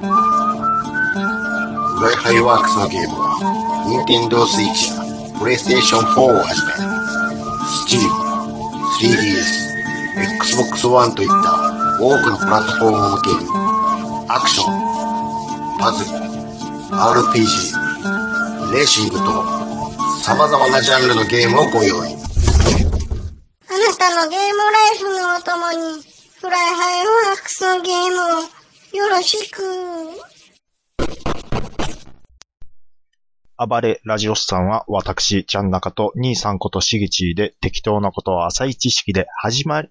ブライハイワークスのゲームは、Nintendo Switch や PlayStation 4をはじめ、Steam、3DS、Xbox One といった多くのプラットフォームを向けに、アクション、パズル、RPG、レーシングと、様々なジャンルのゲームをご用意。あなたのゲームライフのお供に、フライハイワークスのゲームをよろしく。暴れラジオスさんは、私、ちゃんなかと、兄さんことしげちーで、適当なことは浅い知識で、始まり、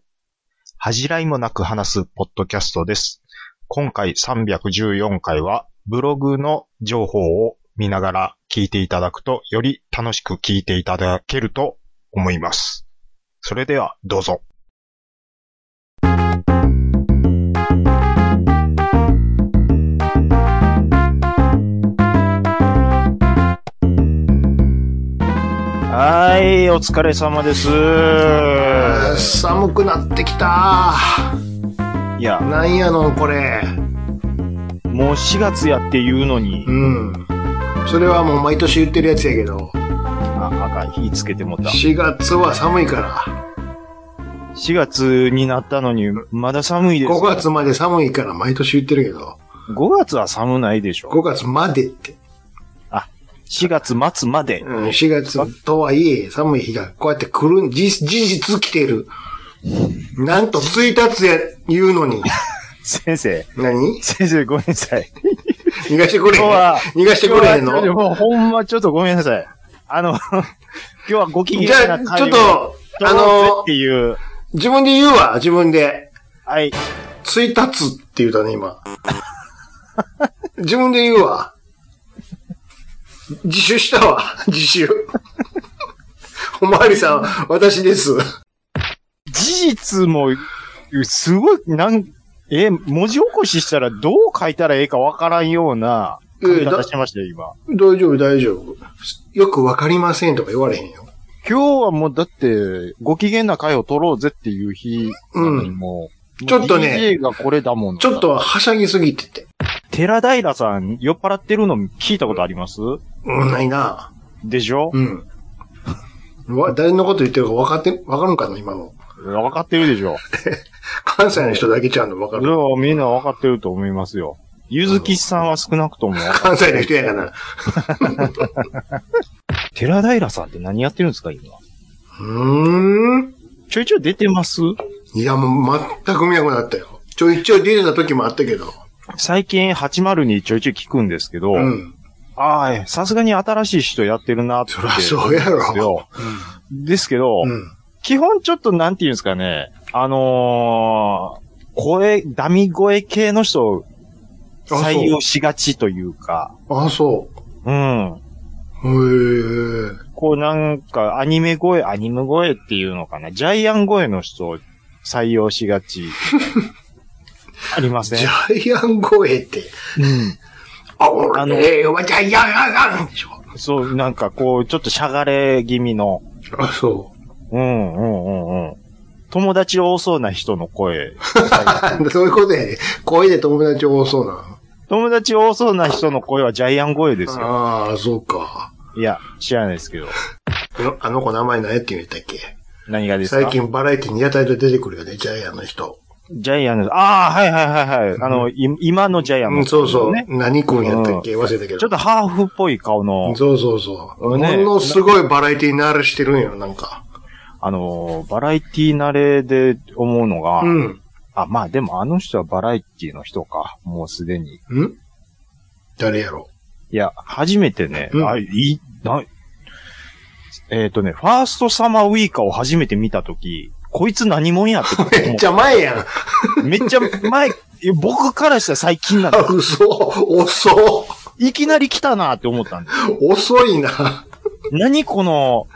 恥じらいもなく話すポッドキャストです。今回314回は、ブログの情報を見ながら聞いていただくと、より楽しく聞いていただけると思います。それでは、どうぞ。はい、お疲れ様です。寒くなってきたいや、なんやの、これ。もう4月やって言うのにう、ん。それはもう毎年言ってるやつやけど、あ、あかん、火つけてもうた。 4月は寒いから、 4月になったのに、まだ寒いです。 5月まで寒いから毎年言ってるけど、 5月は寒ないでし5ょ。月までって。 4月末まで。うん、4月とはいえ、寒い日がこうやって来るん、じ事実来てる。なんと1日や、言うの に。先生、何先生ごめんなさい。 逃がしてくれへん今日は逃がしてくれへんの今日はもうほんまちょっとごめんなさい。あの、 今日はご機じ嫌ゃなあ、ちょ会っをと、取あろうぜっのて、いう。自分で言うわ、自分で。はい。 1日って言うたね、今。 自分で言うわ。自首したわ、 自首。おまわりさん、私です。事実も、すごい、なん、え、文字起こししたらどう書いたらええかわからんような、書き方してましたよ、今。大丈夫、大丈夫。よくわかりませんとか言われへんよ。今日はもうだって、ご機嫌な会を取ろうぜっていう日なのにもう、んちょっとねもう DJ がこれだもんなちょっ。とはしゃぎすぎてて。寺平さん酔っ払ってるの聞いたことありますうん、ないな。でしょうん。わ誰のこと言ってるか分かって、分かるんかな、今の。分かってるでしょ関西の人だけちゃうの分かそるれ。はみんな分かってると思いますよ。ゆずきさんは少なくとも。関西の人やから。寺平さんって何やってるんですか、今。うーん。ちょいちょい出てますいや、もう全く見なくなったよ。ちょいちょい出てた時もあったけど。最近802ちょいちょい聞くんですけど、うん。ああ、さすがに新しい人やってるなって。そりゃそうやろ。よですけど、うん。基本ちょっとなんていうんですかね、あのー、声、ダミ声系の人をあ採用しがちというか、あ、そうん。う。へえ。こうなんかアニメ声、アニメ声っていうのかな、ジャイアン声の人を採用しが ち。ありませジん。ャイアン声って。うん。あ、俺、あのええお前ジャイアン、アン、アンでしょ。そう、なんかこう、ちょっとしゃがれ気味の、あ、そう。うん、うん、うん、うん。友達多そうな人の 声。そういうことやね。声で友達多そうな。友達多そうな人の声はジャイアン声ですよ。ああ、そうか。いや、知らないですけど。あのあの子名前何やって言ったっけ何がですか最近バラエティにやたらと出てくるよね、ジャイアンの人。ジャイアンの、ああ、はいはいはいはい。あの、い今のジャイアンの、うん、そうそう。ね。何君やったっけ忘れたけど。ちょっとハーフっぽい顔の、そうそうそう。ねものすごいバラエティに慣れしてるんよ、なんか。あのー、バラエティ慣れで思うのが、うん。あ、まあでもあの人はバラエティの人か、もうすでに。ん誰 やろいや、初めてね、うんあ、いい、な、えっ、とね、ファーストサマーウイカを初めて見たとき、こいつ何者やって思っ めっちてゃ前やん。めっちゃ前、いや僕からしたら最近なんだ。あ、嘘。遅。いきなり来たなって思ったんです。遅いな。 何この、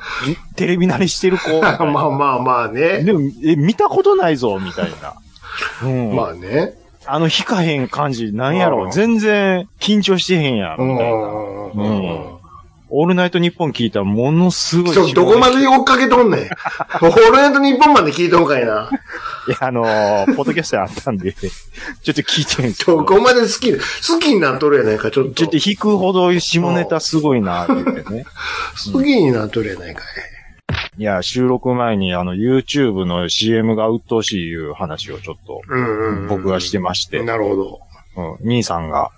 んテレビ慣れしてる子。 まあまあまあね。でも、え、見たことないぞ、みたいな。うん。まあね。あの、引かへん感じ、なんやろう、ん全然緊張してへんや、うみたいな。ん。うんオールナイトニッポン聞いたらものすごいちょ、衝撃。どこまで追っかけとんねん。俺の日本まで聞いとんかいな。いや、あのーポッドキャストにあったんで、ちょっと聞いてるんですけどど。こまで好き、好きになっとるやないか、ちょちっと。ょっと好引くほど下ネタすごいな、って言ってね。きになっとるやないかい。いや、収録前にあの YouTube の CM が鬱陶しいいう話をちょっとうんうんうん。僕がしてまして、うん、なるほど。兄さんが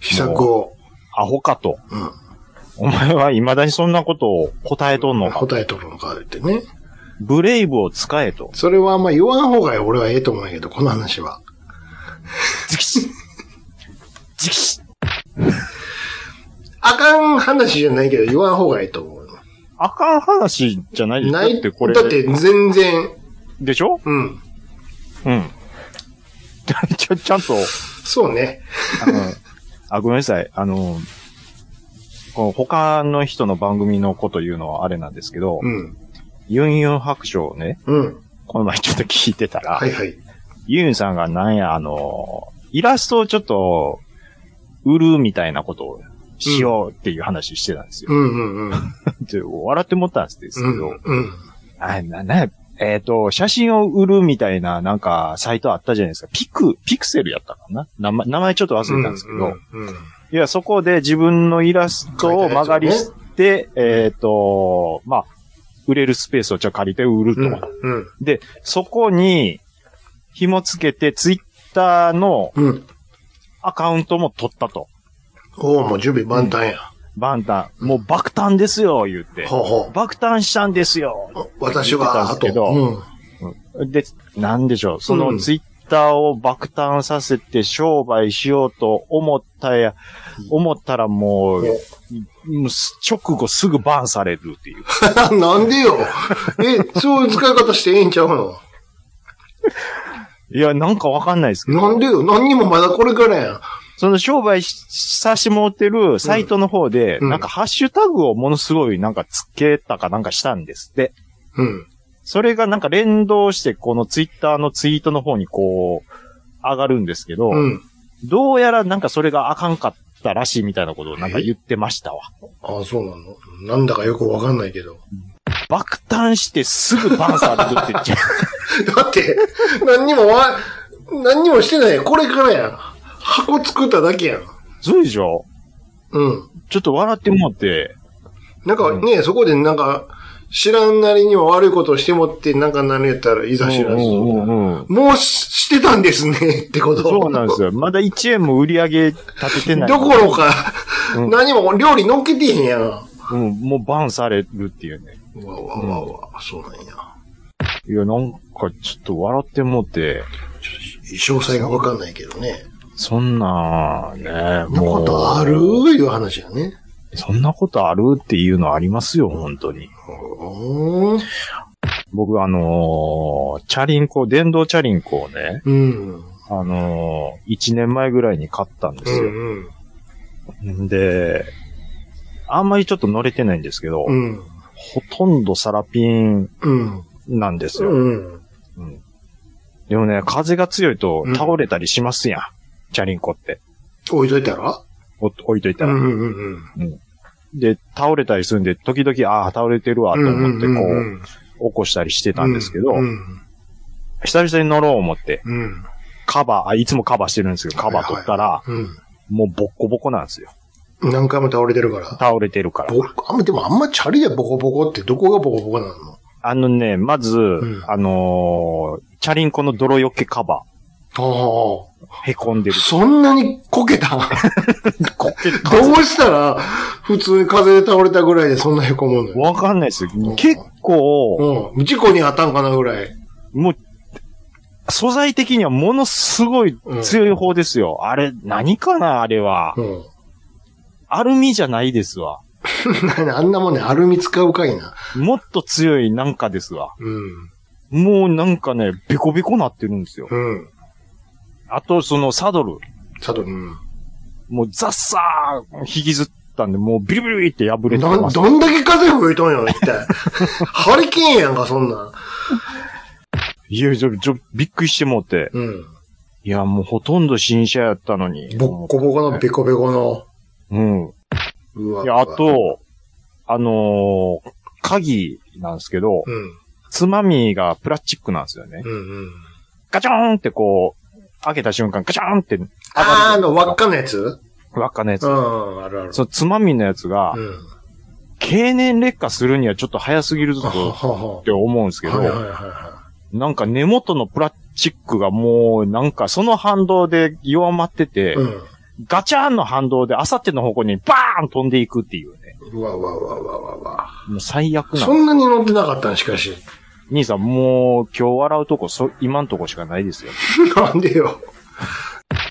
秘策を、アホかと。うんお前は未だにそんなことを答えとんのか。答えとるのか、言ってね。ブレイブを使えと。それはあんま言わん方が俺はええと思うんやけど、この話は。ズキシズキシあかん話じゃないけど、言わん方がええと思う。あかん話じゃないですない、だってこれ。だって全然、でしょうん。うん。 ちゃ、ちゃんと、そうね。あの、あ、ごめんなさい。あの、こう他の人の番組のこと言うのはあれなんですけど、うん。ユンユン白書をね、うん。この前ちょっと聞いてたら、はいはい。ユンさんがなんや、あの、イラストをちょっと、売るみたいなことをしようっていう話してたんですよ。うんうんうん。で笑ってもったんですけど、うん。うん。あ、な、なんやえっ、と、写真を売るみたいな、なんか、サイトあったじゃないですか。ピク、ピクセルやったかな名前、名前ちょっと忘れたんですけど、うん。うんいや、そこで自分のイラストを曲がりして、えっ、と、まあ、売れるスペースをちょっと借りて売ると。うん。そこに、紐付けて、ツイッターのうん。アカウントも取ったと。おお、もう準備万端や。バンタン。もう爆誕ですよ、言って。ほうほ爆誕したんですよ。う。私は、あと言ってたんですけ。どうん。で、なんでしょう。そうのんツイッターを爆誕させて商売しようと思ったや、思ったらもう、もうす直後すぐバンされるっていう。なん でよ。え、そういう使い方してええんちゃうのいや、なんかわかんないですけど。なんでよ。何にもまだこれからやん。その商売しさしてもらってるサイトの方で、うんなんかハッシュタグをものすごいなんかつけたかなんかしたんですって。うん。それがなんか連動して、このツイッターのツイートの方にこう、上がるんですけど、うん。どうやらなんかそれがあかんかったらしいみたいなことをなんか言ってましたわ。ああ、そうなのなんだかよくわかんないけど。爆誕してすぐバンサーでる って言っちゃう。だって、何にもわ、何にもしてないやん。これからやん。箱作っただけやん。そうでしょうん。ちょっと笑ってもって、なんかね、そこでなんか、知らんなりにも悪いことをしてもって、なんか何やったら、いざ知らず。うんうんうんもうししてたんですね、ってこと。そうなんですよ。まだ1円も売り上げ立ててない。 どころか、うん何も料理乗っけてへんやん。わうん、もうバンされるっていうね。わわわ、そうなんや。いや、なんかちょっと笑ってもって、詳細がわかんないけどね。そんな、ね、そんなもう。ことあるいう話やね。そんなことあるっていうのありますよ、本当に。うーん僕、あのーチャリンコ、電動チャリンコをね、うん。あのー、1年前ぐらいに買ったんでうすよ。ん。ん、で、あんまりちょっと乗れてないんですけど、うん。ほとんどサラピンうん。なんですよ。うん。うんでもね、風が強いとうん倒れたりしますやん。チャリンコって。置いといたらお置いといたうら。んうんうん。で、倒れたりするんで、時々、ああ、倒れてるわ、と思って、こうんう、うんうん起こしたりしてたんですけど、うん。久々に乗ろう思って、うん。カバー、あ、いつもカバーしてるんですけど、カバー取ったら、うもうボッコボコなんですよ。ん。何回も倒れてるから。倒れてるから。ぼあんま、でもあんまチャリでボコボコってどこがボコボコなのあのね、まず、んあのーチャリンコの泥よけカバあー、へこんであ、る。そんなにこけたこけ どうしたら、普通に風で倒れたぐらいでそんなへこむのよ。わかんないですよ。結構、うん。事故にあったんかなぐらい。もう、素材的にはものすごい強い方ですよ。あれ、何かなあれは。うん。アルミじゃないですわ。あんな もんね、アルミ使うかいな。もっと強いなんかですわ。うん。もうなんかね、ベコベコなってるんですよ。うん。あと、そのサドル。佐藤、うん。もうザッサー引きずったんで、もうビリビリって破れてなまん、す。どんだけ風吹いとんよ、一体。 ハリケーンやんか、そんなん。いや、ちょ、ちょ、びっくりしてもうて。うん。いや、もうほとんど新車やったのに。ボッコボコのベコベコの。うん。うわ。いや、あ、と、あのー鍵なんですけど、うん。つまみがプラスチックなんですよね。うんうん。ガチョーンってこう、開けた瞬間、ガチョーンって上がる。あー、あの、輪っかのやつ輪っかのやうつ。ん、あるある。そう、つまみのやつがう、ん。経年劣化するにはちょっと早すぎるは はぞはって思うんですけど、はいはいはいはなんか根元のプラスチックがもう、なんかその反動で弱まってて、い。うん。ガチャーンの反動であさっての方向にバーン飛んでいくっていうね。うわうわうわうわうわうわ。もう最悪なそ。んなに乗ってなかったんしかし。兄さん、もう今日笑うとこ、そ、今んとこしかないですよ。 なんでよ。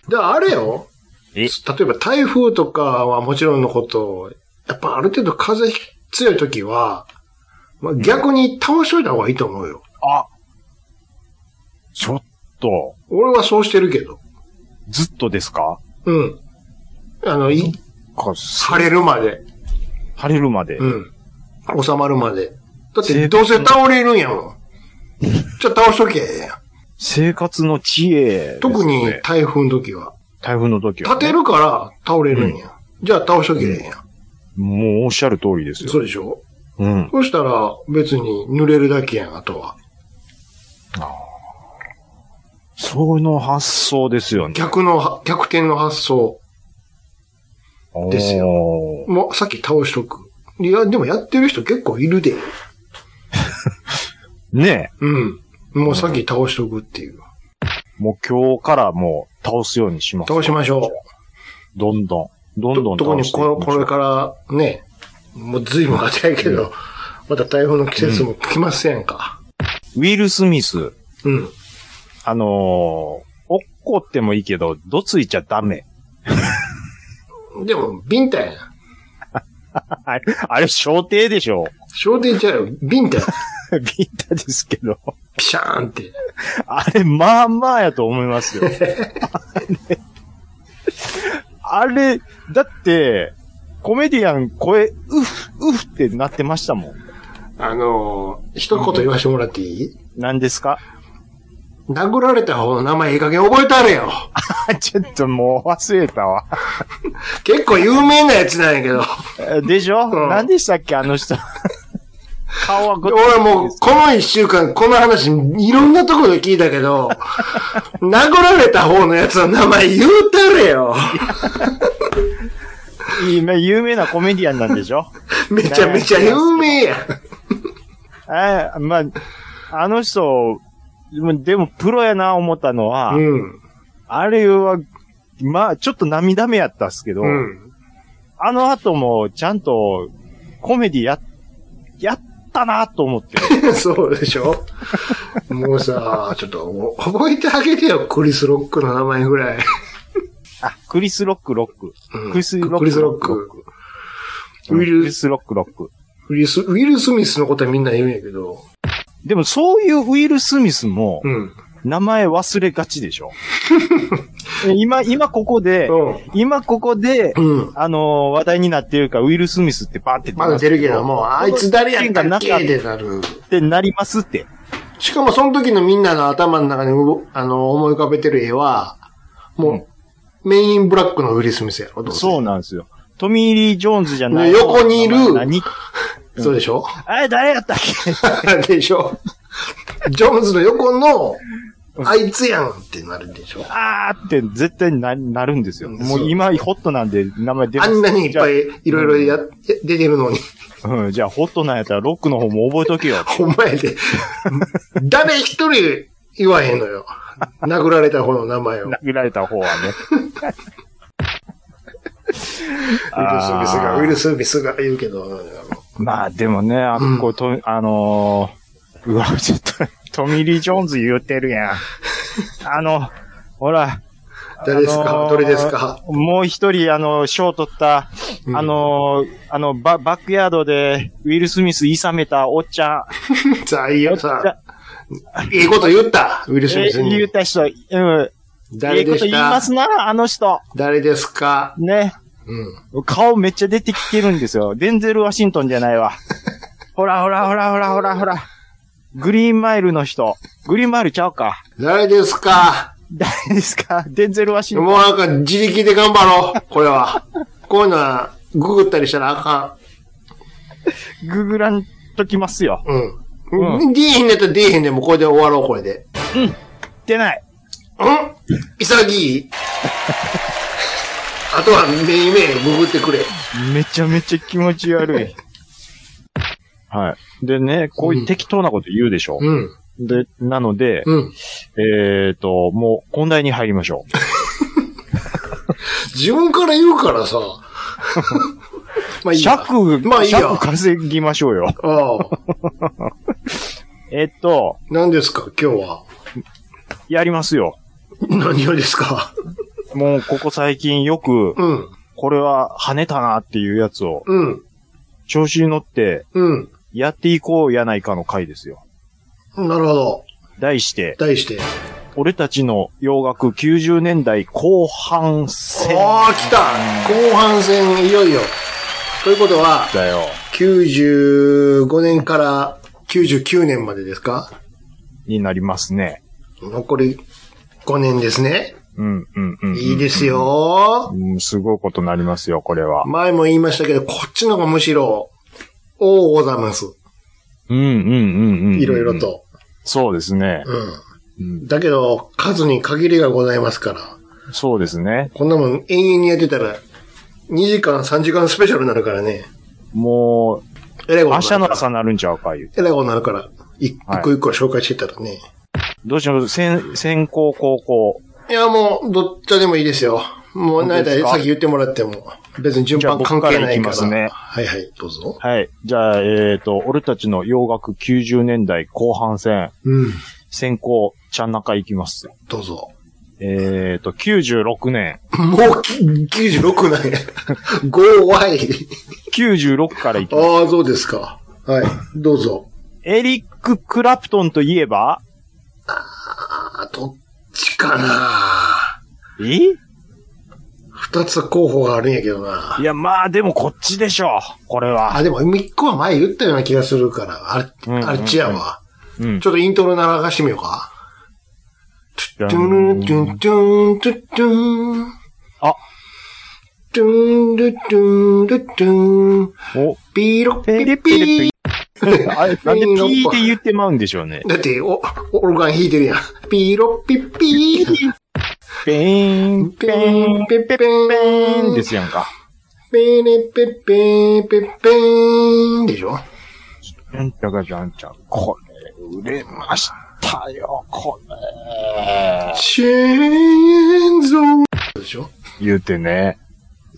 だからあれよ。え例えば台風とかはもちろんのこと、やっぱある程度風強い時は、まあ、逆に倒しといた方がいいと思うよ。あちょっと、俺はそうしてるけど。ずっとですかうん。あの、い、か晴れるまで。晴れるまで。うん。収まるまで。だって、どうせ倒れるんやも ん。じゃあ倒しとけ。生活の知恵ですね、特に台風の時は。台風の時は、立てるから倒れるんや。じゃあ倒しとけやんや。もうおっしゃる通りですよ。そうでしょうん。そしたら別に濡れるだけやん、あとは。その発想ですよね。逆の、逆転の発想。ですよよ。もうさっき倒しとく。いや、でもやってる人結構いるで。ねうん。もうさっき倒しとくっていう。え。もう今日からもう倒すようにします。倒しましょう。どんどん。どう。んどんと特倒にしていこれこれら。からね、もう随分早いけど、また台風の季節も来ませんか。ウィル・スミス。うん。あのー、落っこってもいいけど、どついちゃダメ。 でも、ビンタやん。あれ、あれ、小艇でし ょ焦点ちゃうよ。ビンタやん。ビンタですけど。ピシャーンって。あれ、まあまあやと思いますよ。 あれ、あれだって、コメディアン声、うふ、うふってなってましたもん。あのー一言言わせてもらっていい何ですか 殴られた方の名前いい加減覚えたれよ。ちょっともう忘れたわ。結構有名なやつなんやけど。でしょ、うん何でしたっけあの人。顔はご俺もう、この一週間、この話、いろんなところで聞いたけど、殴られた方のやつの名前言うたれよ。今、有名なコメディアンなんでしょめちゃめちゃ有名やん。えーまあ、あの人、でもでもプロやな思ったのは、うん。あれは、まあ、ちょっと涙目やったっすけど、うん。あの後も、ちゃんと、コメディや、やったなと思って。 そうでしょもうさ、ちょっと、覚えてあげてよ、クリス・ロックの名前ぐらい。あ、クリス・ロック・ロック。うんクリス・ロック。クリス・ロック。。うんウィルクリス・ロック・ロック。ウィルス、ウィル・スミスのことはみんな言うんやけど。でも、そういうウィル・スミスもう、ん。名前忘れがちでし ょ。今、今ここで、う今ここで、ん。うん。あのー話題になっているか、ウィル・スミスってバーってまだ出るけども、あいつ誰やったっなけってなる。ってなりますって。しかもその時のみんなの頭の中にうあの思い浮かべてる絵は、もう、メインブラックのウィリス・ミスやろ。どうせそうなんですよ。トミー・リー・ジョーンズじゃない。ね横にいる何そうでしょ あれ、誰やったっけでしょジョーンズの横の、あいつやんってなるでしょあーって絶対ななるんですよ。もそうう今、ホットなんで名前出まあすんなにいっぱいいろいろや、出てるのに、 じゃあうん、じゃあホットなんやったらロックの方も覚えとけよ。ほんまやで。誰一人言わへんのよ。殴られた方の名前を。ウィル・殴られた 方はね。スミスが、あウーィル・スミスが言うけど、まあでもね、あうんこうと、あのー、うわ、ちょっと、トミー・リー・ジョーンズ言ってるやん。あの、ほら、誰ですか、あのーどれです かもう一人、あの、賞を取った、あのー、あの、ババックヤードで、ウィル・スミスいさめたおっちゃん。さあ、いいおよ、っちゃさんあ。いいこと言った、ウィル・スミえスに。言った人、うん。え誰えこでと言いしたますな、あの人。誰ですかね。うん。顔めっちゃ出てきてるんですよ。デンゼル・ワシントンじゃないわ。ほらほらほらほらほらほら。グリーンマイルの人。グリーンマイルちゃうか。誰ですか誰ですかデンゼル・ワシントン。もうなんか自力で頑張ろう、これは。こういうのは、ググったりしたらあかググらんときますよ。ん。うん。う出えへんねやったら出えへんでもうこれで終わろう、これで。ってない。うん潔い あとはめいめいググってくれ。めちゃめちゃ気持ち悪い。はい。でね、こういう適当なこと言うでしょ。うん。で、なので、うん。えっ、と、もう、本題に入りましょ自分から言うから さ。まあう。いいや。尺、まあいいや尺稼ぎましょうよ。ああ。えっと、何ですか今日は。やりますよ。何をですかもう、ここ最近よく、うん。これは跳ねたなっていうやつを、うん。調子に乗って、うん。やっていこうやないかの回ですよ。なるほど。題して、題して。俺たちの洋楽90年代後半戦ああ、来た後半戦、いよいよ。ということは、だよ。 95年から99年までですかになりますね。残り5年ですね。うん、うん、うん。いいです。よ。うん、すごいことになりますよ、これは。前も言いましたけど、こっちの方がむしろ、おうございます。うん、うん、うん、うん。いろいろ。と。そうですね。ううんん。、だけど、数に限りがございますから。そうですね。こんなもん永遠にやってたら、2時間、3時間スペシャルになるからね。もう、えらいこと明にな日るかのら。朝なるんちゃうか、言うて。えらいことになるから、い一はい個一個紹介してたらね。どうしよう、先、先行後攻。い、や、もう、どっちでもいいですよ。も本う、当なでんすかだいさっき言ってもらっても、別に順番関係ないから。じゃあ僕からいきますねはいはい、どうぞ。はい。じゃあ、えっ、と、俺たちの洋楽90年代後半戦、うん、先行、ちゃん中行きます。どうぞ。えっ、と、96年、もうき、96なんや。5 y 96から行きます。ああ、そうですか。はい、どうぞ。エリック・クラプトンといえば、あ、どっちかなえ。二つ候補があるんやけどないや、まあ、でもこっちでしょう。これは。あ、でも、一個は前言ったような気がするから、あれ、うんうんあれちやわ。うんち。ょっとイントロ流してみようか。トゥルントゥントゥントゥントゥン。あトゥンルトゥンルトゥン。お、ピーロペリピリペリピペリ。あれ、なんでピーって言ってまうんでしょうねー。。だって、お、オルガン弾いてるやん。ピーロピピー。ペーン、ペペーーン、ンペペペペーーンンでです。すやんか。ペレペペペペーンでしょなんちゃかじゃんちゃん。これ、売れましたよ、これ。チェーンゾーンでしょ言うてね。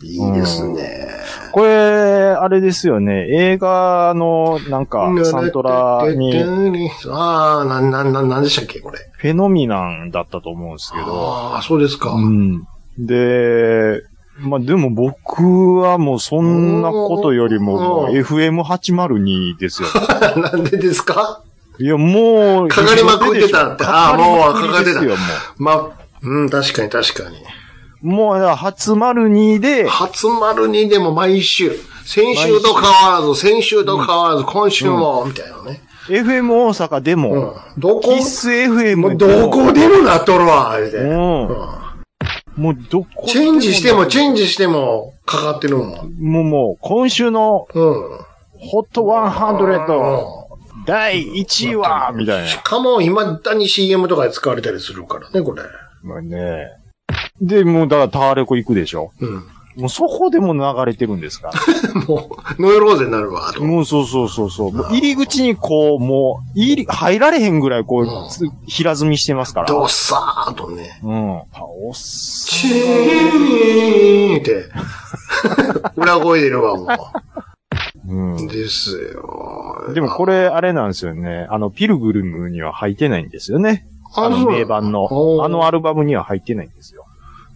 いいですね。これ、あれですよね。映画の、なんか、サントラに、ああ、なん、なん、なんなんでしたっけ、これ。フェノミナンだったと思うんですけど。ああ、そうですか。うん。で、まあ、でも僕はもうそんなことよりも、もううん FM802 です よ。なんでですかいや、もう、かかりまくってたってああもかうかりまくりですよま、うん、確かに確かに。もう、もう、だから802で、初丸にでも毎週、先週と変わらず、先週と変わらず、今週も、みたいなね。 FM 大阪でうも、ん。どこキッ、ス FM もうでどこでもなっとるわ、みたういな。ん。うんもうどこチェンジしても、チェンジ。ジしても、かかってるもん。もうもう、今週のうん。 Hot 100うん第1位は、みたいしな。かも、未だに CM とかで使われたりするからね、これ。まあね。で、もうだからタワレコ行くでしょ。うん。 もうそこでも流れてるんですかもう、ノイローゼになるわ、ら。と。もうそうそうそうそう。もう 入り口にこう、もう、入り、入られへんぐらいこうんうつ、平積みしてますから。どっさーっとね。うん。あ、おっさチーンって、 裏声出るわ、もうんう。。ですよ。でもこれ、あれなんですよね。あの、ピルグルムには入ってないんですよね。あ、あのそう名盤のお、ーあのアルバムには入ってないんですよ。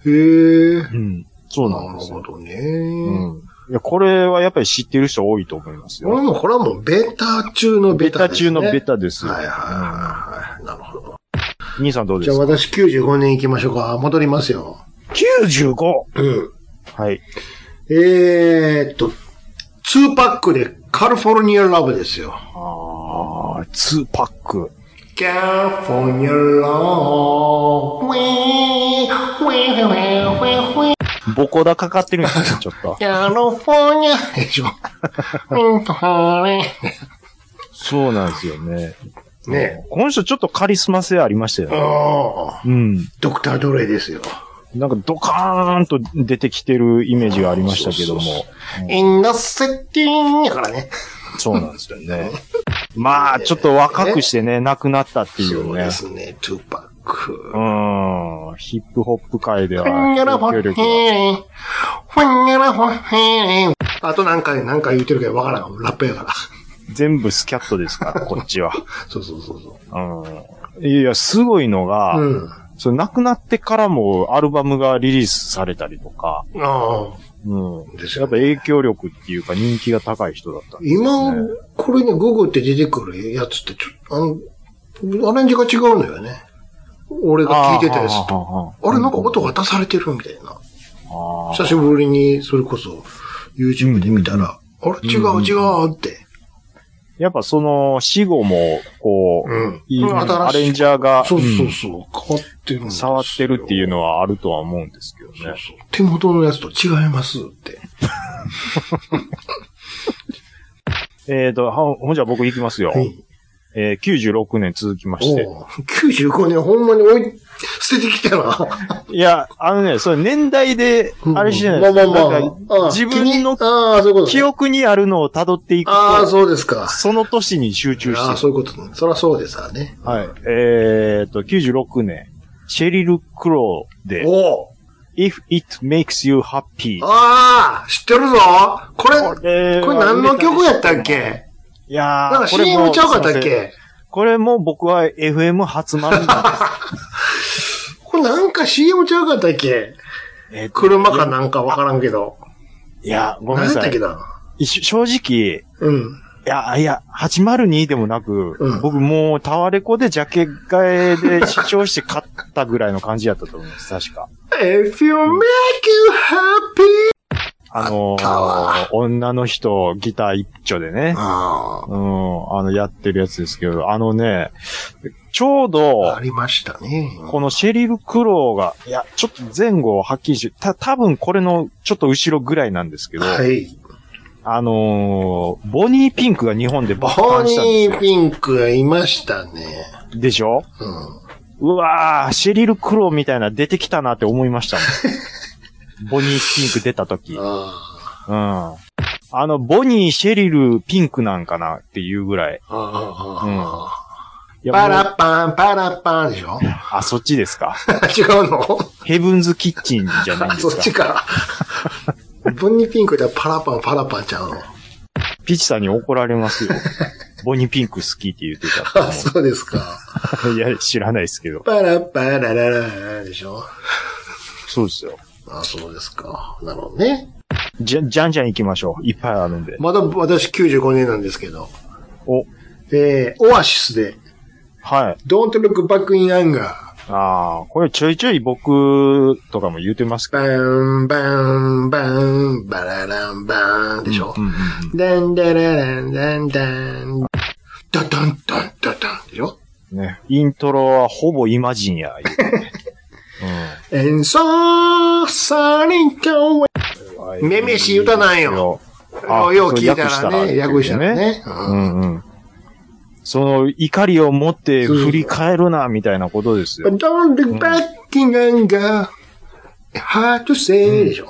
へー。うん。そうななんるですほよ。どね。うん。いや、これはやっぱり知ってる人多いと思います俺よ。も、これはもう、ベタ中のベベタタです中ね、のベタですよ。はいはいはいはい。なるほど。うん兄さんどうでじゃあすか私95年行きましょうか。戻りますよ。 ?95! うん。はい。えーっと、ツーパックでカルフォルニアラブですよ。あー、2パック。カルフォルニアラブ。ウェーウェーウェーウェーウェー。ボコダかかってるんですよ、ちょっと カルフォルニアでしょ。うんと、あれ。そうなんですよね。ねこの人ちょっとカリスマ性ありましたよえ。ね。ああ、うん。ドクタードレイですよ。なんかドカーンと出てきてるイメージがありましたけども。そうそうインナセッティンやからね。そうなんですよね。まあ、ちょっと若くしてね、亡くなったっていそううねで。すね、トゥーパッうク。ん。ヒップホップ界ではファンガラファ影響ッ力ヘがーン。ファンガラファッヘーン。あとなんか、なんか言ってるけどわからん。ラップやから。全部スキャットですから、こっち は。そうそうそうそうん。いや、すごいのが、う。うん。あその亡くなってからもアルバムがリリースされたりとか、あ。うん。ですやよっぱ影響力っていうか人気が高い人だったんです今ね。、これね、ググって出てくるやつって、ちょあの、アレンジが違うのよね。俺が聞いてたやつあーと。はははあれ、なんか音が出されてるみたいな。あー久しぶりに、それこそ、YouTube で見たら、あれ、違うんううん違うって。やっぱその死後も、こう、うんいいアレンジャャーが、そうそううんそう、変わってるんですよ触ってるっていうのはあるとは思うんですけどそね。うそう。手元のやつと違いますって。えっ、と、はほんじゃあ僕行きますよ。はい。えー96年続きまして。おう95年ほんまに追い、捨ててきたな。いや、あのね、それ年代で、あれじゃないですまか。あまあまあなんあかあ。自分の気にああ、そういうことね記憶にあるのを辿っていくああ、と、そうですか。その年に集中しああ、てそういうことね。そりゃそうですわね。る。はい。えっ、と、96年、シェリル・クローで、おお If It Makes You Happy。ああ知ってるぞこれ、これれは何の曲やったっけいやーなんか CM ちゃうかったっけこれも僕は FM 初丸なん です。これなんか CM ちゃうかったっけえっと車かなんかわからんけど。いや、ごめん何なやっさたっいけ。な一正直、うん。いや、いや、802でもなく、うん僕もうタワレコでジャケ替え で試聴して買ったぐらいの感じやったと思うんです、確か。 If you make you happy! あのーあったわ女の人、ギター一丁でね、あうん、あの、やってるやつですけど、あのね、ちょうどあ。あ、りましたね。このシェリル・クローが、いや、ちょっと前後をはっきりして、た、多分これのちょっと後ろぐらいなんですけど、はい。あのー、ボニーピンクが日本でボ爆誕したんでニーピンクがいましたね。すでしょうん。うわー、シェリル・クローみたいな出てきたなって思いましたもん。 ボニーピンク出た時。うん。ああの、ボニー、シェリル、ピンクなんかなっていうぐらい。あ。ああああ。いやパもうラパン、パラパンで しょあ、そっちです か。違うのヘブンズ・キッチンじゃないんあ、ですそっかち。か。 ボニーピンクでパラパン、パラパンちゃうの。ピチさんに怒られます よ。ボニーピンク好きって言ってたと思あ、そうですか。 う。いや、知らないですけど。パラパラララでしょそうですよ。あ、そうですか。なるほどね。じゃ、じゃんじゃん行きましょう。いっぱいあるんで。まだ私95年なんですけど。お、えー、オアシスで、はい。 Don't Look Back in Anger。ああ、これちょいちょい僕とかも言うてますけバン、バン、バン、バララン、バンでしょど。うんうんダンダララン、ダンダン。ダダン、ダン、ダダンでしょうんね。イントロはほぼイマジンや。言うてね And so, sunny, go うん めめしい歌なんよ。あよう聞いたらね、訳したら。ね。そううん訳うんうん。その怒りを持って振り返るな、みたいなことですよ。 But don't look back in anger. Hard to say でしょ。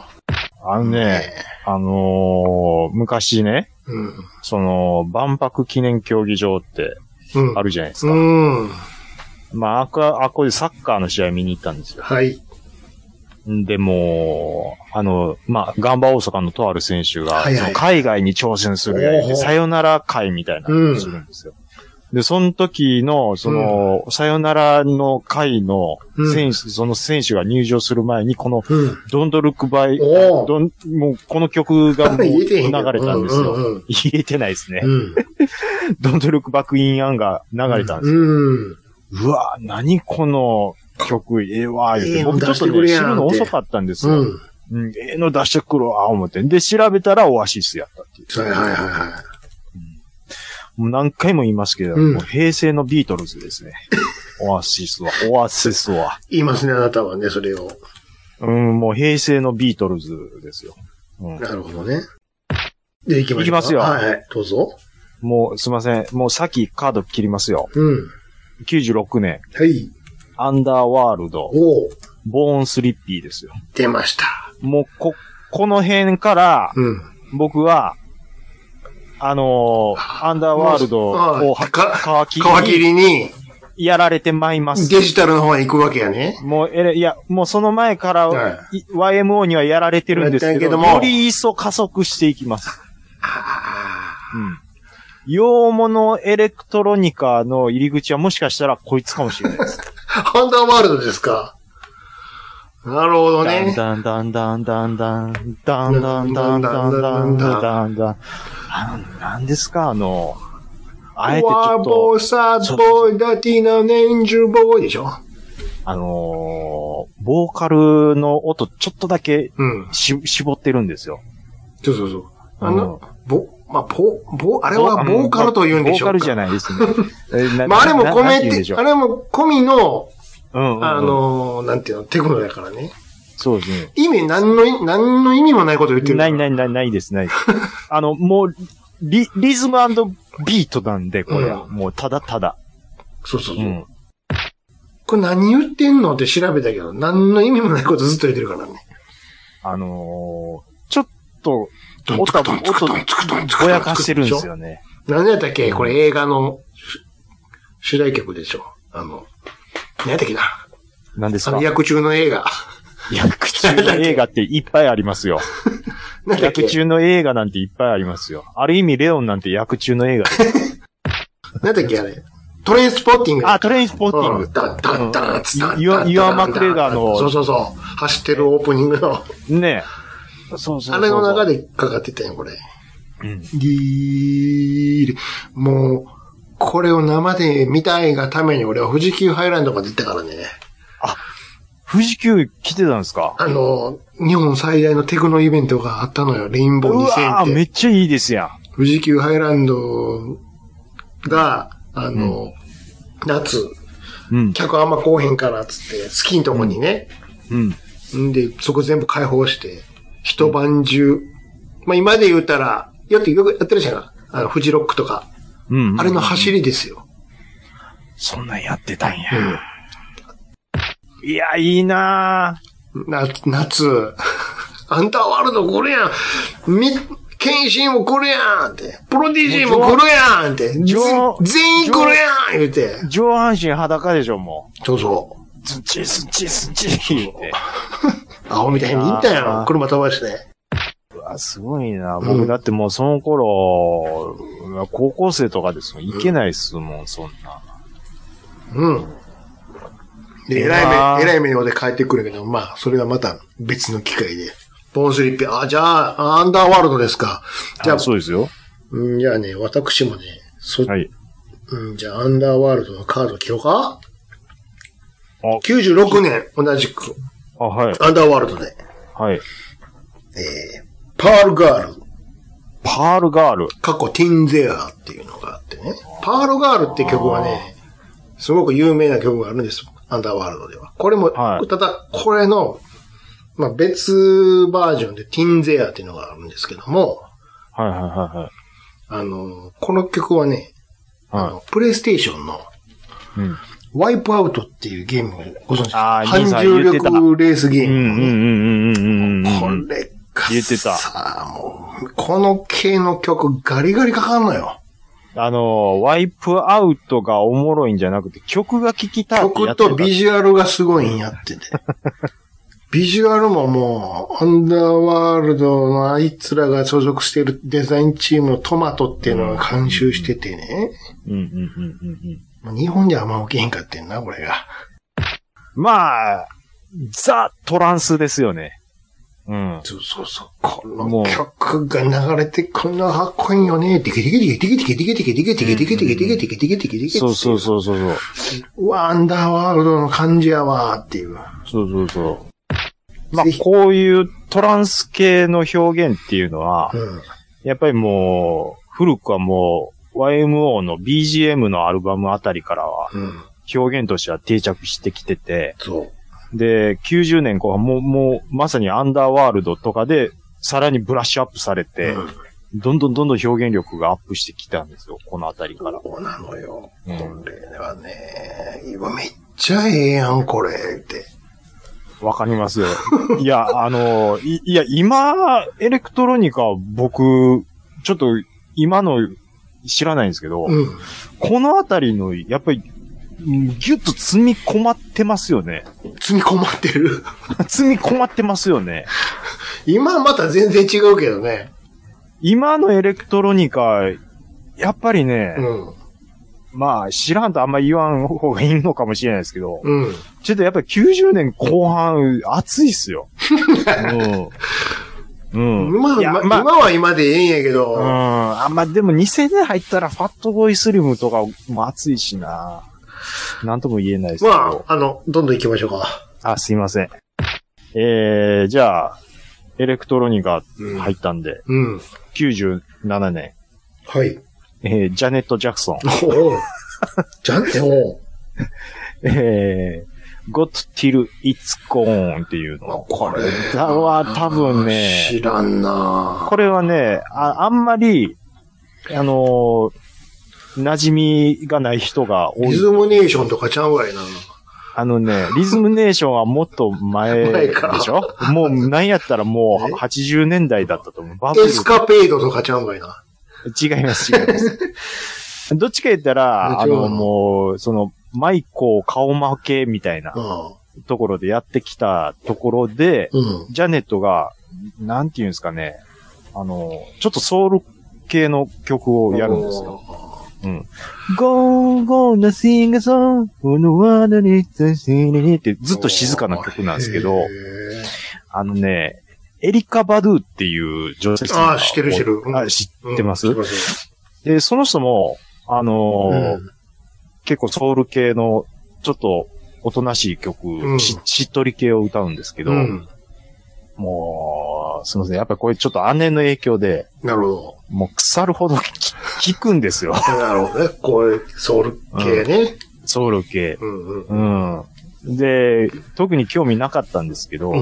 あのね、あのー昔ね、うん。その、万博記念競技場ってうんあ。るじゃないですうか。ん。まあ、あっこ、あっこでサッカーの試合見に行ったんですよ。はい。でも、あの、まあ、ガンバ大阪のとある選手が、はいはいその海外に挑戦するやりおで、ーさよなら会みたいなのをするんですよ。で、その時の、その、さよならの会の選手、その選手が入場する前に、この、うん。ドンドルクバイ、おーどん、もう、この曲がもう 言流えてへんけどれたんですうよ。んうんうん言えてないですねう。ん。ドンドルクバックインアンが流れたんですよ。うん。うわ、何この曲、ええわ、言うえて。えの僕ちょ出っしてとくね、れ知やんるっての遅かったんですうよ。ん。うん、ええの出してくるわ、思って。で、調べたらオアシスやったっていう。はいはいはいはもう何回も言いますけど、うんもう平成のビートルズです ね。オアシスは、オアシスは。い。言いますね、あなたはね、それを。うん、もう平成のビートルズですよ。うん、なるほどね。で、行きましょうか。行きますよはいはい。どうぞ。もうすいません。もうさっきカード切りますよ。うん。 96年、はい。アンダーワールド、おーボーンスリッピーですよ。出ました。もうこ、この辺から、うん。僕は、あのーアンダーワールドをあはーか皮切皮切りにりに、やられてまいります。デジタルの方へ行くわけやね。もう、えれいや、もうその前から、はい YMO にはやられてるんですけど、やってんけどもより一層加速していきます。うん。洋物エレクトロニカの入り口はもしかしたらこいつかもしれないです。アンダーワールドですか。なるほどダンね。ダンダンダンダンダン、ダンダンダンダンダンダンダン。あの、なんですか、あの、あえてちワょーっとボ、ーサーボーイダティナ年中ボーイでしょあのー、ボーカルの音ちょっとだけうん。し絞ってるんですよ。そうそうそう。あうんの、ぼ、まあ、ぼ、ぼ、あれはボーカルと言うんでしょうか。ボーカルじゃないですね。えなまあ、あれもなな込んめて言うんでてしょ、うあれも込みの、うんうん、あ、のー、なんていうの、テクノだからね。そうですね。意味、何の、何の意味もないこと言ってる。ないないないないです、ないですあの、もう、リ、リズムビートなんで、これは。うんもう、ただただ。そうそううそう。ん。これ何言ってんのって調べたけど、何の意味もないことずっと言ってるからね。あのー、ちょっと、どん音つくどんつくどんつくどんつくどんつくどんつくぼやかしてるんですよね。何やったっけこれ映画の主主題曲でしょあの、何やったっけななんですあかの、役中の映画。役中の映画っていっぱいありますよ。何やったっけ役中の映画なんていっぱいありますよ。ある意味、レオンなんて役中の映画です。何やったっけあれ。トレインスポッティング。あ、トレインスポッティングうん。ダンダンダンツダンダンダンダンイワイワンマクレガーのそうそうそう。走ってるオープニングの。ねえ。そうそうそう。あれの中。でかかってたよ、これ。うん。ギーリもう、これを生で見たいがために俺は富士急ハイランドまで行ったからね。富士急来てたんですかあの、日本最大のテクノイベントがあったのよ。レインうボー2000わーって。めっちゃいいですやん。富士急ハイランドが、あの、夏、うん。客あんま来おへんからっつって、スキーのとこにね、うん。んで、そこ全部開放して、一晩中、まあ今で言うたら、よくよくやってるじゃん。あの、フジロックとか。うん。あれの走りですよ。そんなんやってたんや。いや、いいなぁ。な、夏、 アンダーワールド来るやん。み、剣心も来るやんって。プロディジーも来るやんって。上ぜ全員来るやん言うて。上半身裸でしょ、もそうそう。う。ズンチズンチズンチ言うて。アホみたいに言ったやん。車飛ばして。うわ、すごいなう僕んだってもうその頃、高校生とかですもん。いけないっすもん、そんな。うん。で、えええならい目、えらい目におで帰ってくるけど、まあ、それはまた別の機会で。ボーンスリッピー、あ、じゃあ、アンダーワールドですか。じゃあ、そうですよ。うん、じゃあね、私もね、そ、はい。うん、じゃあ、アンダーワールドのカード着ようかあ ?96 年、同じく、あ、はい。アンダーワールドで、はい。えー、パールガール、パールガール。過去ティンゼアっていうのがあってね、パールガールって曲はね、すごく有名な曲があるんです、アンダーワールドでは。これも、はいただ、これの、まあ、別バージョンでティンゼアっていうのがあるんですけども、はいはいはいはい。あの、この曲はね、あのはプレイステーションのい。うん。ワイプアウトっていうゲームをご存知ですあかー反兄さん重言ってた力レースゲーうんうムのんね、うんうんうんうんうん。これがさ、言ってたもう、この系の曲ガリガリかかんのよ。あの、ワイプアウトがおもろいんじゃなくて、曲が聴きたいってや曲ってた。とビジュアルがすごいんやってて。ビジュアルももう、アンダーワールドのあいつらが所属しているデザインチームのトマトっていうのが監修しててね。うんうんうんうんうん。まあ日本ではあんま起きへんかってんな、これが。まあ、ザ・トランスですよね。うん。そうそうそう。こものう曲が流れてくんのかっこいいよね。ティケティケティケティケティケティケティケティケティケティケティケティケティケティケティケそうそうそうそうそう。うわ、アンダーワールドの感じやわーっていう。そうそうそう。まあぜひ、こういうトランス系の表現っていうのはう、ん。やっぱりもう、古くはもう、YMO の BGM のアルバムあたりからは、うん。表現としては定着してきてて、そう。で、90年後半もう、もう、まさにアンダーワールドとかで、さらにブラッシュアップされて、うんどんどんどんどん表現力がアップしてきたんですよ、このあたりから。そうなのよ。うんこれはね、今めっちゃええやん、これ、って。わかります。 いや、あの、いいや、今、エレクトロニカ、僕、ちょっと、今の、知らないんですけど、うん。このあたりの、やっぱり、うんギュッと積み込まってますよね。 積み込まってる。 積み込まってますよね。今はまた全然違うけどね。今のエレクトロニカ、やっぱりね、うん。まあ、知らんとあんま言わん方がいいのかもしれないですけど、うん。ちょっとやっぱり90年後半、暑いっすよ。 うん。うん。今いやは、まあ今は今でええんやけど、うん。あ、まあ、でも2000年入ったらファットボーイスリムとかも暑いしな。なんとも言えないですけど。まあ、あの、どんどん行きましょうか。あ、すいません。えー、じゃあ、エレクトロニカうん入ったんで、うん。 97年、はい。えー、ジャネット・ジャクソン、おお。じゃんって、おうえー、Got Till It's Gone っていうあの。これ。だは多分ね、知らんなこれはね、ああんまり、あのー馴染みがない人が多リい。ズムネーションとかちゃうわいな。あのね、リズムネーションはもっと前前でかしょもうなんやったらもう80年代だったと思う。バブルエスカペードとかちゃうわいな。違います、違います。 どっちか言ったら、ああ違うのの、もう、その、マイコー顔負けみたいなうところでやってきたところで、ん。うん。ジャネットが、なんていうんですかね、あの、ちょっとソウル系の曲をやるんですよ。うん。Go, go, n o t h i n g s on, on the water, it's a city ってずっと静かな曲なんですけへどー、あのね、エリカ・バドゥっていう女性ああ、知ってる知ってる。うんあ知ってますうん知ってますで、その人も、あのーうん結構ソウル系の、ちょっと、おとなしい曲、うんししっとり系を歌うんですけど、うん。もう、すみません。やっぱりこれちょっと姉の影響で、なるほど。もう腐るほどき聞くんです よ。なるほどね。こういうソウル系ね。ソウル系。うんうん。うん。で、特に興味なかったんですけど、う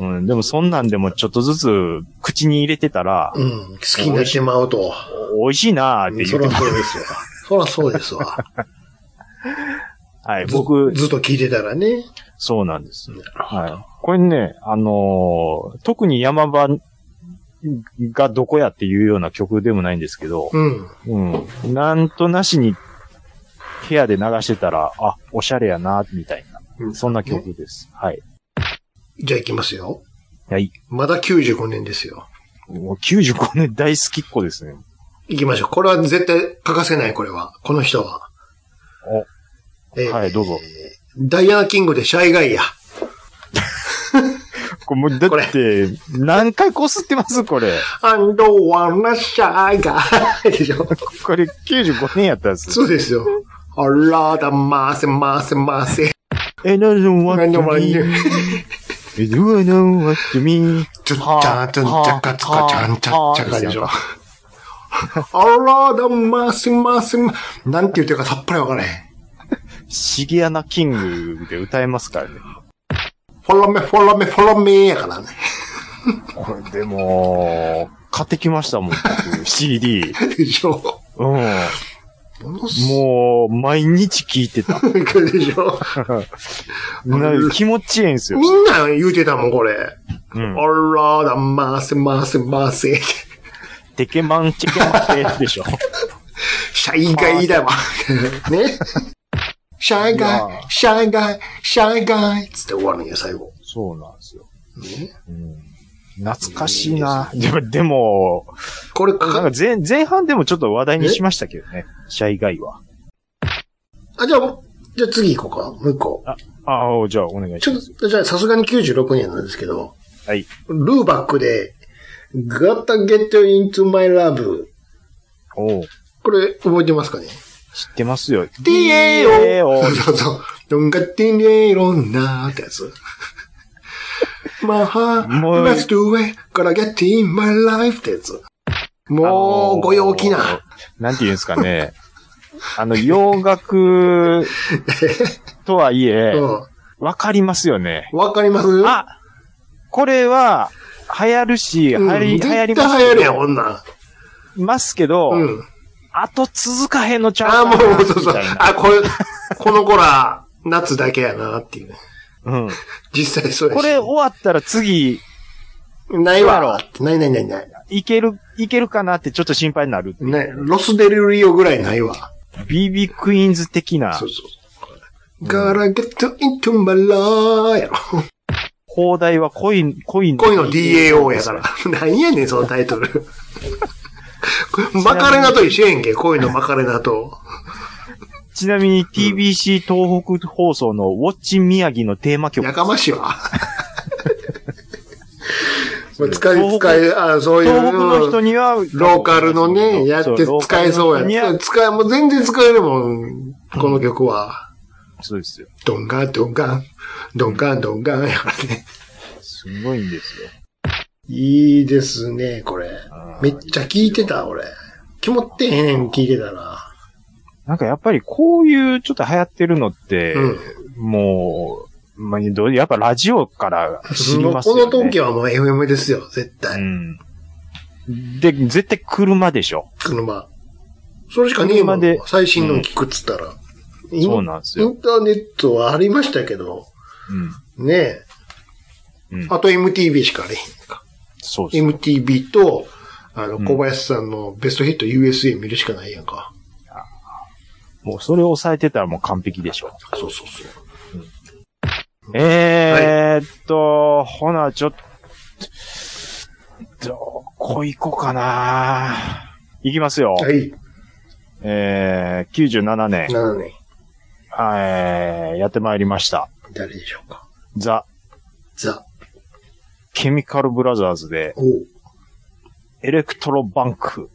うんん。でもそんなんでもちょっとずつ口に入れてたら、うん。好きになってまうと。美味しいなーってそ言っらて、そうですわ。そらそうですわ。 はい、ず僕、ずっと聞いてたらね。そうなんです。ははい。これね、あのー特に山場がどこやっていうような曲でもないんですけど、うん。うん。なんとなしに部屋で流してたら、あ、おしゃれやな、みたいうんな。そんな曲です。はい。じゃあ行きますよ。はい。まだ95年ですよ。もう95年大好きっ子ですね。行きましょう。これは絶対欠かせない、これは。この人は。えーはいどうぞ。ダイアナ・キングでシャイガイや。お、これもうだこって、何回こすってますこれ。アンドワンナシャイガイでしょ。これ95年やったんです。そうですよ。あらだまーせまーせまーせ。え、なるのわ何でもない Do I know what you mean? ちょちはゃんちゃんちゃかつかはちゃんちゃっちゃかでしょ。あらだまーせまーせまなんて言ってるかさっぱりわからへん。シゲアナキングで歌えますからね。フォロメ、フォロメ、フォロメやからね。これでも、買ってきましたもん、僕 CD。でしょ。うん。ものすもう、毎日聴いてた。ごいでしょ。な気持ちいいんですよ。みんな言うてたもん、これ。うん。あらだまーせまーせまーせ。テケマンチェケマンテでしょ。シャイガイだわ。ね。シャイガイ、シャイガイ、シャイガイ。つって終わるんや、最後。そうなんですよ。ねうん。懐かしいな。でも、でも、これなんかか、前、前半でもちょっと話題にしましたけどね。シャイガイは。あ、じゃあ、じゃあ次行こうか。もう一個。ああ、じゃあお願いちしょまっす。と、じゃあさすがに96年なんですけど、はい。ルーバックで、Gotta Get Into My Love。おうこれ覚えて ますかね知ってますよ。よそうそう。どんがてねえろんなってや つ。まあ、もう let's do it, gotta get in my life ってやつ。もう、ご陽気な。。なんて言うんですかね。あの、洋 楽とはいえ、うわかりますよね。ん。わかりますあ、これは、流行るし、流うん行り、絶流行り対流ます行るやん、けど女。ますけど、うん。あと続かへんのちゃああ、うかなもう、そうそうみたい。なあ、これ、この子ら、夏だけやなっていうね。うん。実際そうやし。これ終わったら次、ないどうやわ。ないないないない。いける、いけるかなってちょっと心配になる。ね、ロスデルリオぐらいないわ。 BB クイーンズ的なそうそう。Gotta get into my life やろ。放題は恋、恋の。恋の DAO や から。何やねん、そのタイトル。これマカレナと一緒やんけ、恋のマカレナと。ちなみに TBC 東北放送のウォッチ宮城のテーマ曲や。かましいわ。まあ使い、使い、あそういう。東北の人には、ローカルのね、やって使えそうにやはっ、使え、もう全然使えるもん、この曲は。そうですよ。ドンガンドンガン、ドンガンドンガンやからね。すごいんですよ。いいですね、これ。あーめっちゃ聴いてた、俺。気持ってへんねん、聴いてたな。なんかやっぱりこういうちょっと流行ってるのって、うん。もう、まあ、どうやっぱラジオから知りもうますよこね。の時はもう FM ですよ、絶対。うん。で、絶対車でしょ。車。それしかねえも車んで。最新の聞くっつったら。インそうなんですイよ。ンターネットはありましたけど、うん。ねえ。うんあと MTV しかあれへんか。そうです。 MTV と、あの、うん小林さんのベストヒット USA 見るしかないやんか。もうそれを抑えてたらもう完璧でしょ。そうそうそう。えーっと、ほな、ちょっと、どこ行こうかな。行きますよ。はい。えー、97年、 7年。えー、やってまいりました。誰でしょうか。ザ・ザ。ケミカル・ブラザーズで、おうエレクトロ・バンク。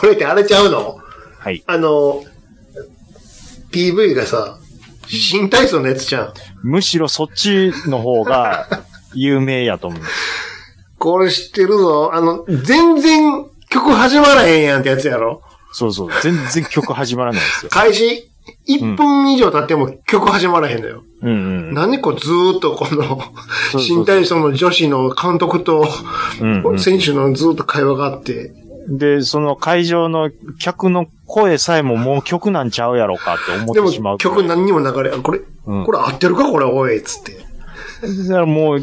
これってあれちゃうのはい。あの、PV がさ、新体操のやつじゃん。むしろそっちの方が有名やと思う。これ知ってるぞ。あの、全然曲始まらへんやんってやつやろ。そうそう。全然曲始まらないんですよ。開始1分以上経っても曲始まらへんだよ。うんうん。何こうずーっとこの、そうそう新体操の女子の監督と、うんうん選手のずっと会話があって、で、その会場の客の声さえももう曲なんちゃうやろかって思でってしまうもぐらい。曲何にも流れ、あこれ、うんこれ合ってるかこれ、おい、つって。だからもう、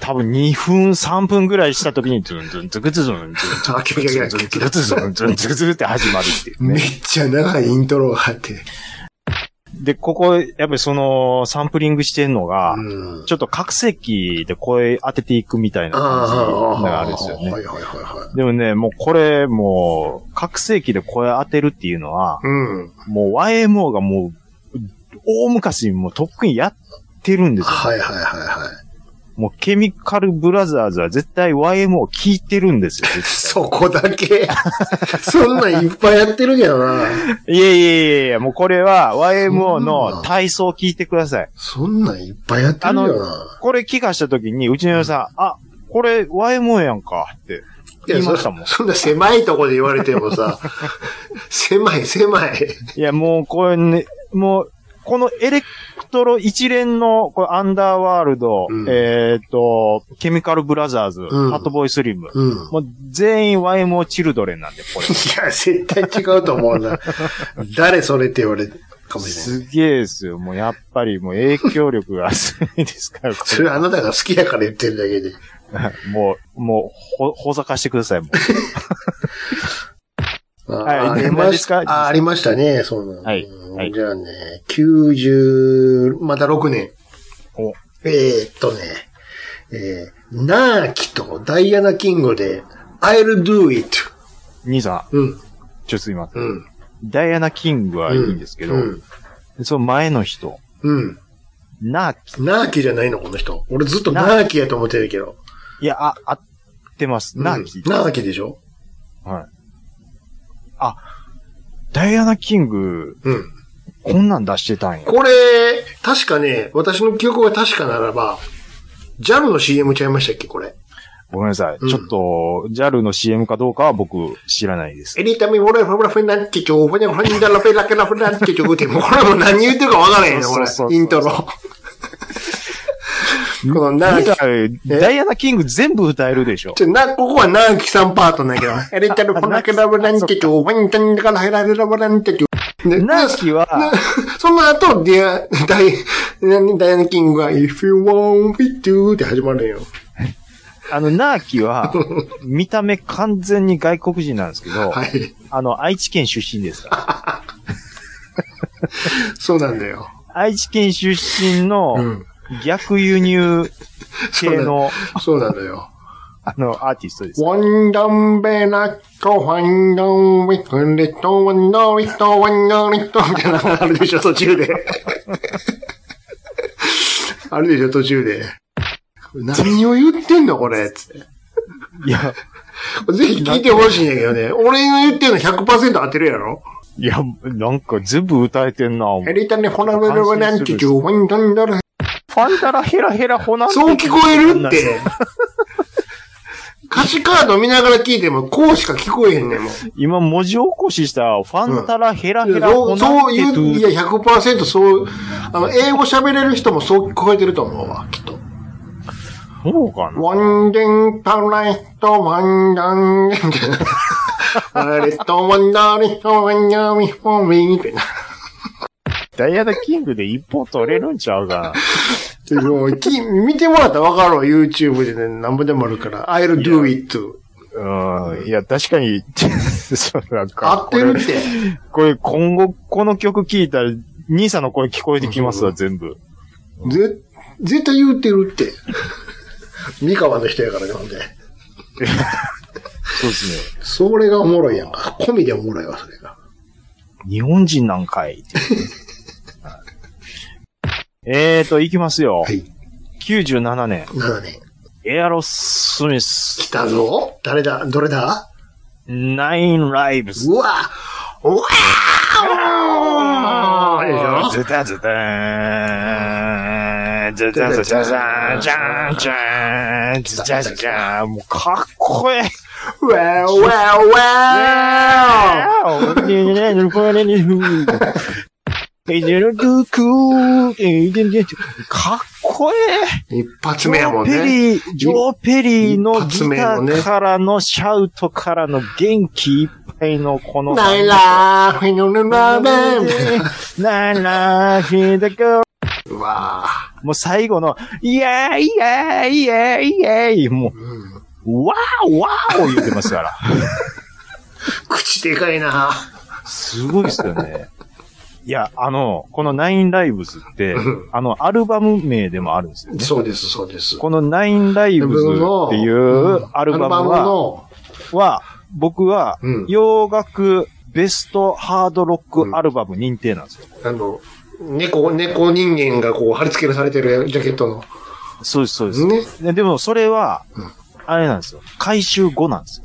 多分2分、3分ぐらいした時に、ズンズンズクズンズンズあ、キャキャキャンズキャンキズャクズンズンズクズンって始まるっていうめっね。ちゃ長いイントロがあって。で、ここ、やっぱりその、サンプリングしてんのがう、ん。ちょっと各席で声当てていくみたいな感じがあるんですよはね。いはいはいはい。でもね、もうこれ、もう、各世紀で声当てるっていうのは、うん。もう YMO がもう、大昔にもうとっくにやってるんですよ。はいはいはいはい。もうケミカルブラザーズは絶対 YMO 聞いてるん ですよ。絶そこだけ。 そんなんいっぱいやってるけどな。対いやいやいやいや、もうこれは YMO そんなの体操を聞いてください。そんなんいっぱいやってるよな。これ聞かした時に、うちの嫁さん、あ、これ YMO やんかってい言や、いそましたもん。そんな狭いとこで言われて もさ、狭い狭い。いや、もう、これね、もう、このエレクトロ一連の、これ、アンダーワールド、うんえっ、と、ケミカルブラザーズ、うんハットボーイスリム、うん。いもう、全員 YMO チルドレンなんで、これ。 や、絶対違うと思うな。誰それって言われるかもしれない。すげえですよ。もう、やっぱり、もう、影響力がすごいです から、こそれはあなたが好きだから言ってるだけで。れ。もう、もう、ほ、ほざかしてください、もあはいあり何までしすかた。あありましたね、そうなの。はいうんはいじゃあね、90、また6年。おえーっとね、えー、ナーキとダイアナ・キングで、I'll do it. う。兄さうん、ん、ちょっとすいません。うん。ダイアナ・キングはいいんですけど、うん。その前の人、うん。ナーキ、ナーキじゃないの、この人。俺ずっとナーキやと思ってるけど。いや、あ、合ってます。ナーキ。うんナーキでしょはい。あ、ダイアナ・キング、うん。こんなん出してたんや。これ、確かね、私の記憶が確かならば、JAL の CM ちゃいましたっけ、これ。ごめんなさい。うんちょっと、JAL の CM かどうかは僕知らないです。エリタミボレファブラフェナッチチョウ、ファニャファニダラペラケラフェナッチチョウって、もうこれもう何言ってるか分からへんね、こそうそうそうれ。イントロ。このナーキ、えダイアナ・キング全部歌えるでしょ。ちょ、な、ここはナーキさんパートなんやけど。 エレタルポナケラブランテチョ、ワンタンからヘラレラブランテチョ。でナーキ は、その後、ディア、ダイ、ダイアナキングが、if you want me to って始まるんよ。あの、ナーキは、見た目完全に外国人なんですけど、はい。あの、愛知県出身ですから。そうなんだよ。愛知県出身うのん。逆輸入 そう系なんの、そうなんだよ。あの、アーティストです。ワンダンベナッコ、ワンダンウィット、レット、ワンダンウィット、ワンダンウィット、みたいなのあるでしょ、途中で。あるでしょ、途中で。何を言ってんの、これ。つっていや、ぜひ聞いてほしいんやけどね。俺が言ってんの100%当てるやろいや、なんか全部歌えてんな、思うヘリタネ、ホナルルブなんて、ジョワンダンダル。ファンダラヘラヘラホナンそう聞こえるって。歌詞カード見ながら聞いても、こうしか聞こえへんねん、もう。今文字起こししたファンタラヘラヘラそホナう、ンそうテトいう、いゥや、100%そう、あの、英語喋れる人もそう聞こえてると思うわ、きっと。そうかなワンデンタライト、ワンダン、みたいな。あれと、ワンダリト、ワンダミホミ、みたいな。ダイアナキングで一本取れるんちゃうかでもき見てもらったらわかるわ、YouTube でね、なんぼでもあるから。I'll do it. な。うん。いや、確かに、 そうなんか。合ってるって。これ、これ今後、この曲聴いたら、兄さんの声聞こえてきますわ、全部。ぜ、絶対言ってるって。三河の人やからね、ほんで。そうですね。それがおもろいやんか。込みでおもろいわ、それが。日本人なんかい。えーと、いきますよ。はい。 97年、 7年。エアロスミス、来たぞ。誰だどれだナインライブス。うわうわーでしょズタズターン、ズタズタズタン、ジャンジャン、ズタズタン、もうかっこええ。ウェーウェーウェーかっこええ。一発目やもんジョーペね。リー、ジョーペリーのギターからのシャウトからの元気いっぱいのこの。ナイラーフィノルナーベ ンナイラーフィーダーうわーもう最後の、イエーイイエーイイエーイイエーイもうんう、わーわーを言ってますから。口でかいなすごいですよね。いや、あの、このナインライブズってうん、あの、アルバム名でもあるんですよね。そうです、そうです。このナインライブズっていうアルバムアルバムは、の、は僕はうん洋楽ベストハードロックアルバム認定なんですよ。あの、猫、猫人間がこう貼り付けらされてるジャケットの。 そうです、そうねで。す。ででもそれはうん、あれなんですよ。回収後なんです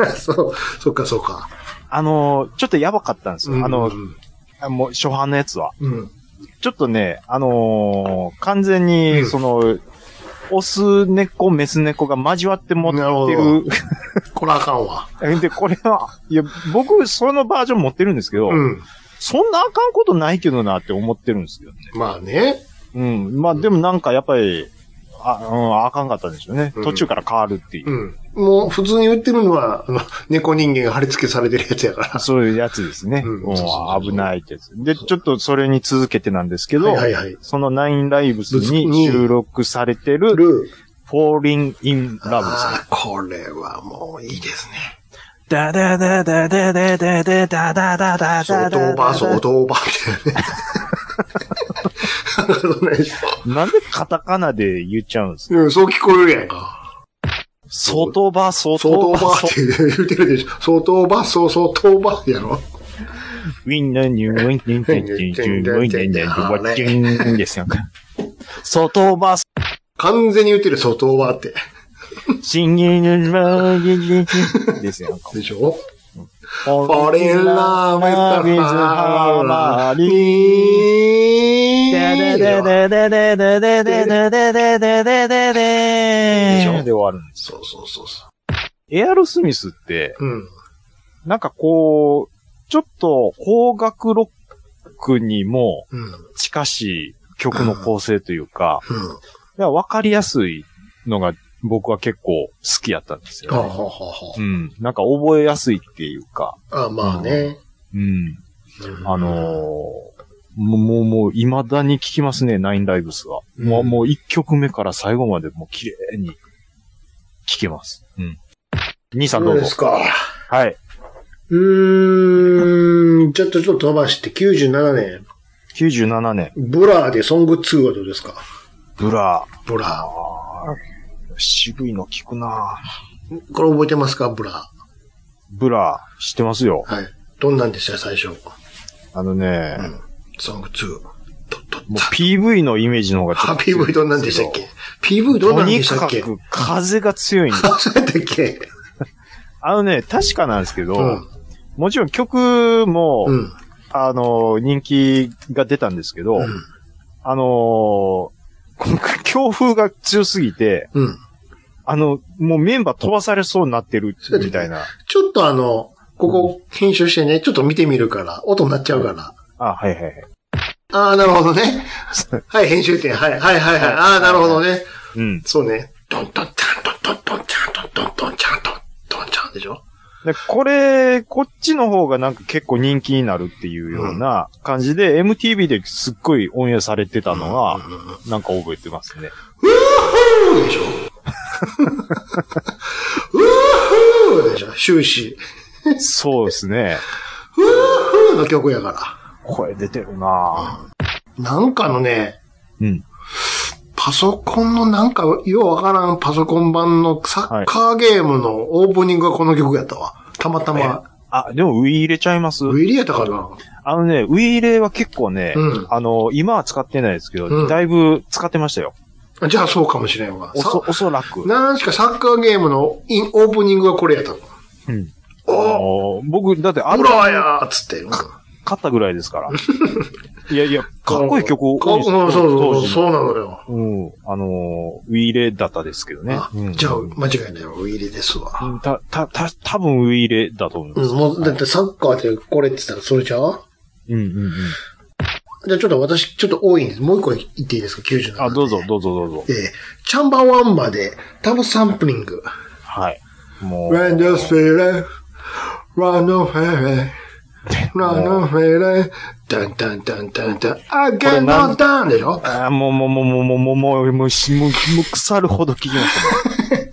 よ。そう、そっか、そうか。あの、ちょっとやばかったんですよ。あのう、んもう初版のやつは。うん。ちょっとね、あのー完全に、その、オス猫、メス猫が交わって持なるほってこれあかんわ。る。 で、これは、いや、僕、そのバージョン持ってるんですけど、うん。そんなあかんことないけどなって思ってるんですよね。まあね。うん。まあ、でもなんかやっぱり、あ、うん、あかんかったんでしょうね。うん途中から変わるっていうう。ん。もう普通に売ってるのは、あの、猫人間が貼り付けされてるやつやから。そういうやつですね。うんもそうそうそうう危ないってやつ。で、ちょっとそれに続けてなんですけど、はいはいはい。そのナインライブスに収録されてる、ルー。 Falling in Love ですね。あーこれはもういいですね。ダダダダダダダダダダダダダ相当バー、相ダ当バーみたいなね。そんなことないでしょなんでカタカナで言っちゃうんですかうん、そう聞こえるやんか。相当バー、相相当当ババーーっ。て言うてるでしょ。相当バー、そう相当バーやろ。ウィンナーニューウィンニューニューニューニューニューニューニューニューニューですよ。相当バー、完全に言ってる相当バーって。シンギングルーギギギですよ。でしょフフォリンラーメンタビズハハーママリリー。ダダダダダダダダダダダダダダで終わるんです。そうそうそうそエアロスミスって、う。うん。なんかこう、ちょっと邦楽ロックにもうん。近しい曲の構成というか、うん。からわかりやすいのが僕は結構好きやったんですよ、あねは。ははうん。なんか覚えやすいっていうか、あ、あまあね。うん。あのーもう、もう、もう、未だに聞きますね、ナインライブスは。もう、うんもう一曲目から最後までもう綺麗に聞けます。うん。兄さんどどううでぞす。か。はい。うーん、ちょっとちょっと飛ばして、97年、 97年、ブラーでソング2はどうですかブラー。ブラあー渋いの聞くなー。これ覚えてますかブラブラー、知ってますよ。ー。はい。どんなんでした最初。あのね、うん。ソング2。と、と、もう PV のイメージの方がハっッとピー強い V どんなんでしたっけ ?PV どんとなんでにしたかっけく風が強いんですあ、 そうやったっけあのね、確かなんですけど、うん。もちろん曲も、うん。あの、人気が出たんですけど、うんあのーこの強風が強すぎて、うん。あの、もうメンバー飛ばされそうになってる、みたいな。ちょっとあの、ここ編集してね、ちょっと見てみるから、音になっちゃうから。あ、はいはいはい。ああ、なるほどね。はい、編集点。はい、はい、はい、はい。ああ、なるほどね。うん。そうね。ドンドンちゃん、ドンドンドンちゃん、ドンドンドンちゃん、ドンドンちゃんでしょでこれ、こっちの方がなんか結構人気になるっていうような感じで、MTV ですっごいオンエアされてたのは、なんか覚えてますね。うーでしょうーふーでしょ終始。そうですね。うーふーの曲やから。声出てるなぁなんかのね、うん。パソコンのなんか、ようわからんパソコン版のサッカーゲームのオープニングがこの曲やったわ。たまたま。あ、でも、ウィー入れちゃいますウィリやったかなあのね、ウィーレは結構ね、うんあの、今は使ってないですけど、うんだいぶ使ってましたよ。じゃあそうかもしれんわ。おそ、おそらく。なんしかサッカーゲームのインオープニングがこれやったの。うん。おあの僕、だってあー、ブの、ラーやーっつって。うん買ったぐらいです から。いやいや、かっこいい曲多かっいこですそうそうそう、そうう。なのよ。うん。あの、ウィーレだったですけどねあ。うんじゃあ、間違いないよ。ウィリですわ。うんた、た、た、多分ウィーレだと思いうんます。、もう、だってサッカーでこれって言ったらそれちゃううんうんうん。じゃあちょっと私、ちょっと多いんです。もう一個言っていいですか ?97。あ、どうぞ、どうぞ、どうぞえ。ー、チャンバワンバでタブサンプリング。はい。もう。ランドスフェレ、ランドフェレ、ランドフェレ、ダンダンダンダンダン、あげのダンでしょああ、もう、もう、もう、もう、もう、もう、もう、もう、しもう、もう腐るほど聞きましたね。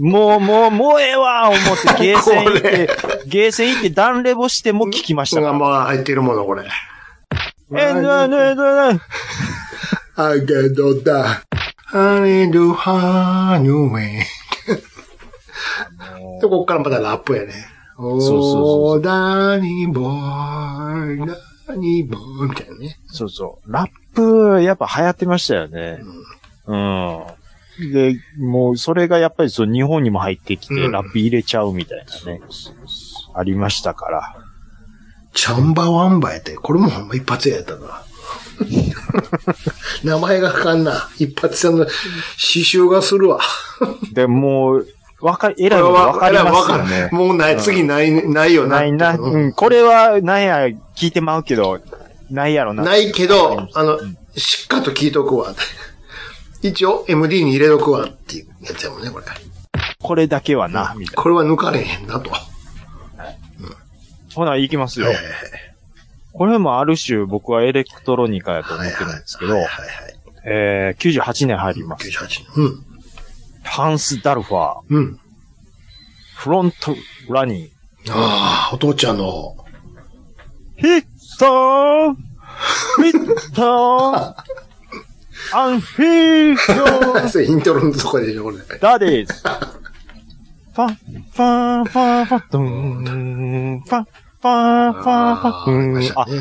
もう、もう、もうええわ思って、ゲーセン行って、ゲーセン行って、ダンレボしても聞きました人かがら。まあ入ってるもの、これ。え、な、な、な、な、あげのダン。ハニドハニウ ェイ。で、こっからまたラップやね。おうそうそうー、ダニボー、ダニボー、みたいなね。そうそう。ラップ、やっぱ流行ってましたよね。うん。で、もう、それがやっぱり、そう、日本にも入ってきて、うんラップ入れちゃうみたいなね。ありましたから。チャンバワンバやって、これもほんま一発屋やった な。名前がかかんな。一発屋の刺繍がするわ。で、もう、わか、えらいのわかりますよね。もうない、次ない、ないよな。ないな、ううんん、これは、なんや、聞いてまうけど、ないやろな。ないけど、あの、しっかりと聞いとくわ。一応 MD に入れとくわっていうやつやもんね、これ。これだけはな、みたいこれは抜かれへんなと。な。ほな、行きますよはい。はいこれもある種、僕はエレクトロニカやと思ってるんですけどはい、はいはい。えー、98年入ります。 98年。ハンス・ダルファー、うん。うん。フロント・ラニー、ああ、お父ちゃんの。 ヒットーヒットーアンフィーションそれイントロのとこでしょ、これ。ダディーズファン、ファン、ファン、ファン、ドゥン、ファン、ファン、ファン、ファン、ドありましゥン、たあね、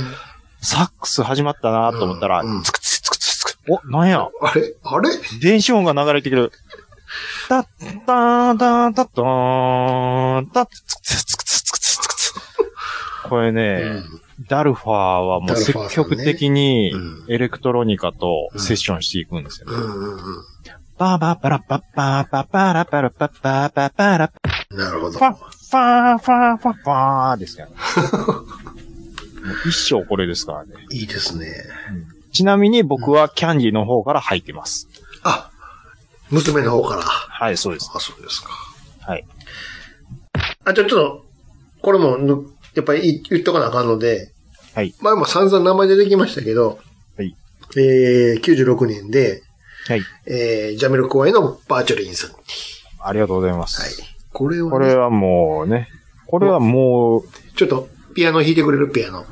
サックス始まったなと思ったら、うんうんつくつくつくつくつく。お、なんやあれあれ電子音が流れてくる。たったーたーたったーたつくつくつくつくつくつくこれね、ダルファーはもう積極的にダルファーさんねエレクトロニカとセッションしていくんですようね。んうんうんバーバーパラパッパーパパラパラパッパーパパラパなるほどフ。ァッファーファーファッファーですよ ね。もう一生これですからね。いいですね。ちなみに僕はキャンディの方から入ってます。あ、娘の方から。はい、そうです。あ、そうですか。はい。あ、じゃあちょっと、これもぬ、やっぱりい言っとかなあかんので、はい。前も散々名前出てきましたけど、はい。えー、96年で、はい。えー、ジャメル公演のバーチャルインさん。はい。ありがとうございます。これこを、れね、はもうね、これはもう、ちょっと、ピアノ弾いてくれるピアノ。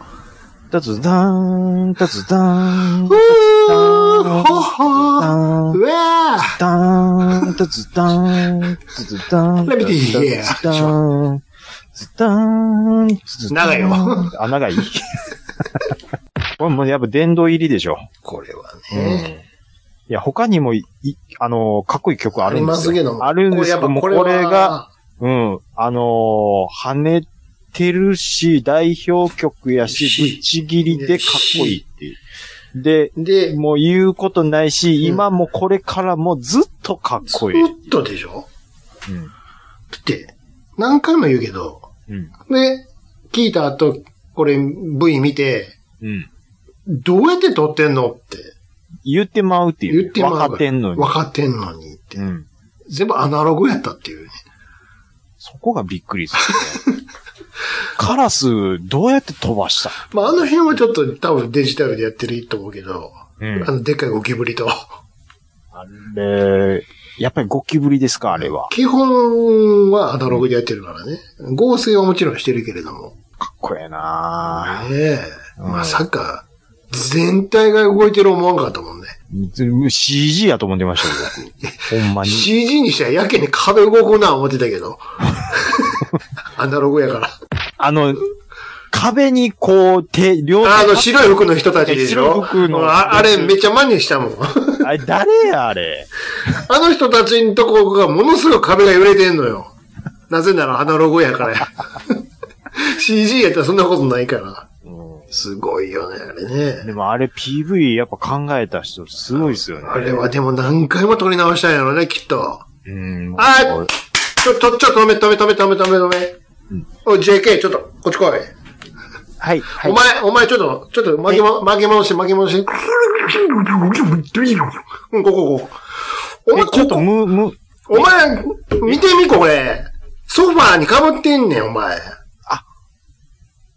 タツダーン、タツダーン、うタツーほダほーンう、わーダーン、タツダーン、タツダーン、 Let me hear タツダーン、タツダーン、タツダーン長いよ。あ、長いこれもうやっぱ殿堂入りでしょ。これはうんね、いや、他にもい、いあのー、かっこいい曲ああるりんでますすけどよ。も。あるんですけども、こはれが、、うん、あのー、跳ねてるし、代表曲やし、ぶっちぎりでかっこいいっていう。で、で、もう言うことないし、うん今もこれからもずっとかっこいい。ずっとでしょうん。だって、何回も言うけど、うん。で、聞いた後、これ V 見て、うん。どうやって撮ってんのって言ってまうっていう。言ってまう分かってんのに。分かってんのにって。うん。全部アナログやったっていうね。そこがびっくりですね。カラス、どうやって飛ばしたまああの辺はちょっと多分デジタルでやってると思うけど、うんあのでっかいゴキブリと。あれ、やっぱりゴキブリですかあれは。基本はアナログでやってるからね。合成はもちろんしてるけれども。かっこええなぁねえ。うんまさか、全体が動いてる思わんかったもんね。 CG やと思ってましたよ、 僕。ほんまに。 CG にしてはやけに壁動くな思ってた けど。アナログやから。あの、壁にこう、手、両手。あの、白い服の人たちでしょ白い服のああれ、めっちゃ真 似したもん。ああれ、誰や、あれ。の人たちのとこがものすごく壁が揺れてんのよ。なぜならアナログやからや。CG やったらそんなことないから。うんすごいよね、あれね。でもあれ PV やっぱ考えた人すごいですよね。あれはでも何回も撮り直したんやろね、きっと。うん。もうあーちょ、ちょ、ちょ、止め、止め、止め、止め、止め、止め。おい、JK、ちょっと、こっち来い。はい。はいお前、お前、ちょっと、ちょっと、巻きま、巻き戻して、巻き戻して。うん、ここ、ここ。お前、えちょっことこ、む、む、お前、見てみ、これ。ソファーにかぶってんねん、お前。あ。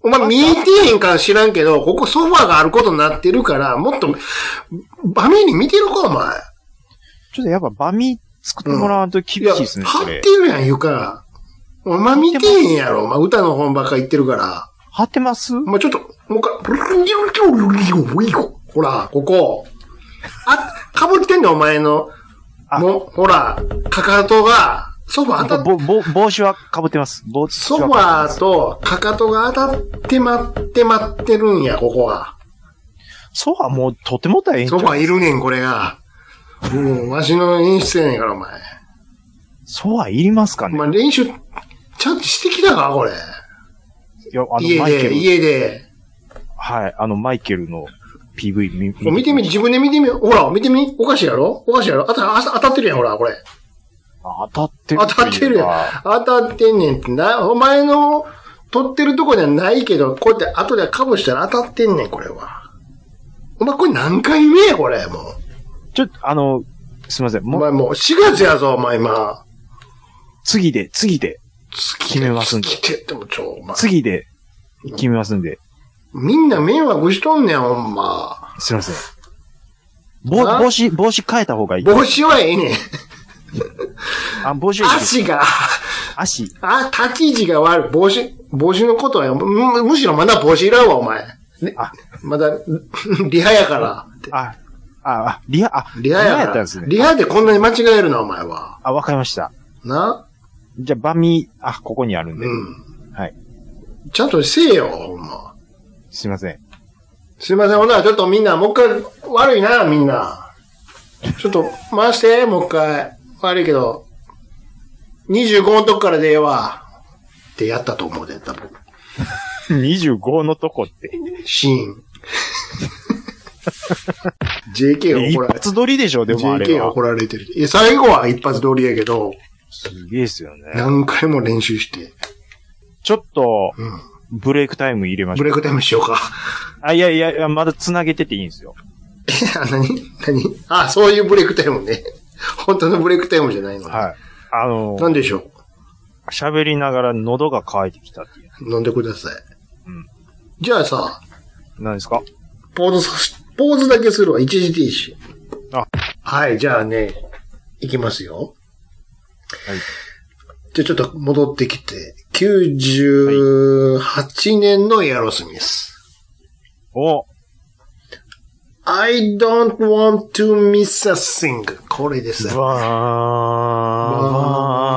お前、見えてへんから知らんけど、ここソファーがあることになってるから、もっと、場面に見てるか、お前。ちょっとやっぱバミ作ってもらわんと厳しいですね、貼こっれて。るやん、床。お前見てへんやろ、お前。歌の本ばっか言ってるから。貼ってますまあ、ちょっと、もう一回、ほら、ここ。あ、かぶってんの、お前の。あもう、ほら、かかとが、ソファー当たっぼ、ぼ、帽子は被ってます。帽子ソファーとかかとが当たって待って待ってるんや、ここが。ソファーもうとても大変ソファーいるねん、これが。もう、わしの演出やねんから、お前。ソファーいりますかおね前、練習、ちゃんとしてきたか、これ。いや、あの、家マイケで、ル。家で。はい、あの、マイケルの PV 見もう見てみ、。自分で見てみ、ほら、見てみ、おかしいやろおかしいやろ当た当たってるやん、ほら、これ。あ当たってるいう当か。たってるやん。当たってんねんってな、お前の取ってるとこじゃないけど、こうやって後でかぶしたら当たってんねん、これは。お前これ何回目や、これ、もう。ちょっと、あの、すいません。おもう、前もう4月やぞ、お前今。次で、次で、決めますんで来てってもちょ、お前。次で、決めますんで。みんな迷惑しとんねん、ほんま。すいません。帽な帽子、帽子変えた方がいい。帽子はええ ねん。あ、帽子はいいです足が、足。あ、立ち位置が悪い。帽子、帽子のことは、むむしろまだ帽子いらんわ、お前。ねあ、まだ、 リハやから。あ、あ、あ、リハ、あ、リハややっかたんらです。ね。リハでこんなに間違えるな、お前は。あ、わかりました。なじゃあ、バミ、あ、ここにあるんでう。ん。はい。ちゃんとせえよ、ほんま。すいません。 すいません、ほんならちょっとみんな、もう一回、悪いな、みんな。ちょっと、回して、もう一回。悪いけど、25のとこからでええわ。ってやったと思うで、多分。 25のとこって。シー ン。JK が一怒られ発撮りでしょ、でもあれ JK がは。怒られてる。いや、最後は一発通りやけど、すげえですよね。何回も練習して。ちょっと、うん。ブレイクタイム入れましブょう。レイクタイムしようか。 あ、いやいやいや、まだ繋げてていいんですよ。あ、何何あ、そういうブレイクタイムね。 本当のブレイクタイムじゃないの、ね。はい。あのなんでしょ喋りながら喉が渇いてきたっていう。う飲んでください。うんじゃあさ、何ですかポーズさし、ポーズだけするわ。一時停止。あ。はい、じゃあね、いきますよ。はい。じゃあちょっと戻ってきて、98年のエアロスミス。お I don't want to miss a thing. これです。わー、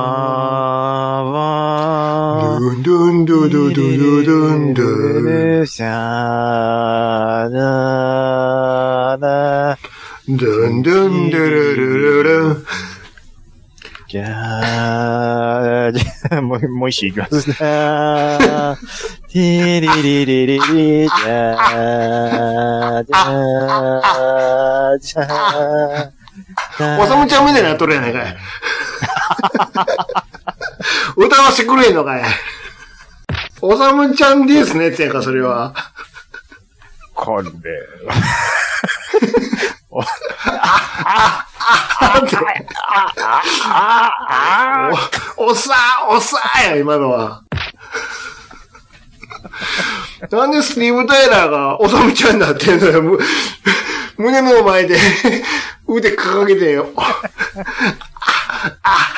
わー、わー。ドゥンドゥンドゥドゥドゥドゥンドゥシャーラーラーン。ドゥンドゥンドゥルルルルン。じゃーじゃー もう、もう一周いき ます。じゃー、ティリリリリリ、じゃー、じゃー、じゃー。おさむちゃんみたいなとるやないかい。歌わしてくれんのかい。おさむちゃんですねってやんか、それは。これ。あって。お、おさおさや、今のは。 なんでスティーブ・タイラーがおさむちゃんだってんのよ。む胸の前で 腕掲げてよ。あ、あ、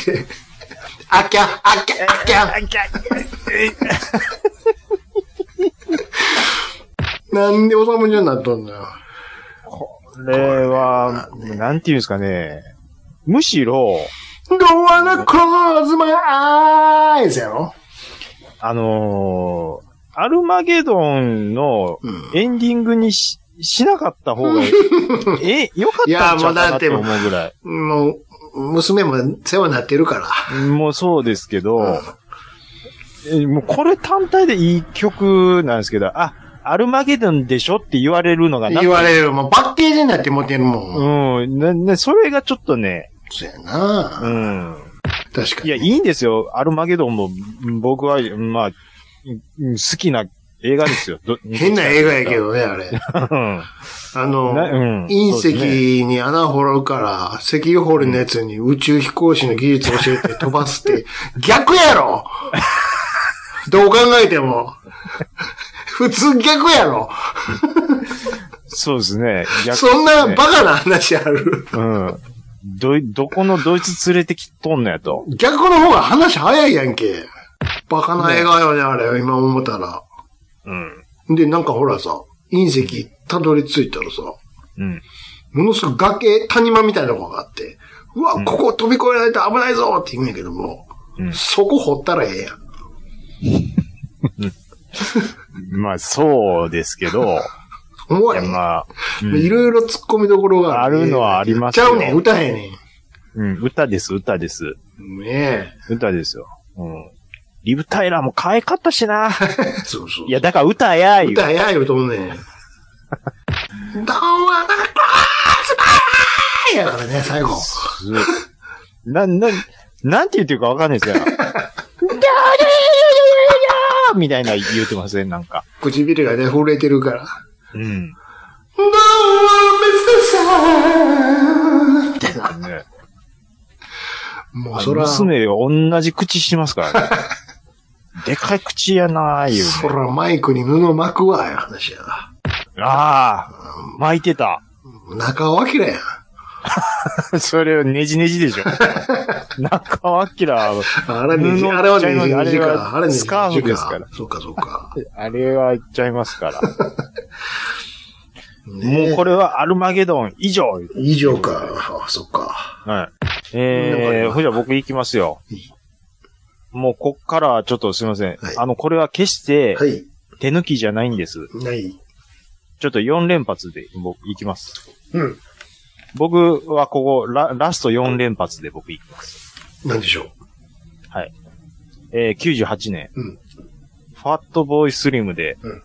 って。あきゃ、あきゃ、あきゃ。なんでおさむちゃんになっとんのよ。これは、なんていうんですかね。むしろ、 Don't wanna close my eyes やろあのーアルマゲドンのうんエンディングにし、しなかった方 が、え、よかったんちゃうかなって思うぐらい。もう、娘も世話になってるから。もうそうですけど、うんえもうこれ単体でいい曲なんですけど、あ、アルマゲドンでしょって言われるのがなん言か、われる。もうパッケージになって持ってるもん。うん、な、な、それがちょっとね、そうやな、うん。確かに。いや、いいんですよ。アルマゲドンも、うん僕は、まあ、うんうん好きな映画ですよ。ど 変な映画やけ。どね、あれ。うんあ の、なうんそうです隕石に穴掘るから、石油掘りのやつに宇宙飛行士の技術教えて飛ばす って、逆やろどう考え ても。普通逆やろ、そうですね。逆そんなでバカな話ある。すねうん。どい、どこのドイツ連れてきとんのやと。逆の方が話早いやんけ。バカな映画よね、あれ、今思ったら。うん。で、なんかほらさ、隕石たどり着いたらさ、うん。ものすごく崖、谷間みたいなとこがあって、うわ、ここ飛び越えないと危ないぞって言うんやけども、うんそこ掘ったらええやん。まあ、そうですけど、思わいへや、ん。まあ、うんいろいろ突っ込みどころがあるのはありますちよゃうねん、歌へねうん、歌です、歌です。ん。ね歌ですよ。うん。リブ・タイラーも可愛かったしな。え。そうそう。いや、だから歌やー言う歌や言うとんねん。どうもなーやからね、最後。な、な、なんて言ってるかわかんないですよ。みたいな言うてません、なんか。唇がね、震えてるから。うん。どうも、ミスターさんってな。ね、もうそら。娘同じ口しますからね。でかい口やなー言、そうね。らマイクに布巻くわ、いう話やな。ああ、巻いてた。中尾明やん。それをねじねじでしょ。中尾明、あれねじ、布あれはちゃいますねじか。あれあれはねじスカーフですからそうか、そうか。あれは言っちゃいますから。ねえもうこれはアルマゲドン以上。はい。以上か。あ、そっか。えー、ほいじゃあ僕行きますよいい。もうこっからはちょっとすいません。はいあの、これは決してはい。手抜きじゃないんです。ない。ちょっと4連発で僕行きます。うん。僕はここラ、ラスト4連発で僕行きます。なんでしょえー、98年。うんファットボーイスリムで、うん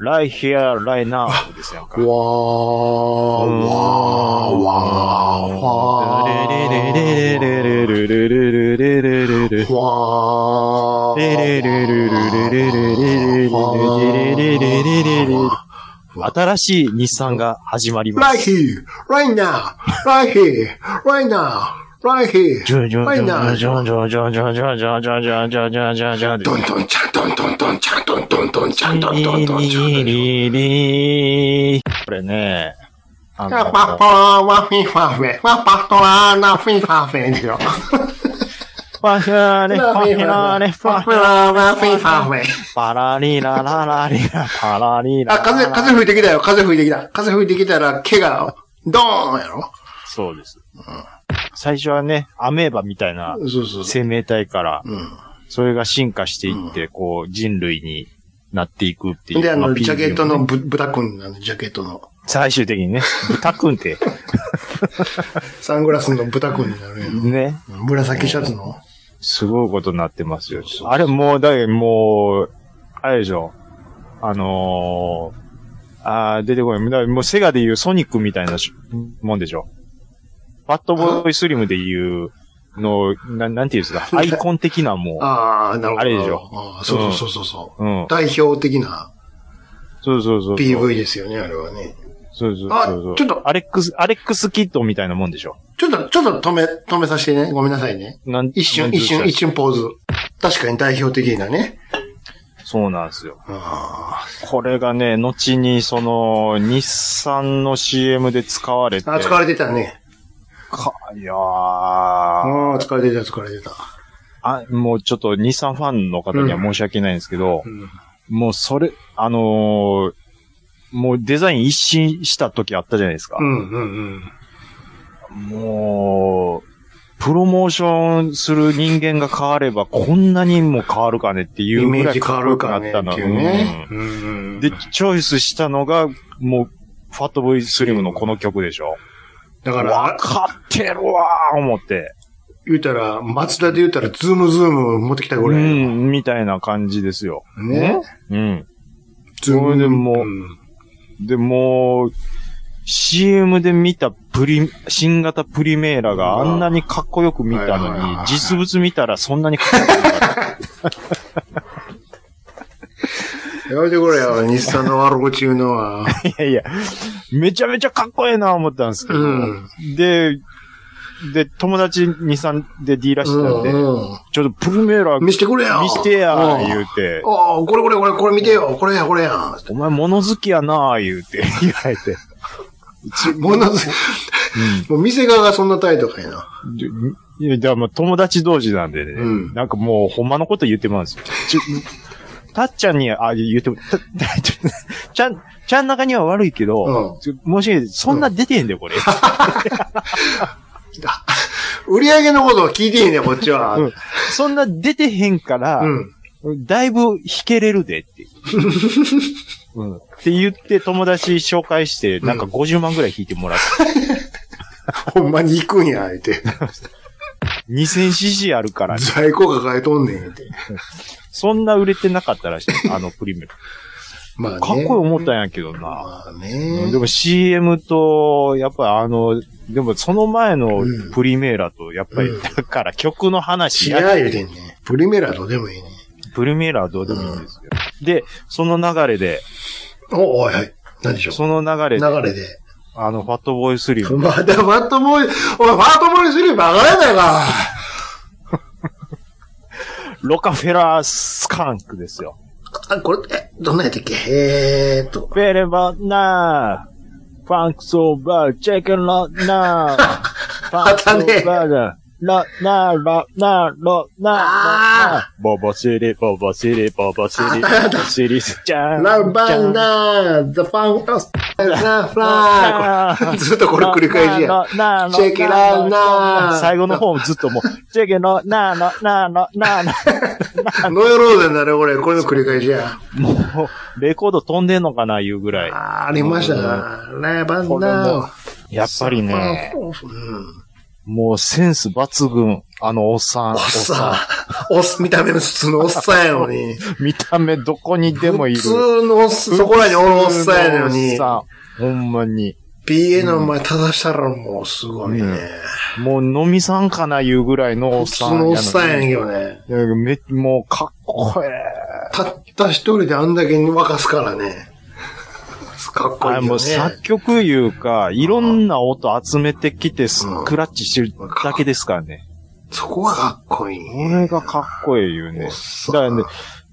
ライヘアライナーですやんか。う。わー、わー、わー、わー。わー。わー。新しい日産が始まります。 Right here, right now, right here, right now, right here, ジョンジョン right ジョンジ now. ョンジョンジョンジョンジョンジョンジョンジョンジョンジョンジョンジョンドンドンチャン、ドンドンドンチャン、ドンドンドンチャン、ドンドンドンチャン。これね、あワッパの、ーワフィファフェ、ワッパトラーナフィファフェでしょ。パフラレ、ワパフフィフラレ、ァフパフェ、ラ、ワフィファフェ。パラリラララリラ、パラリラ。あ、風、風吹いてきたよ、風吹いてきた。風吹いてきたら、毛が、ドーンやろそうです。最初はね、アメーバみたいなそうそうそう。生命体から、うん。それが進化していって、こう、人類になっていくっていう。で、あまの、ピンジクャケットのぶ豚くんなの、ジャケットの。最終的にね、豚くんって、サングラスの豚くんになるやろ。ね、紫シャツの。すごいことになってますよそう。そうあれもう、だいもう、あれでしょ。あのー、あー出てこない。だいもうセガで言うソニックみたいなしもんでしょ。ファットボーイスリムで言うの、ななんていうんです か、アイコン的なもああ、なるほど。あれでしょ。あーそうそうそうそううんう。。代表的なそうそうそうそう。 PV ですよね、あれはね。そうそうそうあそう。ちょっとアレックス、アレックスキッドみたいなもんでしょ。ちょっと、ちょっと止め、止めさせてね。ごめんなさいね。なん一瞬、一瞬、一。瞬ポーズ。確かに代表的なね。なんそうなんですよ。あこれがね、後にその、日産の CM で使われて。ーあ、疲れてたね。か、いやーああ、疲れてた、疲れてた。あ、もうちょっと日産ファンの方には申し訳ないんですけど、うんもうそれ、あのーもうデザイン一新した時あったじゃないですか。うん、うん、うん。もう、プロモーションする人間が変わればこんなにも変わるかねっていイうぐメらいージ変わるからね、かっってこいようくなったのね。ううんうんんで、チョイスしたのが、もう、ファットボーイスリムのこの曲でしょ。だかわら、かってるわー思って。言うたら、松田で言うたら、ズームズーム持ってきたぐうらいの。ん、みたいな感じですよ。ね。うん。ズーこれムでもうんで、もう、CM で見たプリ、新型プリメーラがあんなにかっこよく見たはいはいはいはのいに、実物見たらそんなにかっこよくなかっやめてくれよ、日産の悪口言うのは。 た。いやいや、めちゃめちゃかっこええな思ったんですけど、うんで、で、友達にさんで D らしうてたんで、んうちょっとプリメーラん。見してくれよ。見してやうん、言うて、ああ、これこれこれ、これ見てよ、これや、これや。お前物好きやな言うて、言われて。 ものす、もう店側がそんな態度かいな。でいや、だからもう友達同士なんでね、うんなんかもう、ほんまのこと言ってまうんですよ。ちょたっちゃんに、あ、言っても、た、 たちょちゃん、ちゃん中には悪いけど、うんちょ申し訳ない、そんな出てへんだよ、これ。売り上げのことは聞いていいね、こっちは。うんそんな出てへんから、うん。だいぶ引けれるでって。 うん、って言って友達紹介して、なんか50万ぐらい引いてもらって、ほんまに行くんや、言うて。 2000cc ある から、在庫抱えとんねん、言うて。そんな売れてなかったらしい、あのプリメラ。まあね。かっこいい思ったんやけどな。まあうんね。でも CM と、やっぱりあの、でもその前のうんプリメーラと、やっぱり、うんだから曲の話違うや、言うてんね。プリメラどうでもいいね。プリメーラはどうでもいいんですよ。で、その流れで、お、おい、はい。何でしょう。その流れで、流れで。あの、ファットボーイスリム。まだファットボーイ、おい、ファットボーイすれば上がらないか。ロカフェラースカンクですよ。あ、これ、え、どんなんやったっけえーっと。フェレバナー、ファンクソーバー、チェケンラナー、ファンクソーバーだ。ラ、ナー、ラ、ナー、ロ、ナー、ナー。ボボシリ、ボボシリ、ボボシリ、ボボシリ、スチャン。ラバンダー、ザファン、ラス、ザフラー。これずっとこれ繰り返しや。なチェケラナー最後の方もずっともう、チェケのなのなのなの、ノイローゼになる、これ。これの繰り返しや。もう、レコード飛んでんのかな、いうぐらい。あーありましたな。ラバンダー。やっぱりね、うん。もうセンス抜群、あのおっさん。おっさん。おっ見た目の普通のおっさんやのに。ん。 見た目どこにでもいる。普通のおっさん、そこらにおるおっさんやのおっに。さんほんまに。 PA の前立たしたらもうすごいね。もう飲みさんかな、いうぐらいのおっ普さ通ん。のおっさんやねんけどね。やのにめもうかっこええ。たった一人であんだけに沸かすからね。かっこいいあよ、ね。もう作曲いうか、いろんな音集めてきて、スクラッチしてるだけですからね。そこはかっこいい。これがかっこいいよね。そだからね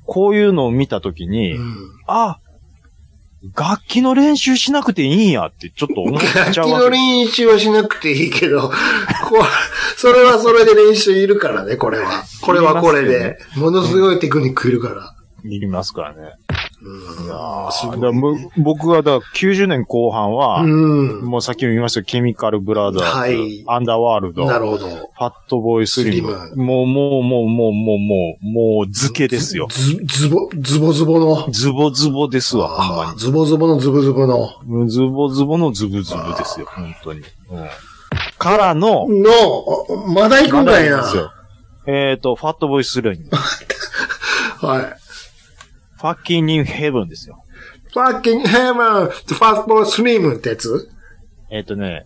こういうのを見たときに、うん。あ、楽器の練習しなくていいんやって、ちょっと思っ楽器ちゃうわのけ。練習はしなくていいけど、こうそれはそれで練習いるからね、これは。これはこれいりで。ものすごいテクニックいるから。いりますからね。うん。あすごいだからむ僕はだから90年後半は、うん。もうさっきも言いましたけどケミカルブラザーズ、はいアンダーワールド、なフるほど。ァットボーイスリム。スリもうもうもうもうもうもう、もう漬けですよ。ず、ずぼ、ずぼずぼの。ズボズボですわ、ほんまに。ずぼずぼのずぼずぼの。ズボズボのズブズブですよ、本当に。うんからの、の、まだ行くんかいな。まだですよえっ、と、ファットボーイスリム。フはい。ァッキンニンヘブンですよ。ファッキングヘマン、ファスボースリムってやつえっ、とね、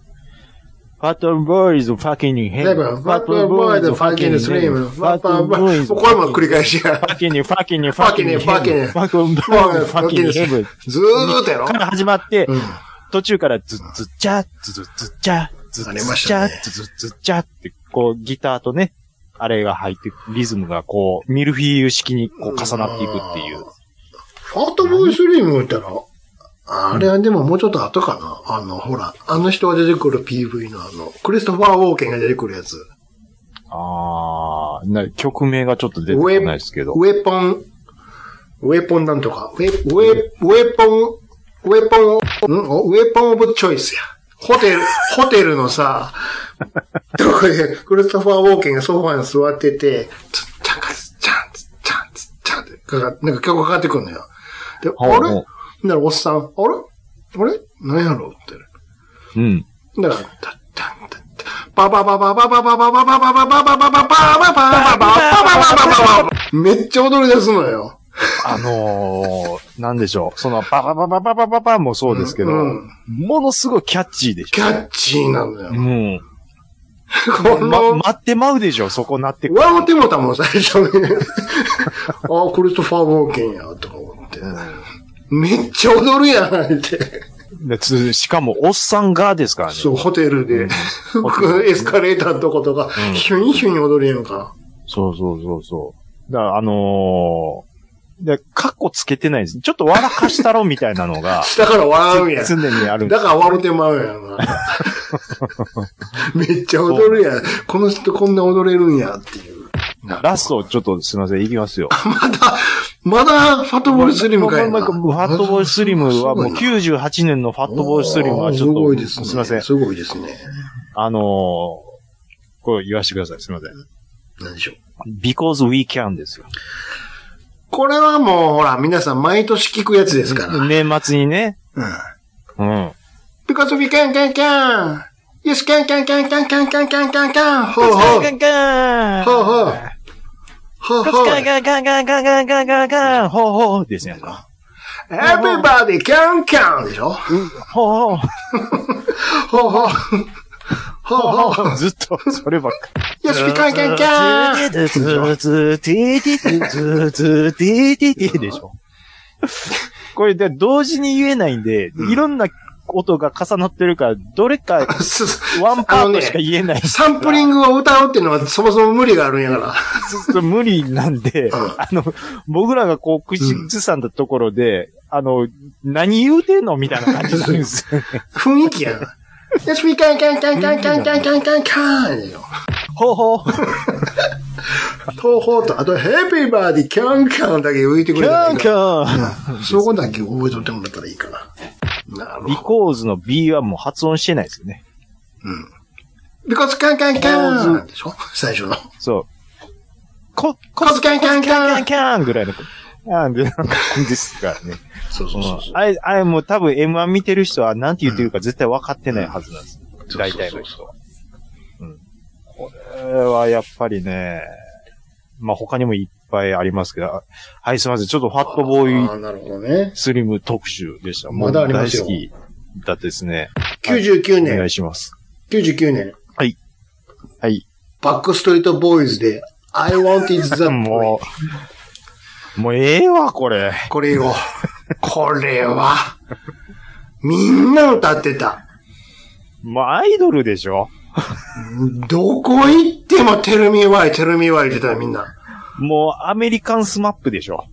ファットボーイズファッキンニンヘヘブマン。ン、ファットボーイズ、ファッキングスリム。ファットボーイ ズ。これも繰り返しやフ。ァッキンニン、ファッキンニン、ファッキンニン、ファッキンニンファッキンニン、ファッキンニン、ファッキンニンヘブン。 ずーっとやろから始まって、うん。途中からズッズッチャ、ズズッズッチャ、ズズあッりズまッしチたャ、ねズズッズッチャって、こう、ギターとね、あれが入って、リズムがこう、ミルフィーユ式にこう重なっていくっていう。ファートボーイスリムってのあれはでももうちょっと後かな。あの、ほら、あの人が出てくる PV のあの、クリストファー・ウォーケンが出てくるやつ。あー、な曲名がちょっと出てこないですけど。ウェポン、ウェポンなんとか。ウェ、ウェ、ウェポン、ウェポン、んウェポンオブチョイスや。ホテル、 ホテルのさ、どこで、クリストファー・ウォーケンがソファに座ってて、つっちゃんかつっちゃん、つっちゃん、つっちゃんってかかっ、なんか曲がかかってくるのよ。で、ほうほあうれならおっさん、あれあれ何やろうって。うん。だから、たったんたった。ばばばばばばばばばばばばばばばばばばばばばばばばめっちゃ踊り出すのよ。あのー、なんでしょう。その、ババババババババもそうですけど、うんものすごいキャッチーでしキャッチーなのょ。よ。うん。こま、の、待ってまうでしょ、そこなってくる。笑ってもうたもん、最初に。あ、クリストファー・ウォーケンや、とか思って。めっちゃ踊るやん、って。でつしかも、おっさんがですからね。そう、ホテルで。エスカレーターのとことか、ヒュンヒュン踊るやんか。そうそうそうそう。だから、あのー、で、カッコつけてないです。ちょっと笑かしたろみたいなの が、下から笑うんやん。常にあるんでだす。から笑うてまうや んな。めっちゃ踊るやん。この人こんな踊れるんやっていう。ラスト、ちょっとすみません、いきますよ。まだ、まだファットボールスリムかいまな。あまあまあファットボーイスリムはもうす98年のファットボーイスリムはちょっと、すごいですね。すみません。すごいですね。あのー、こう言わせてください。すみません。何でしょう。 because we can ですよ。これはもう、ほら、皆さん毎年聞くやつですから。うん。年末にね。うん。ピカソビカンカンカン。イエスカンカンカンカンカンカンカンカンカン。ほうほう。ほうガンガンほう。ほうほう。ガンガンガンガンガンガンガンガンガンほうほうですね。 Everybody カンカンでしょほうほほうほう。ほうほう。う。ずっと、そればっかり。よし、ピカンカンカーンずーずーてぃてぃずーずーてぃてぃてぃでしょ。これで同時に言えないんで、いろんな音が重なってるから、どれかすワンパあのーねトしか言えない。サンプリングを歌うっていうのはそもそも無理があるんやから。ちょっと無理なんで、あの、僕らがこう、口ずさんだところで、あの、何言うてんのみたいな感じなんですよね。雰囲気やな。よし、ピカンカンカンカンカンカンカンカンカーンよ。ほうほう。東方と、あと、ヘッピーバーディキャンカンだけ浮いてくキれたらャいいンかキらャン。うんそこだけ覚えとってもらったらいいかな。なるほリど。コーズの B はもう発音してないですよね。ビコツカンカンカーンでしょ最初の。そう。こ、こコツカンカンカキャーンンキャンぐらいの。あんで、ですからね。そうそうそうそう。あれ、あれもう多分 M1 見てる人は何て言ってるか絶対分かってないはずなんです。大体の人は。うん。これはやっぱりね、まあ他にもいっぱいありますけど、あはい、すいません。ちょっとファットボーイああ、なるほどね。スリム特集でした。まだありますよもう大好きだですね。 99お願い年、します。 99年、はい。バックストリートボーイズで、I wanted the boy. もう、もうええわ、これ。これを、これは、みんな歌ってた。まあ、アイドルでしょどこ行っても、テルミワイ、テルミワイって言ってたよみんな。もう、アメリカンスマップでしょ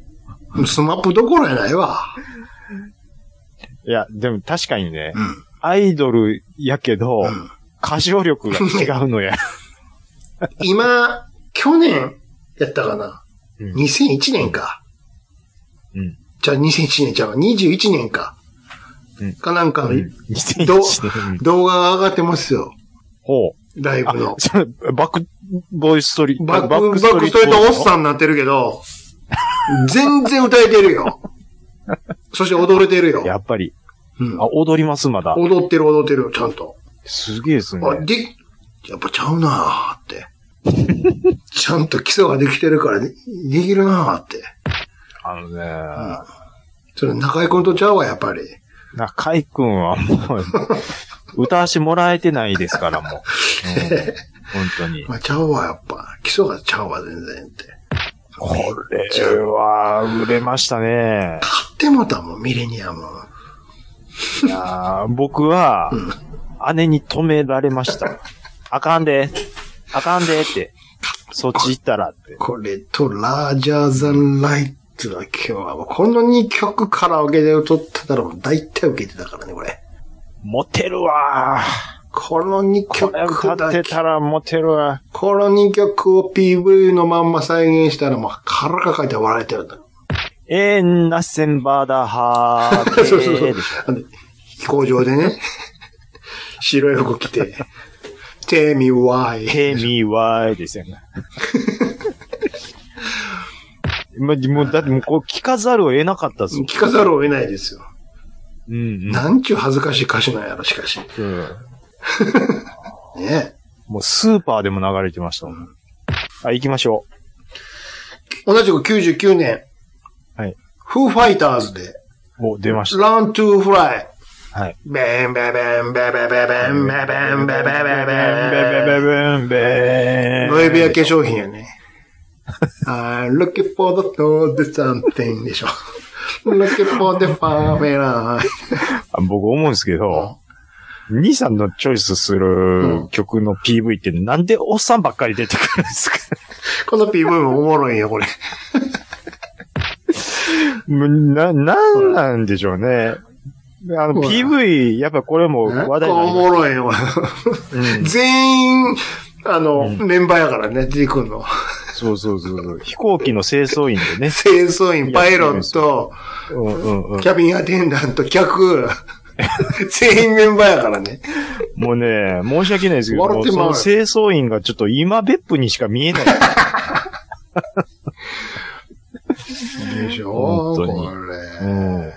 スマップどころやないわ。いや、でも確かにね、うん。アイドルやけど、うん歌唱力が違うの や。今、去年やったかな。うん2001年か。うん。じゃあ2001年ちゃうわ。21年か。うんかなんかの 2001年どうん動画が上がってますよ。ほう。ライあブの、。それバック、ボイストリート。バック、バックストリートおっさんになってるけ ど、全然歌えてるよ。そして踊れてるやよ。っぱり。うんあ、踊ります、まだ。踊ってる踊ってる、ちゃんと。すげえですね。あ、で、やっぱちゃうなー って。ちゃんと基礎ができてるからで、できるなーって。あのね、それ中井くんとちゃうわ、やっぱり。中井くんはもう、歌わしてもらえてないですから、もう。うん本当に。まあ、ちゃうわ、やっぱ。基礎がちゃうわ、全然って。これは、売れましたね。買ってもたもん、ミレニアム。いやー僕は、姉に止められました。あかんで、あかんでって、そっち行ったらって。これと、ラージャーザンライトだけは、この2曲カラオケで歌ってたら、大体受けてたからね、これ。モテるわこのー。2これ曲歌っだてけ、たらモテるわ。この2曲を PV のまんま再現したら、もう腹抱えて笑えてるんだ。えー、なせんばだはーそうそうそうでしょ。あの飛行場でね、白い服着て、Tell me why. ヘミワイですよね。ま、もう、だってもう、こう、聞かざるを得なかったっす聞かざるを得ないですよ。うん、うんなんちゅう恥ずかしい歌詞なんやろ、しかし。うん。ねもう、スーパーでも流れてましたもん。あ、行きましょ同じく99年。はい。フーファイターズで、う。お、出ました。 Run to Fly。はい。ベンベベンベベベベンベベンベベベベベン。ノエビア化粧品やね。I'm looking for the door to something でしょ。looking for the far away line. あ僕思うんですけど、兄さんのチョイスする曲の PV ってなんでおっさんばっかり出てくるんですかこの PV もおもろいよ、これ。もうな、なんなんでしょうね。あの、うん PV、やっぱこれも話題になおりまもろいよ、これ。すうん全員、あの、うんメンバーやからね、出てくんの。そうそうそうそう。飛行機の清掃員でね。清掃員、パイロット、うんうんうん。キャビンアテンダント、客、全員メンバーやからね。もうね、申し訳ないですけど、笑もっうてそまうの清掃員がちょっと今別府にしか見えない。でしょ本当にこうれ。ん。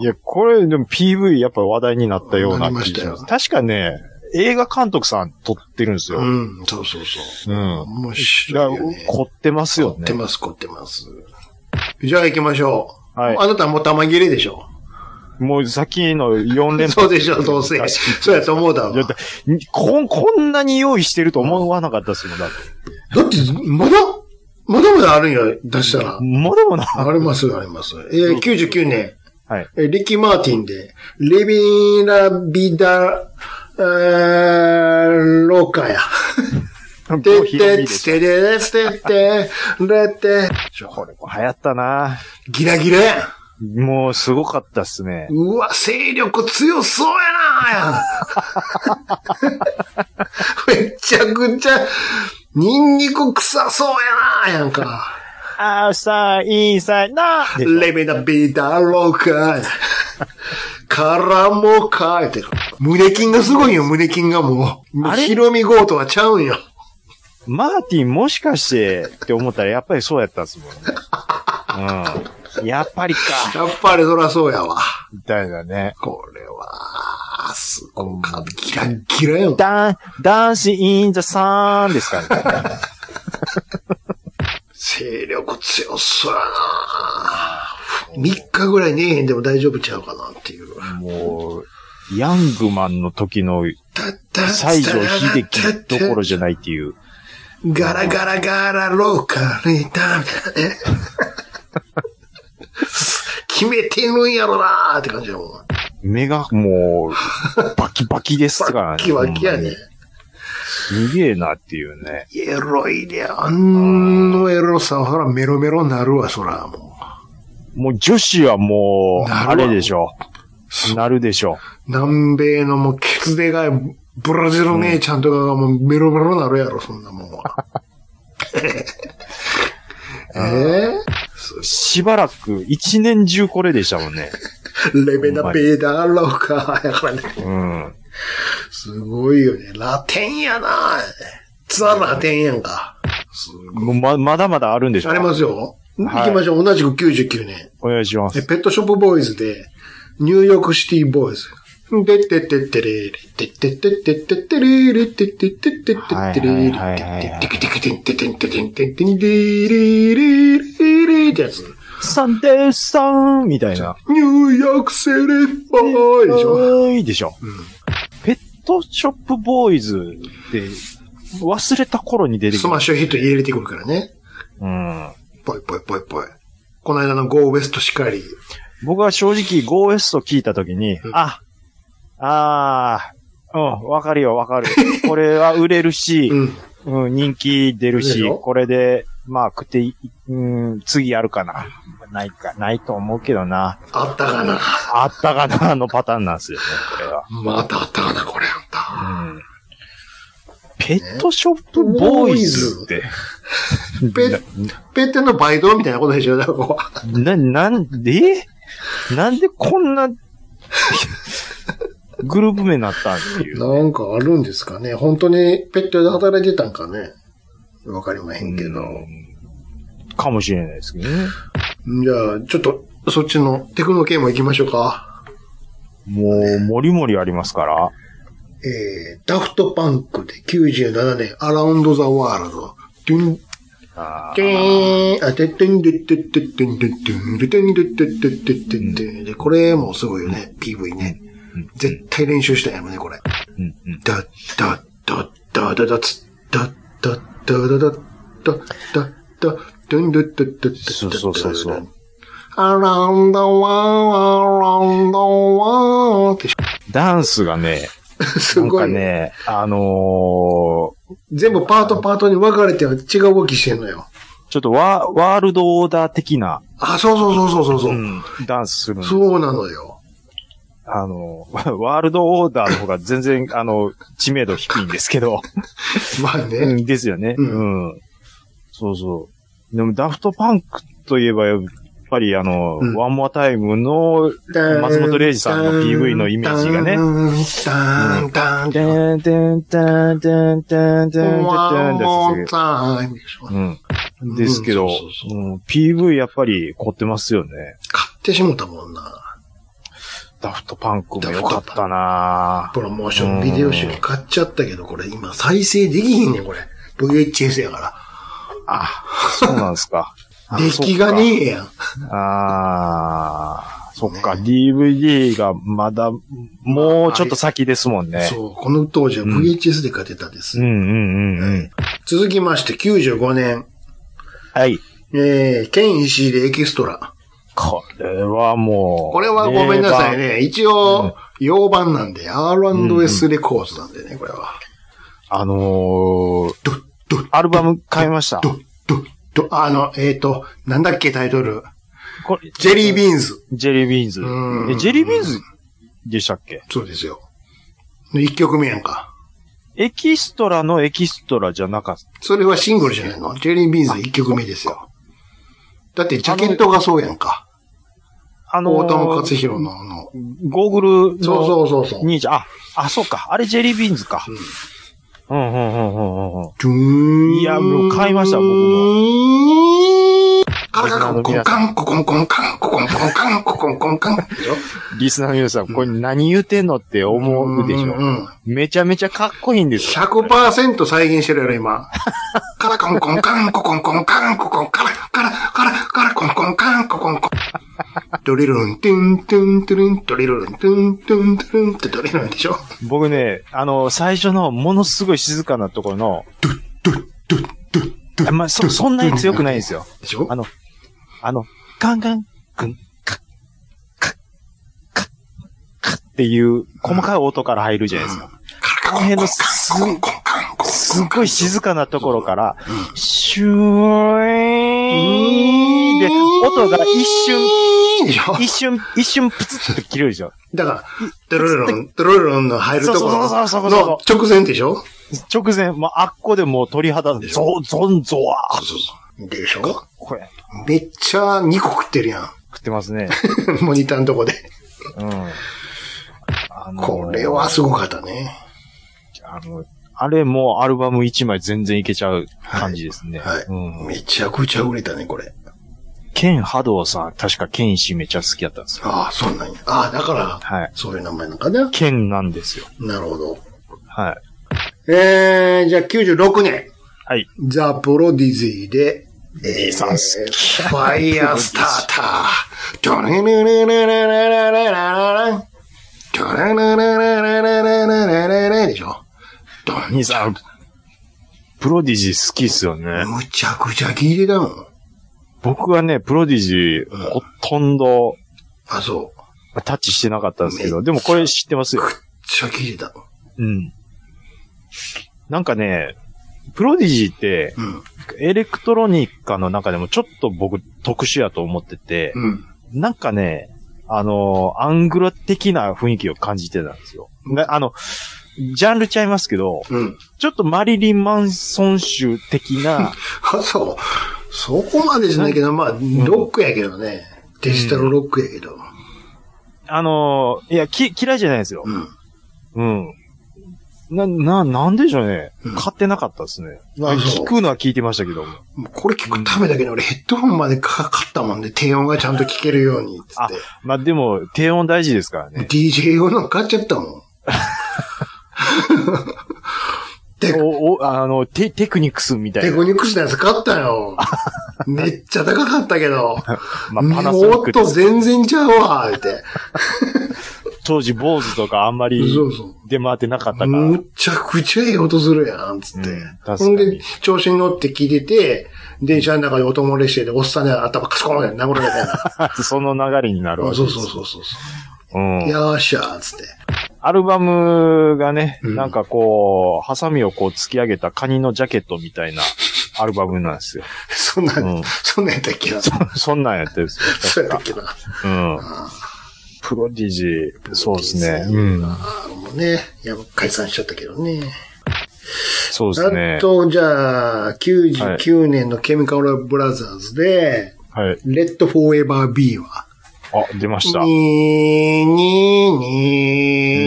いや、これ、でも PV やっぱ話題になったようななりま気しがたしよます。確かね、映画監督さん撮ってるんですよ。うん、そうそうそう。うん。面だから白いよ、ね。凝ってますよ凝ってね。ます、凝ってます。じゃあ行きましょう。はいあなたもう玉切れでしょもうさっきの4連発。そうでしょ、どうせ。そうやと思うだろいやだこん、こんなに用意してると思わなかったですもん。だって。だって、まだ、まだまだあるんよ、出したら。まだもな。あります、あります。えー、99年。はい。えーリッキー・マーティンで、レビーラ・ビダ、えー、ロカや。こうてっヒロミてでつすてれつてって、れって。これも流行ったなギラギラやん。もうすごかったっすね。うわ、勢力強そうやなやん めちゃくちゃ、ニンニク臭そうやなやんか。アウサインサイなレミナビダローかい。からもかいって。胸筋がすごいよ、胸筋がもう。もうあれヒロミゴートはちゃうんよ。マーティンもしかしてって思ったらやっぱりそうやったっすもんね。うん。やっぱりか。やっぱりそらそうやわ。みたいなね。これは、すごかった。ギラッギラよ。ダン、ダンシインザサンですからね。勢力強そうやな3日ぐらい寝えへんでも大丈夫ちゃうかなっていう。もう、ヤングマンの時の西城秀樹どころじゃないっていう。ガラガラガラローカルにダメだね。決めてるんやろなーって感じだもん。目がもう、バキバキですから バッキバキやね。すげえなっていうね。エロいで、あんのエロさ、ほら、メロメロになるわ、そら、ももう女子はもう、なるわあれでしょ。う。なるでしょ。南米のもう、ケツでかい、ブラジル姉ちゃんとかがもう、メロメロなるやろ、そんなもんは。 えしばらく、一年中これでしたもんね。ー、レベナベーダーローか、やからね。うん。すごいよね。ラテンやなザ・ラテンやんか。すごいもうま、まだまだあるんでしょありますよ。はい行きましょう。同じく99年。お願いしまえす。ペットショップボーイズで、ニューヨークシティボーイズ。でってってってれーれってってってってってってれーれってってってってってってれーれってってってってってってってってってってってれーれーれーってやつ。サンデーさんみたいな。ニューヨークセレボーイでしょ。いいでしょ。ペットショップボーイズって、忘れた頃に出てスくマるッ。シュヒット入れてくるからね。うん。ぽいぽいぽいぽ い。この間のゴーウエストしかり。僕は正直、ゴーエスト聞いたときに、うんあ、あー、うん、わかるよ、わ かる。これは売れるしう、ん。うん、人気出るでししょ、これで、まあ、食ってい、うん、次あるかな。ないか、ないと思うけどな。あったかな。あったかな、 のパターンなんですよね、これは。またあったかな、これあんた。うん。ペットショップボーイズって。ペペテのバイトみたいなことでしょ、だからこ う。な、なんでなんでこん な、グループ名になったんっていう。なんかあるんですかね。本当にペットで働いてたんかね。わかりまへんけど。うんかもしれないですけどね。じゃあ、ちょっと、そっちのテクノ系も行きましょうか。もう、もりもりありますから。えー、ダフトパンクで97年、アラウンドザワールド。ドゥン、あドゥーン、あ、てってんでってってってんでってんでってんでってってってってんでで。これもすごいよね。PV ねうん。絶対練習したんやろね、これ。ーうんうんだ、だ、だ、だ、だ、だ、つ、だ、だ、だ、だ、だ、だ、だ、だ、どんどんどんどんどんどんどんどんそうそうそうそう。アラウンドワン、アラウンドワンって、ダンスがね、すなんごかい。ね、あのー、全部パートパートに分かれて違う動きしてんのよ。ちょっとワワールドオーダー的な、あ、そうそうそうそうそう。うダンスするんですそうなのよ。あの、ワー ルドオーダーの方が全然、あの、知名度低いんですけど。まあうね。ん、ですよね。ううんん。そうそう。でも、ダフトパンクといえば、やっぱりあの、うんワンモアタイムの、松本零士さんの PV のイメージがねダン、ダン、てダン、んてんてんてんてんてんてんてんダン、ワンモでータイムでしょすうん。ですけどうんそうそう、そううん PV やっぱり凝ってますよね。買ってしもたもんな。ダフトパンクも良かったなプロモーションビデオ集に買っちゃったけど、これ今再生できひんねん、これ。VHS やかあ、そうなんです か。ら。あデッキがねえやん。ああ、そっか、ね DVD がまだ、もうちょっと先ですもんね。そう、この当時は VHS で買ってたです。うんうんうんうん。続きまして、95年。はい。えー、ケン石井でエキストラ。これはもう。これはごめんなさいね。一応、洋版なんで、R&S レコーズなんでね、これは。名盤。あのー、ドッ、ドッ、アルバム買いましたド。ッ、ドッ、ドッ、あの、えっ、ー、と、なんだっけタイトル。これジェリービーンズ。ジェリービーンズうん。えジェリービーンズでしたっけそうですよ。一曲目やんか。エキストラのエキストラじゃなかった。それはシングルじゃないのジェリービーンズ1曲目ですよ。だってジャケットがそうやんか。あのー、大友克弘のあの。ゴーグルの、そうそうそうそう。兄ちゃん、あ、あ、そうか。あれジェリービーンズか。うん、うん、うん、うん、うんうん。いやもう買いました僕も。カラカラコンカンココンコンカンココンコンカンココンコンカンでしょ。リスナーの皆さん、これ何言うてんのって思うでしょんうん。めちゃめちゃかっこいいんですよ。 100%再現してるやろ、今。カラコンコンカンココンコンカンココンカラカラカラカラコンコンカンココンコン。ドリルン、トゥントゥントゥルン、ドリルン、トゥントゥントゥルンってドリルンでしょ僕ね、あの、最初のものすごい静かなところの、あまあ、そ、そんなに強くないんですよ。でしょあの、あの、ガンガン、グン、カッ、カッ、カッ、カッ、っていう、細かい音から入るじゃないですか。この辺のす、すっごい静かなところから、シューイーンで、音が一瞬、でしょ一瞬、一瞬プツッと切れるでしょ。だから、ドロロロン、ドロロロンの入るところそうそうそうそうのそ直前でしょ直前、まあ、あっこでもう鳥肌、ゾ、ゾンゾワーそうそう。でしょこれ、めっちゃ2個食ってるやん。食ってますね。モニターのとこで。うん。あのーこれはすごかったね。あの、あれもアルバム1枚全然いけちゃう感じですね。はい。うん。めちゃくちゃ売れたね、これ。ケン波動さん、確かケン石めちゃ好きだったんですよ。ああ、そうなんや。ああ、だから、はい。そういう名前なんかな。ケンなんですよ。なるほど。はい。えー、じゃあ96年。はい。ザ・プロディジーで、えー、さんファイアスターター。ドレレレレレレレレレレドレレレレレレレレレレレでしょ。ドン兄さん、プロディジー好きっすよね。むちゃくちゃ聞いてたもん。僕はね、プロディジー、んほとんど、あ、そう。めっタッチしてなかったんですけめど、っでもこれ知ってますよ。ちゃ聞いてた。うん。なんかね、プロディジーって、うん。エレクトロニカの中でもちょっと僕特殊やと思ってて、うん。なんかね、あの、アングロ的な雰囲気を感じてたんですよ。なあの、ジャンルちゃいますけど、うん。ちょっとマリリン・マンソン集的 な、あ、そう。そこまでじゃないけど、まあ、ロックやけどね。デジタルロックやけど。あの、いや、き、嫌いじゃないですよう。ん。うん。な、な、なんでしょうねうん。買ってなかったですね。あそ聞うくのは聞いてましたけども。もうこれ聞くためだけど、俺ヘッドホンまでかかったもんで、低音がちゃんと聞けるように、つっあて。まあ、でも、低音大事ですから ね。 DJ 用の買っちゃったも ん。でお、お、あの、テ、テクニクスみたいテな。クニクスのやつ買ったよ。めっちゃ高かったけど。 まあ、パナソニックで音す。全然ちゃうわ、って。当時、坊主とかあんまりそうそう。出回ってなかったから。むちゃくちゃええ音するやん、つって。うん確かにほんで、調子に乗って聞いてて、電車の中で音漏れしてて、おっさんで頭カスコー ンで殴られたやん。あ その流れになるわけそでうす。そうそうそう。う。うんよーっしゃー、つって。アルバムがね、うんなんかこう、ハサミをこう突き上げたカニのジャケットみたいなアルバムなんですよ。そんな、うんそんなんやったっけな。そんなんやってるんですよ。そうやったっけな。うん。プロディジー、そうですね。うん。あもうね、いや解散しちゃったけどね。そうですねあ。と、じゃあ、99年のケミカルブラザーズで、はい。レッドフォーエバー B は、あ、出ました。にーに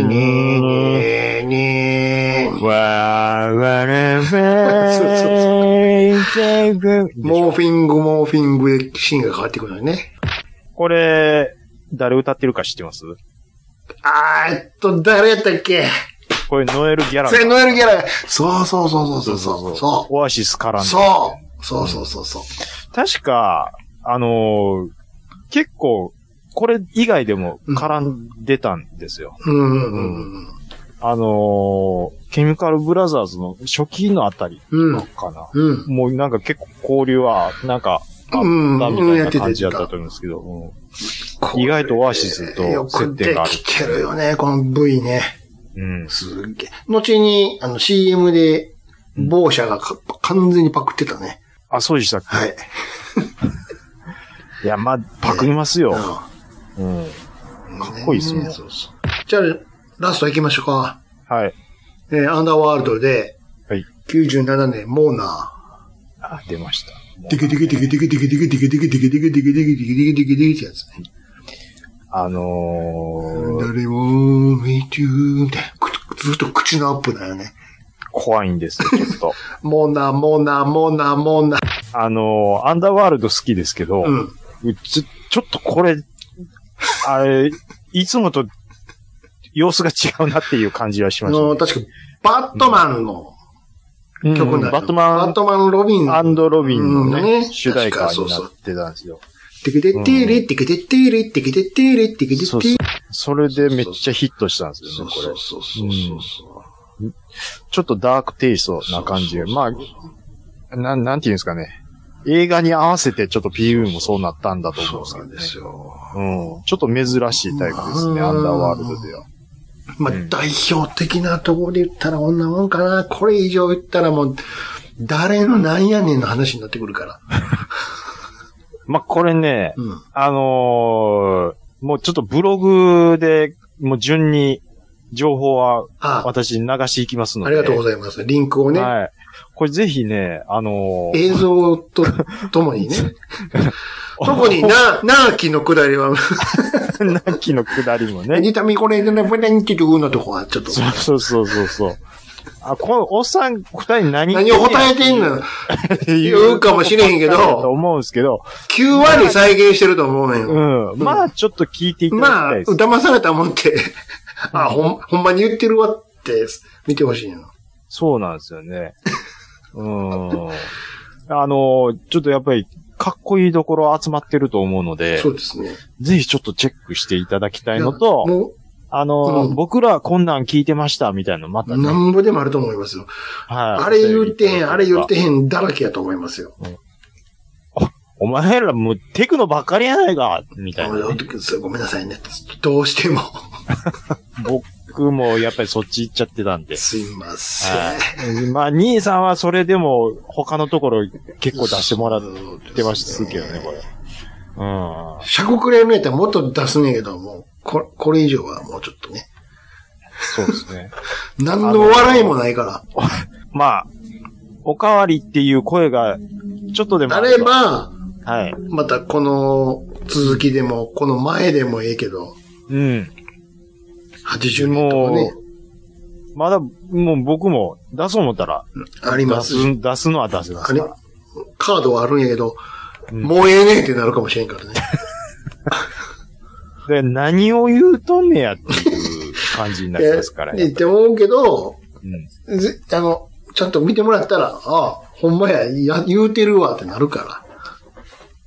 ーにーにーにーにーわーわれそうそうそうモーフィング、モーフィングでシーンが変わってくるのね。これ、誰歌ってるか知ってますあーえっと、誰やったっけこれ、ノエル・ギャラそれン。ノエルギャラ。そうそうそうそうそうそう。オアシスからの。そう。そうそうそうそう。確か、あのー結構、これ以外でも絡んでたんですよ。うんうんうんうん。あのーケミカルブラザーズの初期のあたりうん。かな。うん。もうなんか結構交流は、なんか、あったみうんうんたやいっなてた感じだったと思うんですけど。うんこれ意外とオアシスと接点があるよくできてるよね、この V ね。うん。すっげえ。後に、あの CM で、某社がか完全にパクってたね。あ、そうでしたっけ、、はいい。や、まあ、パクりますうんよ。うん。かっこいいっすねそうそう。じゃあ、ラスト行きましょうか。はい。えーアンダーワールドで、はい。 97年、モーナあ、出ました。ー。デケデケデケデケデケデケデケデケデケデケデケデケデケデケデケデケデケってやつね。あのー、誰も見てるみたいなくずっと口のアップだよね。怖いんですよ、ちょっと。モーナー、モーナー、モーナー、モーナー。あのー、アンダーワールド好きですけど、うん。ちょ、ちょっとこれ、あれ、いつもと様子が違うなっていう感じはしあましたの、確か、バットマンのね。曲うにんなバットマバットマンロビン。ンアンドロビンのうんね、ね主題歌確かそにうなそうってたんですよ。テケテテレ、テケテテレ、テケテテレ、テケテテレ。そうそう。それでめっちゃヒットしたんですよそうね、そこれ。うそうそうそうそう。ちょっとダークテイストな感じで。そうそうそうまあ、なん、なんていうんですかね。映画に合わせてちょっと PV もそうなったんだと思うんそですうけなどんねで。すよ。うん。ちょっと珍しいタイプですね、うんアンダーワールドでは。まあ、うん代表的なところで言ったらこんなもんかな。これ以上言ったらもう、誰のなんやねんの話になってくるから。まあ、これね、うん。あのーもうちょっとブログで、もう順に情報はあ、私流していきますのあで。りがとうございざいます。リンクをね、はい。これぜひね、あのー 映像と、ともにね。特に な、ナーキのくだりは、ナッキのくだりもね。何たみこれでね、ブレンキルーのとこはちょっと。そうそうそうそうそう。あ、このおっさん二人何何を答えてんのよって言うかもしれへんけどと思うんですけど。 ?9 割再現してると思うのよ。うん。まあ、ちょっと聞いていただきまあ、たいです。騙されたもんって、あ、ほん、ほんまに言ってるわって、見てほしいの。そうなんですよね。うーん。あの、ちょっとやっぱり、かっこいいところ集まってると思うのでそ、うですね。ぜひちょっとチェックしていただきたいのいやと、もあの、うん僕らこんなん聞いてましたみたいなのまたう、ね、なはい。んぼでもあると思いますよ。あれ言ってへん、あれ言ってへんだらけやと思いますよ。お前らもうテクノばっかりやないかみたいなね。ごめんなさいね。どうして も。僕もやっぱりそっち行っちゃってたんで。すいません。はいまあ、兄さんはそれでも他のところ結構出してもらってまそすうでけすねどね、これ。うん。シャコクレームやったらもっと出すねんけど、もう、ここれ以上はもうちょっとね。そうですね。 何の笑いもないから。まあ、おかわりっていう声が、ちょっとでもあれ、ば、はい。またこの続きでも、この前でもええけど、うん。 80年とかね、まだ、もう僕も出そう思ったら、あり出ますすし、、出すのは出せまあすれから。、カードはあるんやけど、うんもうええねんってなるかもしれんからね。で、何を言うとんねやっていう感じに なりますから。で、って思うけど、うんぜあの、ちゃんと見てもらったら、ああ、ほんまや、や言うてるわってなるかフ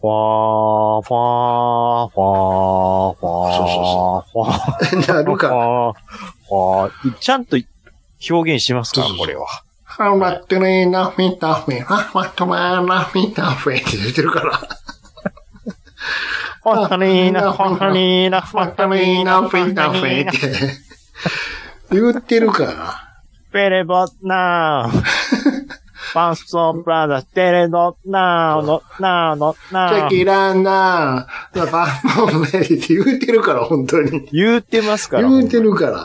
ァー、ファー、ファー、ファー、そうファー、ら。 なるから。あーあーちゃんと表現しますかそうそうそこうれは。ハマってねな、みたふえ、ハマとまな、みたふえって言ってるから。 ファンタニーナ、ファンタニーナ、フハマァっンタニてねーナ、な、フみァンタたニふーえっナて。言ってるから。ペレボッナー。パンソープラザ、テレドナーの、ナーの、チナェー。キラーな、バンモンレディって言ってるから、本当に。言うてますから。言うてほんるから。まに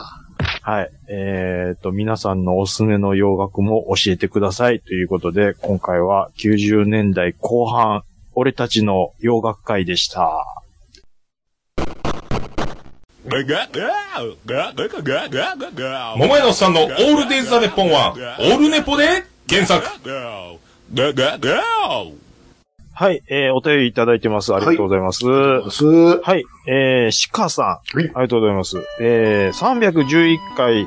はい。えっ、と、皆さんのおすすめの洋楽も教えてください。ということで、今回は90年代後半、俺たちの洋楽会でした。桃井のおっさんのオールデイズ・ザ・ネッポンは、オールネポで原作。はい、えー、お便りいただいてます。ありがとうございます。はい、す。はえー、鹿さん。あいりがとうございます。えー、311回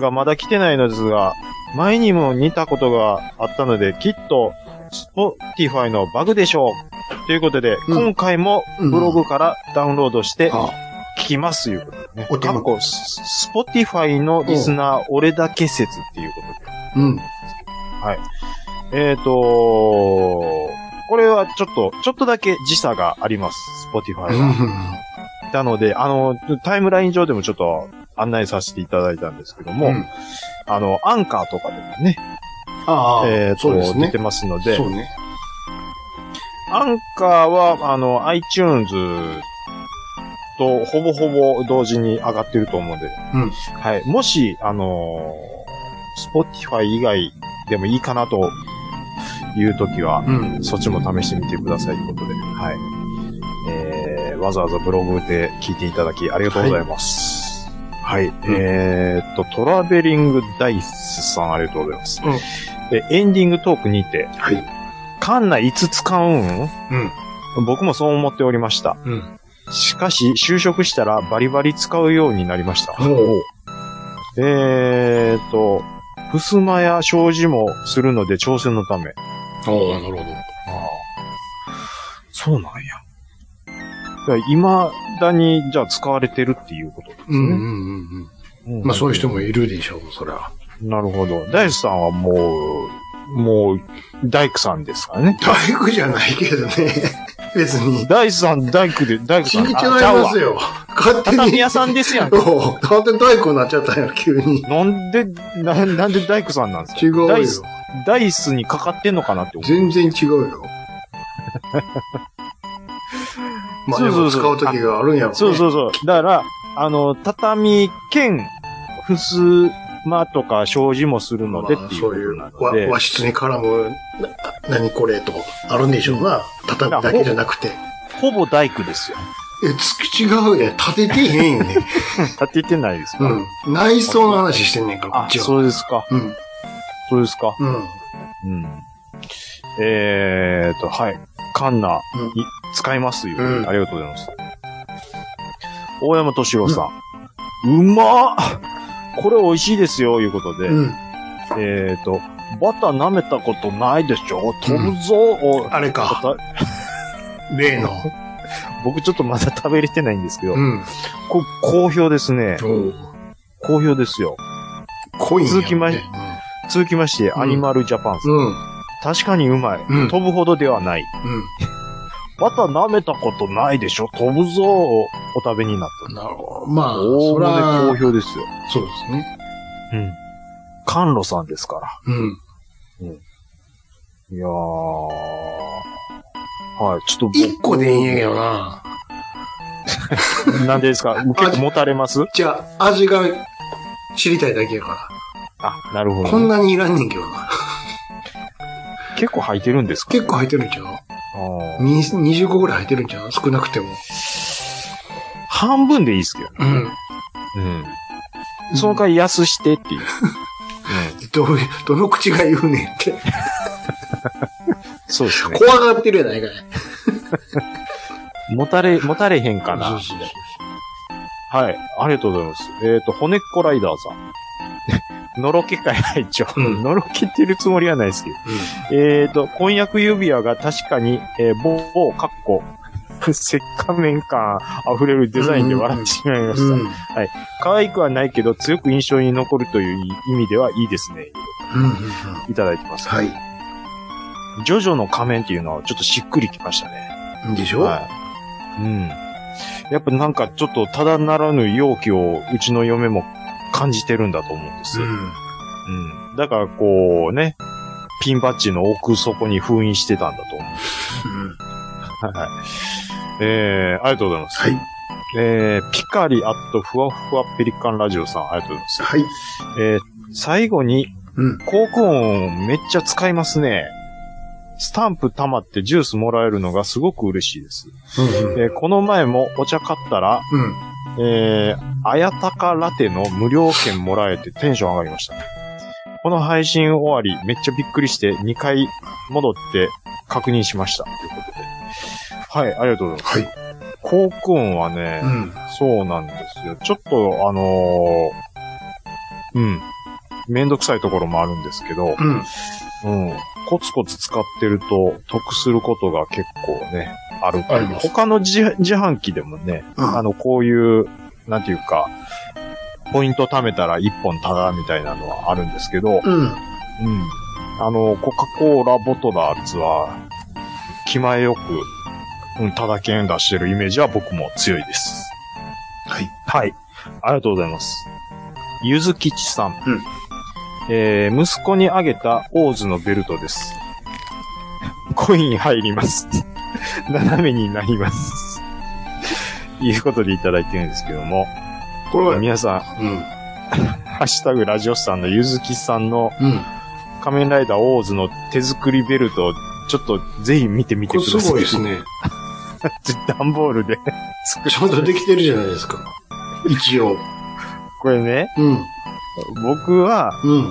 がまだ来てないのですが、前にも似たことがあったので、きっと、Spotify のバグでしょう。ということで、うん今回もうんブログからダウンロードしてあ聞きます、いうことでね。お手間過去、ス Spotify のリスナー、俺だけ説っていうことで。うん。えー、とこれはちょっと、ちょっとだけ時差があります、Spotify は。なので、あの、タイムライン上でもちょっと案内させていただいたんですけども、うんあの、アンカーとかでもね、ああ、えー、そうでと、す出ねて。ますのでそ、うね。アンカーは、あの、iTunes とほぼほぼ同時に上がってると思うんで、うんはい。もし、あのー、Spotify 以外でもいいかなというときは、うん。そっちも試してみてくださいということで、はい。えー、わざわざブログで聞いていただきありがとうございます。はい。えーっと、トラベリングダイスさんありがとうございます。うんで、エンディングトークにて、はい。カンナ5つ買うんうん。僕もそう思っておりました。うん。しかし、就職したらバリバリ使うようになりました。もう、えーっと、ふすまや障子もするので調整のため、おなるほど。そうなんや。だから未だに、じゃあ使われてるっていうことですね。うんうんうんうん。うんまあそういう人もいるでしょう、それは。なるほど。大スさんはもう、もう、大工さんですからね。大工じゃないけどね。 別に。第三、第九で、第九ちさぎん。違いあちゃうわますよ。勝手畳に。屋さんですやん。おう勝手に大工になっちゃったよ、急に。なんで、な、なんで大工さんなんですか違うよダイス、ダイスにかかってんのかなって思う。全然違うよ。ま あ、そうでそもうそう使う時があるんやろ、ね。そうそうそう。だから、あの、畳兼、ふすまとか障子もするのでまっあていうそこうといなうの和で。和室に絡む、な何これとかあるんでしょうな。畳むだけじゃなくて。ほぼ大工ですよ。え、つ違うね。立てて へんよね。立ててないですか、うん。内装の話してんねんから、こあっ、ちは。そうですか。うん。そうですか。うん。うん。えーと、はい。カンナ、いうん使いますよ、うんありがとうございます。大山敏郎さん。うまっこれ美味しいですよ、いうことで。うん。えーと、バター舐めたことないでしょ飛ぶぞ、おあれか。バタ例の。僕ちょっとまだ食べれてないんですけど、うん。こ好評ですね。おう好評ですよ。濃いんやろね続きまし続きまして、うんアニマルジャパンさん。うん。うん。確かにうまい。うん飛ぶほどではない。バター舐めたことないでしょ飛ぶぞお食べになっうたん。。なるほど。まあ、大そ物らで好評ですよ。そうですね。うん。甘露さんですから。うん。いやー。はい、ちょっと一個でいいんやけどな。僕、なんでです か結構もたれますじゃあ、味が知りたいだけやかあ、なるほら。こどんね。なにいらんねんけどな。結構入ってるんですか結構入ってるんちゃうあーに20個ぐらい入ってるんちゃう少なくても。半分でいいですけどね。うん。うん。その代わり安してっていう。うん。どう、どの口が言うねんって。そうですね。怖がってるやないかい。もたれ、もたれへんかそなう。そうそうはい。ありがとうございます。えっ、と、骨っこライダーさん。 のろけ会会長。うんのろけてるつもりはないですけど。えっ、と、婚約指輪が確かに、えー、某、かっ こ、石仮面感溢れるデザインで笑ってしまいました。うん。うん。可愛くはないけど、強く印象に残るという意味ではいいですね。うんうんうん。いただいてます。はい。ジョジョの仮面っていうのはちょっとしっくりきましたね。いいんでしょはい。うん。やっぱなんかちょっとただならぬ容器をうちの嫁も感じてるんだと思うんです。ううん。ん。だからこうね、ピンバッジの奥底に封印してたんだと思う。うん。はい。えー、ありがとうございます。はい。えー、ピカリアットふわふわペリカンラジオさん、ありがとうございます。はい。えー、最後に、うん。効果音めっちゃ使いますね。スタンプ溜まってジュースもらえるのがすごく嬉しいです。うんうん。えーこの前もお茶買ったら、うん。えー、あやたかラテの無料券もらえてテンション上がりました。この配信終わり、めっちゃびっくりして2回戻って確認しました。ということで。はい、ありがとうございます。はい。コーク音はね、うん。そうなんですよ。ちょっと、あのーうん。めんどくさいところもあるんですけど、うん。うん。コツコツ使ってると得することが結構ね、あるとあいりう。ます他の自自販機でもね、うんあの、こういう、なんていうか、ポイント貯めたら1本タダみたいなのはあるんですけど、うん。うん。あの、コカ・コーラボトラーズは、気前よく、うん、タダ券出してるイメージは僕も強いです。はい。はい。ありがとうございます。ゆずきちさん。うんえー、息子にあげたオーズのベルトです。コイン入ります。 斜めになります。いうことでいただいてるんですけども、これは、皆さうん。ん、ハッシュタグラジオスさんのゆずきさんのうん。仮面ライダーオーズの手作りベルトをちょっとぜひ見てみこてくれださすい。ごいですね。 段ボールで作ちゃんとる。できてるじゃないですか。一応。これね、うん。僕は、うん。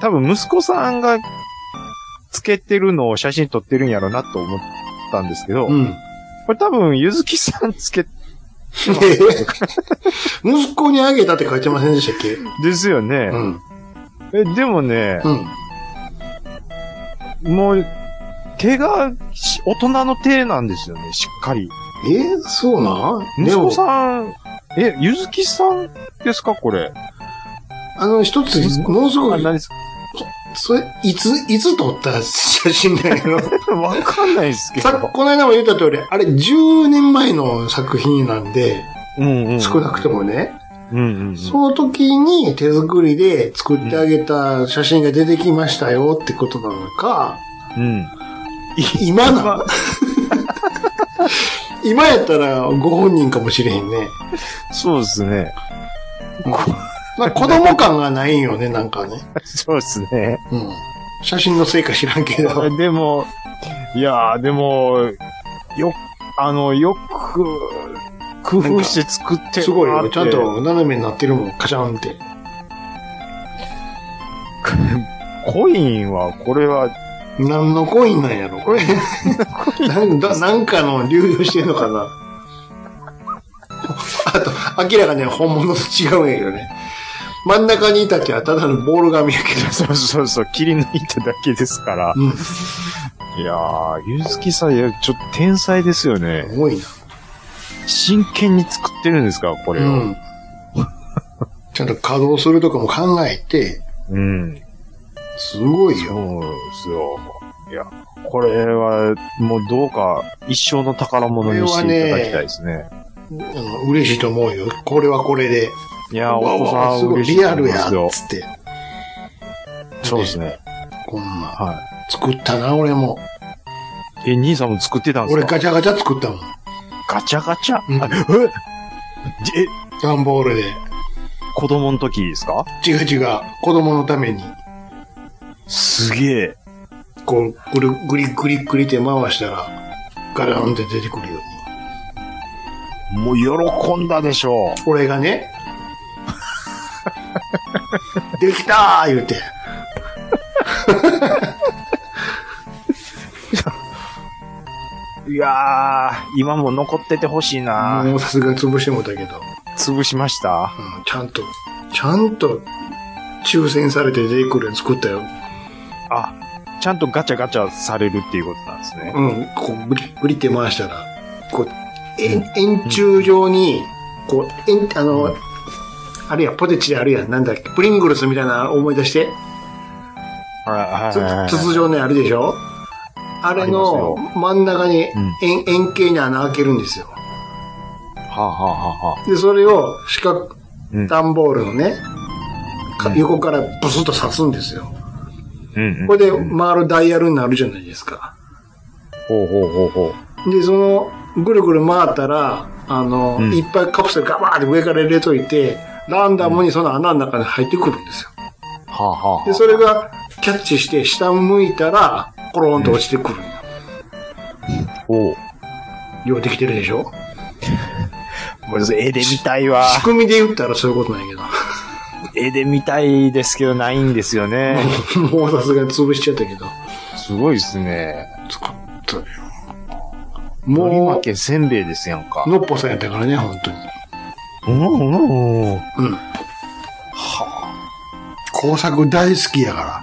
多分息子さんがつけてるのを写真撮ってるんやろなと思ったんですけど、うこん。れ多分ゆずきさんつけ、息子にあげたって書いてませんでしたっけですよねう。ん。え、でもね、うん。もう、手がし大人の手なんですよね、しっかり。えそうなん息でも子さん、え、ゆずきさんですかこれ。あの、一つ、ものすごあ、い何ですそれ、いつ、いつ撮った写真だけど、 わかんないですけさど。この間も言った通り、あれ10年前の作品なんで、うんうん。少なくともね、うんうん。その時に手作りで作ってあげた写真が出てきましたよってことなのか、うん。今なの 今やったらご本人かもしれへんね。そうですね。 まあ、子供感がないよね、なんかね。そうです ね。うん。写真のせいか知らんけど。 でも、いやー、でも、よ、あの、よく、工夫して作ってするごいなってよ。ちゃんと斜めになってるもん、カチャンって。コインは、これは、 何のコインなんやろこれ。なんだ、なんかの流用してんのかなあと、明らかに本物と違うんやけどね。真ん中にいたってはただのボール紙やけど。そうそうそう、切り抜いただけですから。うん。いやー、ゆずきさん、いやちょっと天才ですよね。すごいな。真剣に作ってるんですから、これうを。ん。ちゃんと稼働するとかも考えて、うん。すごいよ。そうですよ。いや、これは、もうどうか一生の宝物にしていただきたいですね。あの嬉しいと思うよ。これはこれで。いや、うおわ子さわすんごい嬉しいリとア思いルまやすよ。つって。そうですね。こんな。は作ったな、俺も。い。え、兄さんも作ってたんです俺かガチャガチャ作ったもん。ガチャガチャ、うんあえじえ、段ボールで。子供の時ですか違う違う。子供のために。すげえ。こう、ぐる、ぐりぐりぐりって回したら、ガランって出てくるように。もう喜んだでしょ俺がね、 できたー言うて。う。いやー、今も残っててほしいな、もうさすがに潰してもうたけど、潰しましたうん、ちゃんと、ちゃんと、抽選されて出てくるやつ作ったよ。あ、ちゃんとガチャガチャされるっていうことなんですね。うん、こう、ぐり、ぐりって回したら、こう、円、円柱状に、こう、円、あの、あれや、ポテチであるやん、なんだっけ、プリングルスみたいなの思い出して、はいつはいはいはい筒状のやるでしょあれのあり真ん中にん円,、円形に穴開けるんですよ。はあ、はあはあはあ、で、それを四角、うん段ボールのね、か横からブスッと刺すんですよ。うんうんこれで回るダイヤルになるじゃないですか。ほうほうほうほう。で、その、ぐるぐる回ったら、あの、うんいっぱいカプセルガバーって上から入れといて、ランダムにその穴の中に入ってくるんですよ。はあ、はあで、それがキャッチして下向いたら、コロンと落ちてくるんよ。ほう。ようできてるでしょもう絵で見たいわ。仕組みで言ったらそういうことなんやけど。絵で見たいですけど、ないんですよね。 もうさすがに潰しちゃったけど。すごいですね。作ったよ。もりも負けせんべいですやんかう、。のっぽさんやったからね、本当に。うんうんうん。うん。工作大好きやか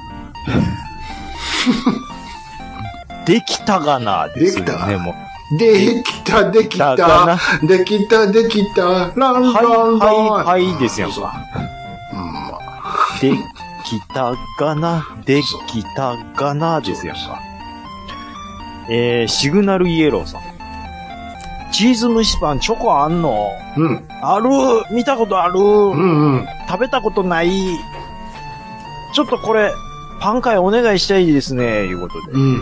できたがな、ですよできたがね、なもう。ら。できた、できだかたら、できた、できた、ランランラン。はい、はい、はい、ですやんそうか。うんまあできたがな、できたがな、ですやんか。えー、シグナルイエローさん。チーズ蒸しパンチョコあんのうん。ある見たことある、うんうん。食べたことない。ちょっとこれ、パン会お願いしたいですね、いうことで。うん。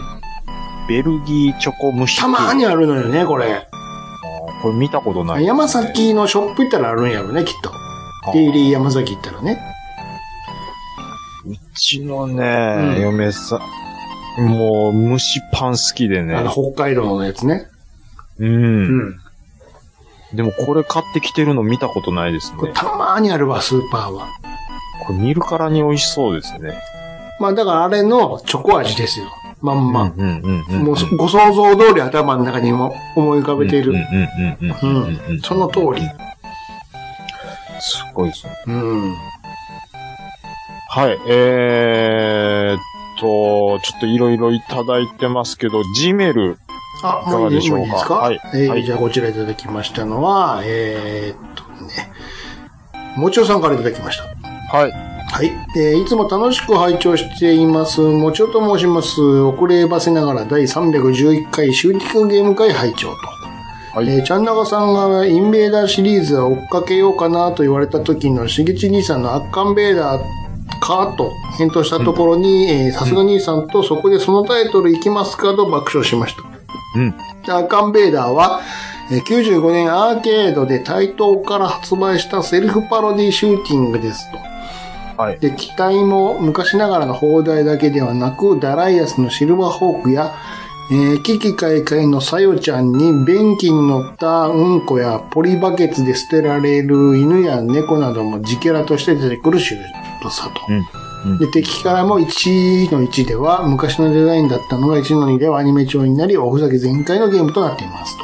ベルギーチョコ蒸し器。たまにあるのよね、これ。あーこれ見たことない、山。崎のショップ行ったらあるんやろね、きっと。デイリー山崎行ったらね。うちのね、うん嫁さん、もう蒸しパン好きでねあ。の、北海道のやつね。うん。うん。でもこれ買ってきてるの見たことないですね。これこたまにあるわ、スーパーは。れ見るからに美味しそうですね。まあだからあれのチョコ味ですよ。まんま。うんうんうんうん。もうそご想像通り頭の中にも思い浮かべている。ううんんうんうんうんうんうんうん。その通り。すごいですね。うん。はい、えー、っと、ちょっといろいろいただいてますけど、G メール。あ、いかもがういでいでしすょうかかはいえーはいじゃあこちらいただきましたのは、えー、っとね、もちおさんからいただきました。はい。はい、えーいつも楽しく拝聴しています。もちおと申します。遅ればせながら第311回終陸ゲーム会拝聴と。はいえーちゃんながさんがインベーダーシリーズは追っかけようかなと言われた時のしげち兄さんのアッカンベーダーかと返答したところに、えーさすが兄さんとそこでそのタイトルいきますかと爆笑しました。うん。アーカンベーダーは、えー95年アーケードで対等から発売したセルフパロディシューティングですと。はいで、機体も昔ながらの砲台だけではなく、ダライアスのシルバーホークや、えーキキカイカイのサヨちゃんに便器に乗ったうんこやポリバケツで捨てられる犬や猫などもジキャラとして出てくるシュートさと。で、敵からも1の1では、昔のデザインだったのが1の2ではアニメ調になり、おふざけ全開のゲームとなっていますと。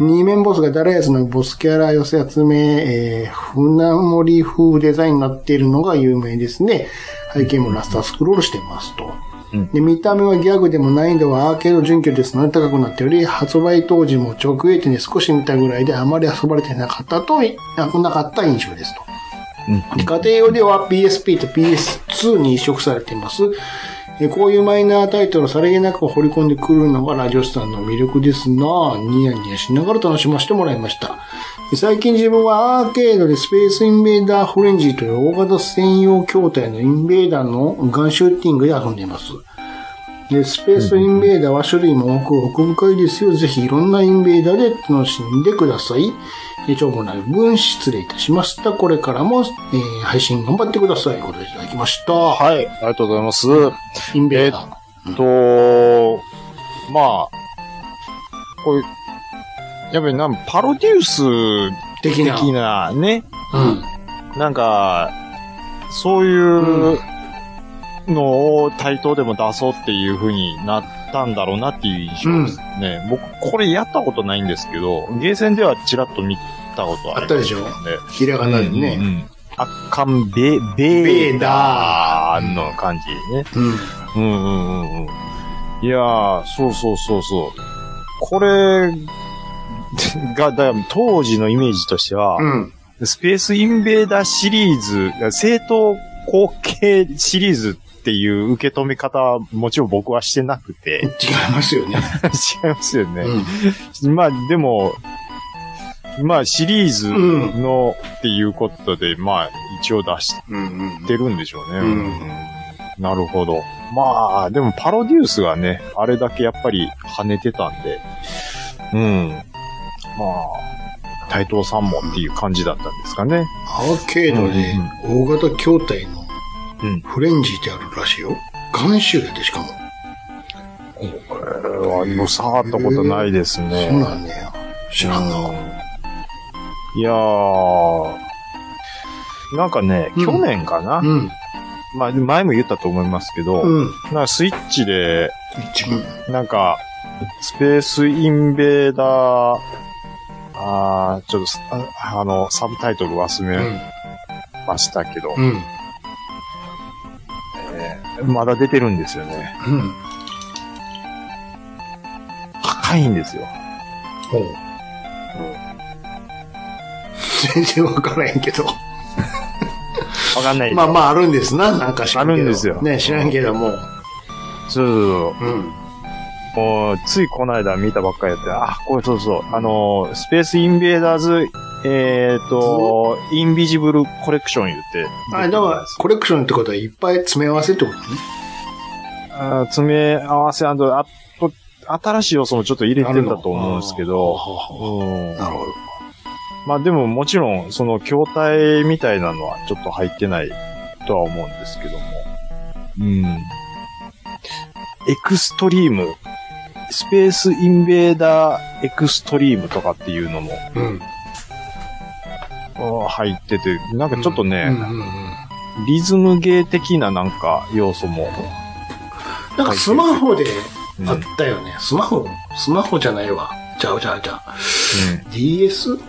二面ボスがダラヤスのボスキャラ寄せ集め、えー、船森風デザインになっているのが有名ですね。背景もラスタースクロールしてますと。で見た目はギャグでも難易度はアーケード準拠ですので高くなっており、発売当時も直営店で少し見たぐらいであまり遊ばれてなかったと、ななかった印象ですと。で家庭用では PSP と PS2 に移植されています。えーこういうマイナータイトルをさりげなく掘り込んでくるのがラジオスさんの魅力ですなぁニヤニヤしながら楽しませてもらいました。で最近自分はアーケードでスペースインベーダーフレンジーという大型専用筐体のインベーダーのガンシューティングで遊んでいます。でスペースインベーダーは種類も多く奥深いですよ。ぜひいろんなインベーダーで楽しんでください。えー長文なる分失礼いたしました。これからも、えー配信頑張ってください。ご覧いただきました。はい、ありがとうございます。インベーダー。と、まあ、こういう、やっぱりなん、パロデュース的な。的なね、うん。なんか、そういううのを対等でも出そうっていう風になったんだろうなっていう印象ですね。僕、これやったことないんですけど、ゲーセンではちらっと見たことああるったでしょんで。ひらがなでうんうね。ん。あかんべ、ベーダーの感じね。ううんん。うんうんうん。いやー、そうそうそうそう。これ が、だから当時のイメージとしては、うん。スペースインベーダーシリーズ、いや正当後継シリーズっていう受け止め方はもちろん僕はしてなく違て、いますよね。違いますようね。ん。まあでも、まあシリーズのっていうことで、まあ一応出しうんうん。ってるんでしょうね。うんうんなるほど。まあ、でもパロデュースがね、あれだけやっぱり跳ねてたんで、うん。まあ、対等さんもっていう感じだったんですかね。アーケードで大型筐体のうんフレンジってあるらしいよ。ガンシューでしかも。これは、もう触ったことないですね。そうなんだよ。知らんな。いやー。なんかね、うん去年かな、うん。まあ、前も言ったと思いますけど、うん。なんかスイッチで、一番。なんか、スペースインベーダー、あーちょっとすあ、あの、サブタイトル忘うれん。ましたけど、うん。まだ出てるんですよね。うん。高いんですよ。ほう。全然わからへんけど。わかんない。まあまああるんですな、なんか知らんけど。あるんですよね、知らんけども。そうそううん。そう。もう、ついこの間見たばっかりやって、あ、これそうそう。あの、スペースインベーダーズ、えっ、と、インビジブルコレクション言って。あ、だから、コレクションってことはいっぱい詰め合わせってことね。あー詰め合わせあと、新しい要素もちょっと入れてんだと思うんですけど、あうんあなるほど。まあでももちろん、その筐体みたいなのはちょっと入ってないとは思うんですけども。うん。エクストリーム。スペースインベーダーエクストリームとかっていうのもうん。あー入ってて、なんかちょっとね、うんうんうんリズムゲー的ななんか要素も。なんかスマホでうんあったよね。スマホスマホじゃないわ。じゃあじゃあじゃあ。DS うん。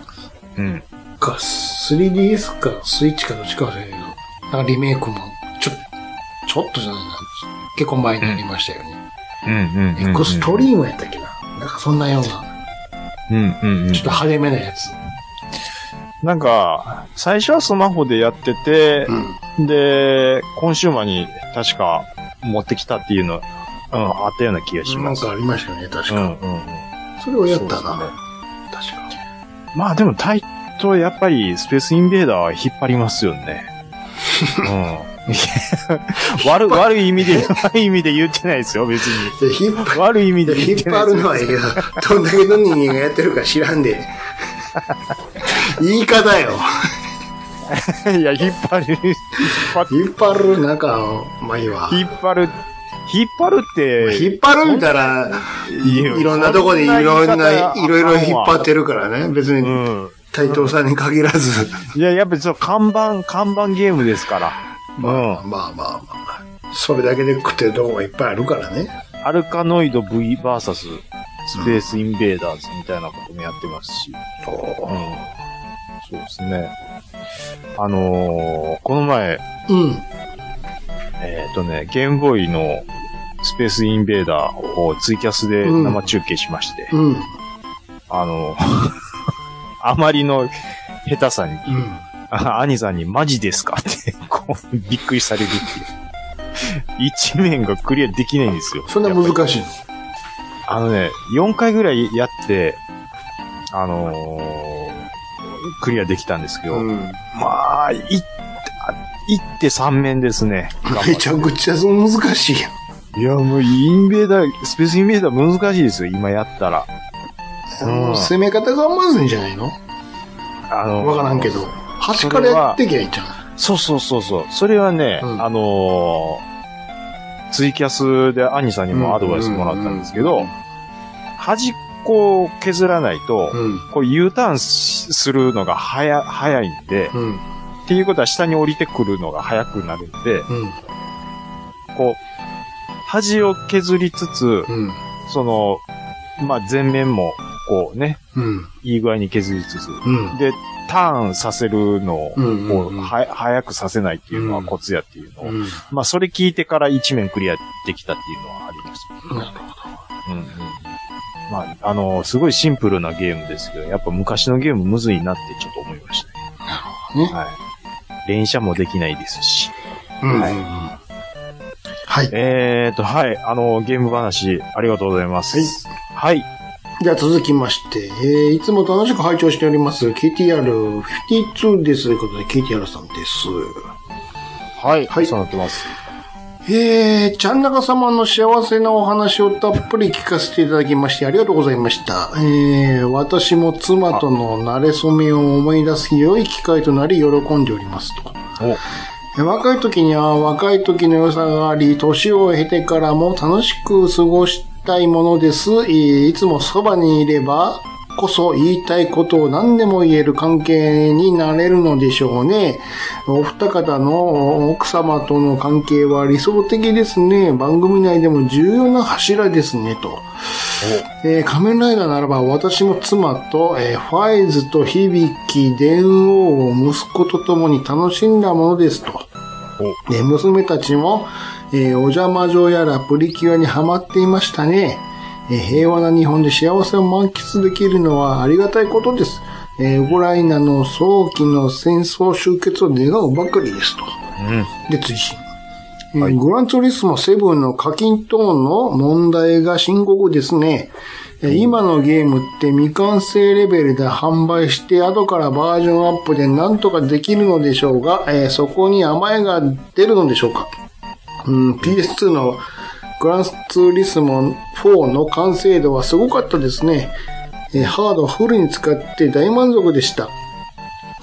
うん。か 3DS かスイッチかどっちか忘れたけど、なんかリメイクも、ちょ、ちょっとじゃないな。結構前になりましたよね。うんうんうんうん。エクストリームやったっけな。なんかそんなような、うんうんうんちょっと派手めなやつ。なんか、最初はスマホでやってて、うん。で、コンシューマーに確か持ってきたっていうの、うん、あったような気がしなまんす。かありましたね、確うんうか。んうん。それをやったそうですなね。確か。まあでもタイトやっぱりスペースインベーダーは引っ張りますよね。うんいや。 悪、悪い意味で、悪い意味で言ってないですよ、別に。で、引っ張悪い意味でる、言引っってない張でするのはいい けど、どんだけの人間がやってるか知らんで。 言い方よ。いや、引っ張る、引っ張る、引っ張る、なんか、まあいいわ。引っ張る、引っ張るって、引っ張るみたいな、いろんなとこでいろんな、いろいろ引っ張ってるからね。別うに、ん。斎藤さんに限らず。いや、やっぱりそう、看板、看板ゲームですから。うんまあ。まあまあまあ。それだけで食ってるとこがいっぱいあるからね。アルカノイド V バーサススペースインベーダーズみたいなこともやってますし。うんそうですね。あのーこの前、うん。えっ、とね、ゲームボーイのスペースインベーダーをツイキャスでうん生中継しまして、うん。うん。あのー あまりの下手さに、あ兄さんにマジですかって、こう、びっくりされるっていう。一面がクリアできないんですよ。そんなやっぱり難しいのあのね、4回ぐらいやって、あのークリアできたんですけど、うん。まあ、い、あいって3面ですね。めちゃくちゃ難しいやん。いや、もう、インベーダー、スペースインベーダー難しいですよ、今やったら。うん攻め方がまずいんじゃないのあのわからんけど。。端からやってきゃいいじゃん。そうそうそうそう。それはね、うんあのーツイキャスで兄さんにもアドバイスもらったんですけど、端っこを削らないと、うん。こう U ターンしするのが早、早いんで、うん。っていうことは下に降りてくるのが早くなるんで、うん。こう、端を削りつつ、うん。その、まあ、前面も、こうね、うん。いい具合に削りつつ、うん。で、ターンさせるのを、こうんうんうう、んは、早くさせないっていうのはうんコツやっていうのを、うん。まあ、それ聞いてから一面クリアできたっていうのはありました。うんうん。まあ、あの、すごいシンプルなゲームですけど、やっぱ昔のゲームむずいなってちょっと思いましたね。どねはい。連射もできないですし。うん。はいはい。えーと、はい、あの、ゲーム話、ありがとうございます。はい。じゃあ続きまして、えー、いつも楽しく拝聴しております、KTR52 です。ということで、KTR さんです。はい。はいそうなってます。えー、ちゃんなか様の幸せなお話をたっぷり聞かせていただきましてありがとうございました。えー、私も妻との馴れ初めを思い出す良い機会となり喜んでおりますと。お、え若い時には若い時の良さがあり、年を経てからも楽しく過ごしたいものです。えーいつもそばにいればこそ言いたいことを何でも言える関係になれるのでしょうね。お二方の奥様との関係は理想的ですね。番組内でも重要な柱ですね、と。えー仮面ライダーならば私も妻と、えーファイズと響き、電王を息子と共に楽しんだものですと。えー娘たちも、えーお邪魔女やらプリキュアにハマっていましたね。えー平和な日本で幸せを満喫できるのはありがたいことです。えーウクライナの早期の戦争終結を願うばかりですと。で、追伸。えーグランツーリスモ7の課金等の問題が深刻ですね。えー今のゲームって未完成レベルで販売して、後からバージョンアップで何とかできるのでしょうが、えーそこに甘えが出るのでしょうか。うん、PS2 のグランツーリスモ4の完成度はすごかったですね。えーハードをフルに使って大満足でした。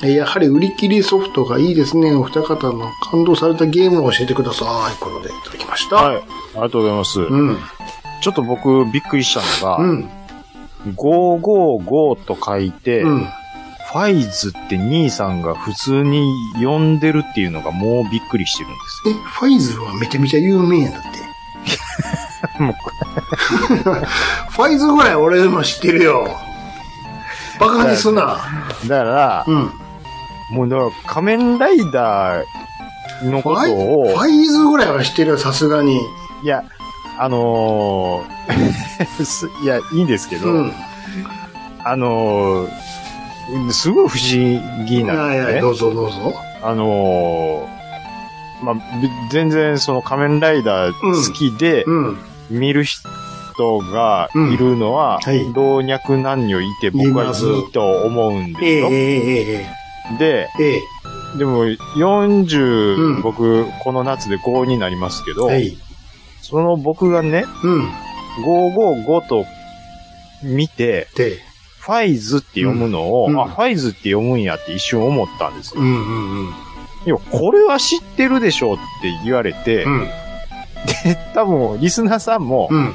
えーやはり売り切りソフトがいいですね。お二方の感動されたゲームを教えてください。ということでいただきました。はい。ありがとうございます。うん。ちょっと僕、びっくりしたのが、うん。 555と書いて、うん。ファイズって兄さんが普通に呼んでるっていうのがもうびっくりしてるんですえ、ファイズはめちゃめちゃ有名やん だって。もうファイズぐらい俺でも知ってるよ。バカにすな。よ。だから、うん。もうだから仮面ライダーのフこァイとを、ファイズぐらいは知ってるよ、さすがに。いや、あのー すいや、いいんですけど、うん。あのーすごい不思議なんはいではすい、ねど。うぞどうぞ。あのーまあ、び全然その仮面ライダー好きで、うん。見る人がいるのは、うんはい老若男女いて僕はいいと思うんえですえよ。ええで、ええええでも40、うん僕、この夏で5になりますけど、はい。その僕がね、うん。 555と見て、で、ファイズって読むのを、うんうんあ、ファイズって読むんやって一瞬思ったんですうよ。んうんうん。いや、これは知ってるでしょうって言われて、うん。 多分、リスナーさんも、うん。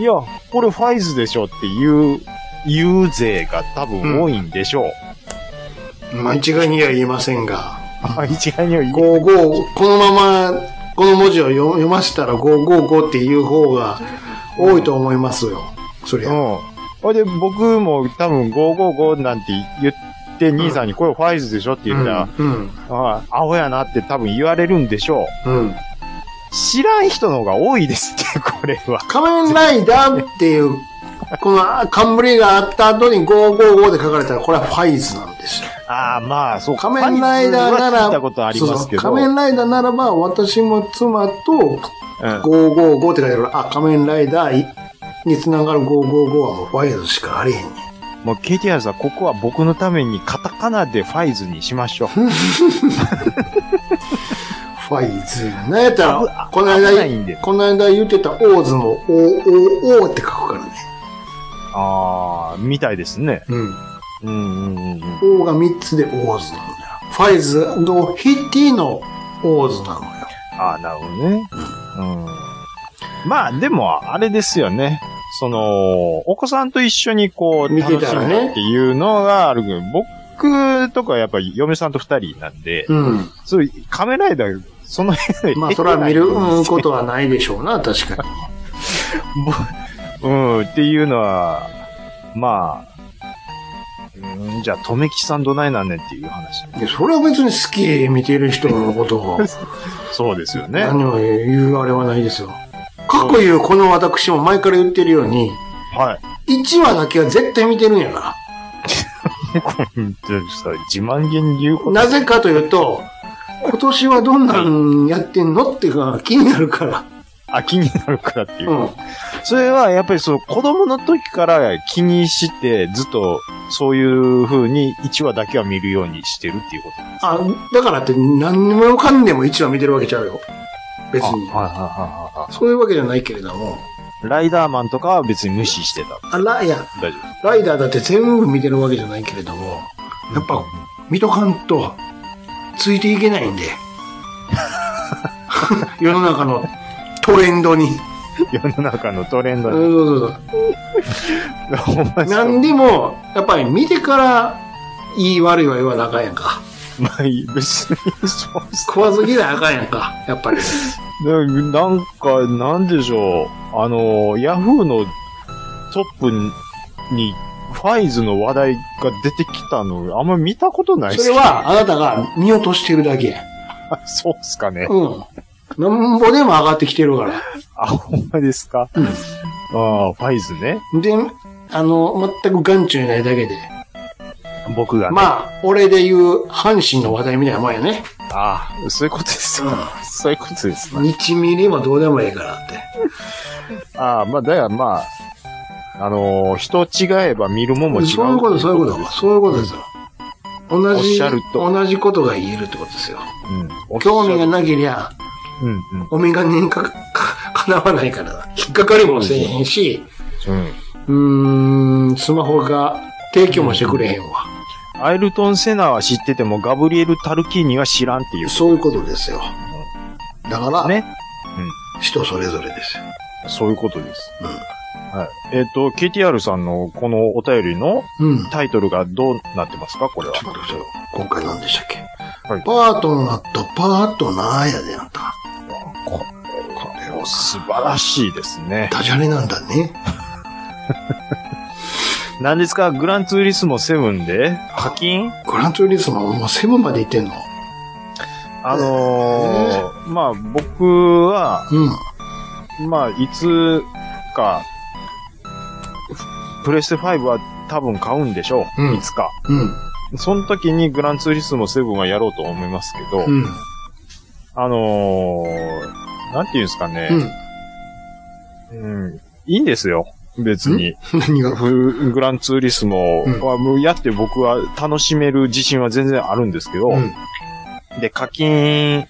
いや、これファイズでしょっていう、言う勢が多分多いんでしょう。間違いには言えませんが。あ、 一概には言え五五このまま、この文字を読読ませたら555っていう方が多いと思いますよ。そりうゃ。ん。ほいで、僕も多分555なんて言って、兄さんにこれファイズでしょって言ったら、うん。あアホやなって多分言われるんでしょう。うん。知らん人の方が多いですって、 これは。仮面ライダーっていう、この冠があった後に555で書かれたら、これはファイズなんですよ。ああ、まあ、そうか。仮面ライダーファなイズはら、聞いたことありますけど。そうそう仮面ライダーならば、私も妻とうん555って書いてある。あ、仮面ライダーにつながる555はもうファイズしかありへんねん。もう KTR さん、ここは僕のためにカタカナでファイズにしましょう。ファイズやなんやった危らあ、この危ないんで間、この間言ってたオーズも、お、お、おって書くからね。ああ、みたいですね。うん。うんうんうん。 O が3つでオーズなんだよ。ファイズのヒティのオーズなのよ。ああ、なるほどね。うん。まあ、でも、あれですよね。その、お子さんと一緒にこう、見楽てしたらねむっていうのがあるけど、僕とかやっぱり嫁さんと二人なんで、うん。そういうカメライダー、その辺で。まあ、それは見るうんこことはないでしょうな、確かうに。ん、っていうのは、まあ、うん、じゃあ、とめきさんどないなんねんっていう話。いやそれは別に好きで見てる人のことを、そうですよね。 何を言うあれはないですよ。過去言うこの私も前から言ってるように、はい。 1話だけは絶対見てるんやから。自慢げに言うこと。なぜかというと、今年はどんなんやってんのっていうか気になるから。あ、気になるからっていう。うん。それは、やっぱりその子供の時から気にして、ずっとそういう風に1話だけは見るようにしてるっていうことあ、だからって何にもかんでも1話見てるわけちゃうよ。別はに。いはいはいはそういうわけじゃないけれども。い。ライダーマンとかは別に無視してた。あら、いや、大丈ライダーだって全部見てるわけじゃないけれども、やっぱ、見とかんと、ついていけないんで。 世の中のトレンドに。夫。世の中のトレンうドんに。そうそうお前そう。なんでも、やっぱり見てから、いい悪いは言わなあかんやんか。まあいい、別に、そうっす食わず嫌いあかんやんか。やっぱり。ねなんか、なんでしょう。あの、ヤフーのトップに、ファイズの話題が出てきたの、あんま見たことないっすそれは、あなたが見落としてるだけ。あ そうっすかね。うん。なんぼでも上がってきてるから。あ、ほんまですか。ああ、ファイズね。で、あの、全く眼中にないだけで。僕がね。まあ、俺で言う、阪神の話題みたいなもんやね。ああ、そういうことですか。そういうことですか。 1ミリもどうでもいいからって。ああ、まあ、だからまあ、あのー人違えば見るもんも違う。そういうこと、そういうこと。そういうことですよ。同おっじ、しゃると同じことが言えるってことですよ。うん。お興味がなけりゃ、うん、うん。お眼鏡にか、 か、かなわないからな。引っかかりもせえへんし、うん。うーん、スマホが提供もしてくれへんわ。アイルトン・セナは知ってても、ガブリエル・タルキーニは知らんっていう。そういうことですよ。だから、ね。人それぞれですよ。そういうことです。はい。えっ、と、KTR さんのこのお便りのうん。うん。タイトルがどうなってますかこれはち。ょっと待ってくださいよ今回何でしたっけ、はいパートナーとパートナーやであんた。これは素晴らしいですね。ダジャレなんだね。何ですかグランツーリスモ7で課金グランツーリスモもうセブンまで行ってんのあのー、まあ僕は、うん。まあいつか、プレステ5は多分買うんでしょう。うんいつか。うん。その時にグランツーリスモ7はやろうと思いますけど、うん。あのー、なんていうんですかね。うん。うんいいんですよ。別に。何がフグランツーリスモは、もうやって僕は楽しめる自信は全然あるんですけど、うん。で、課金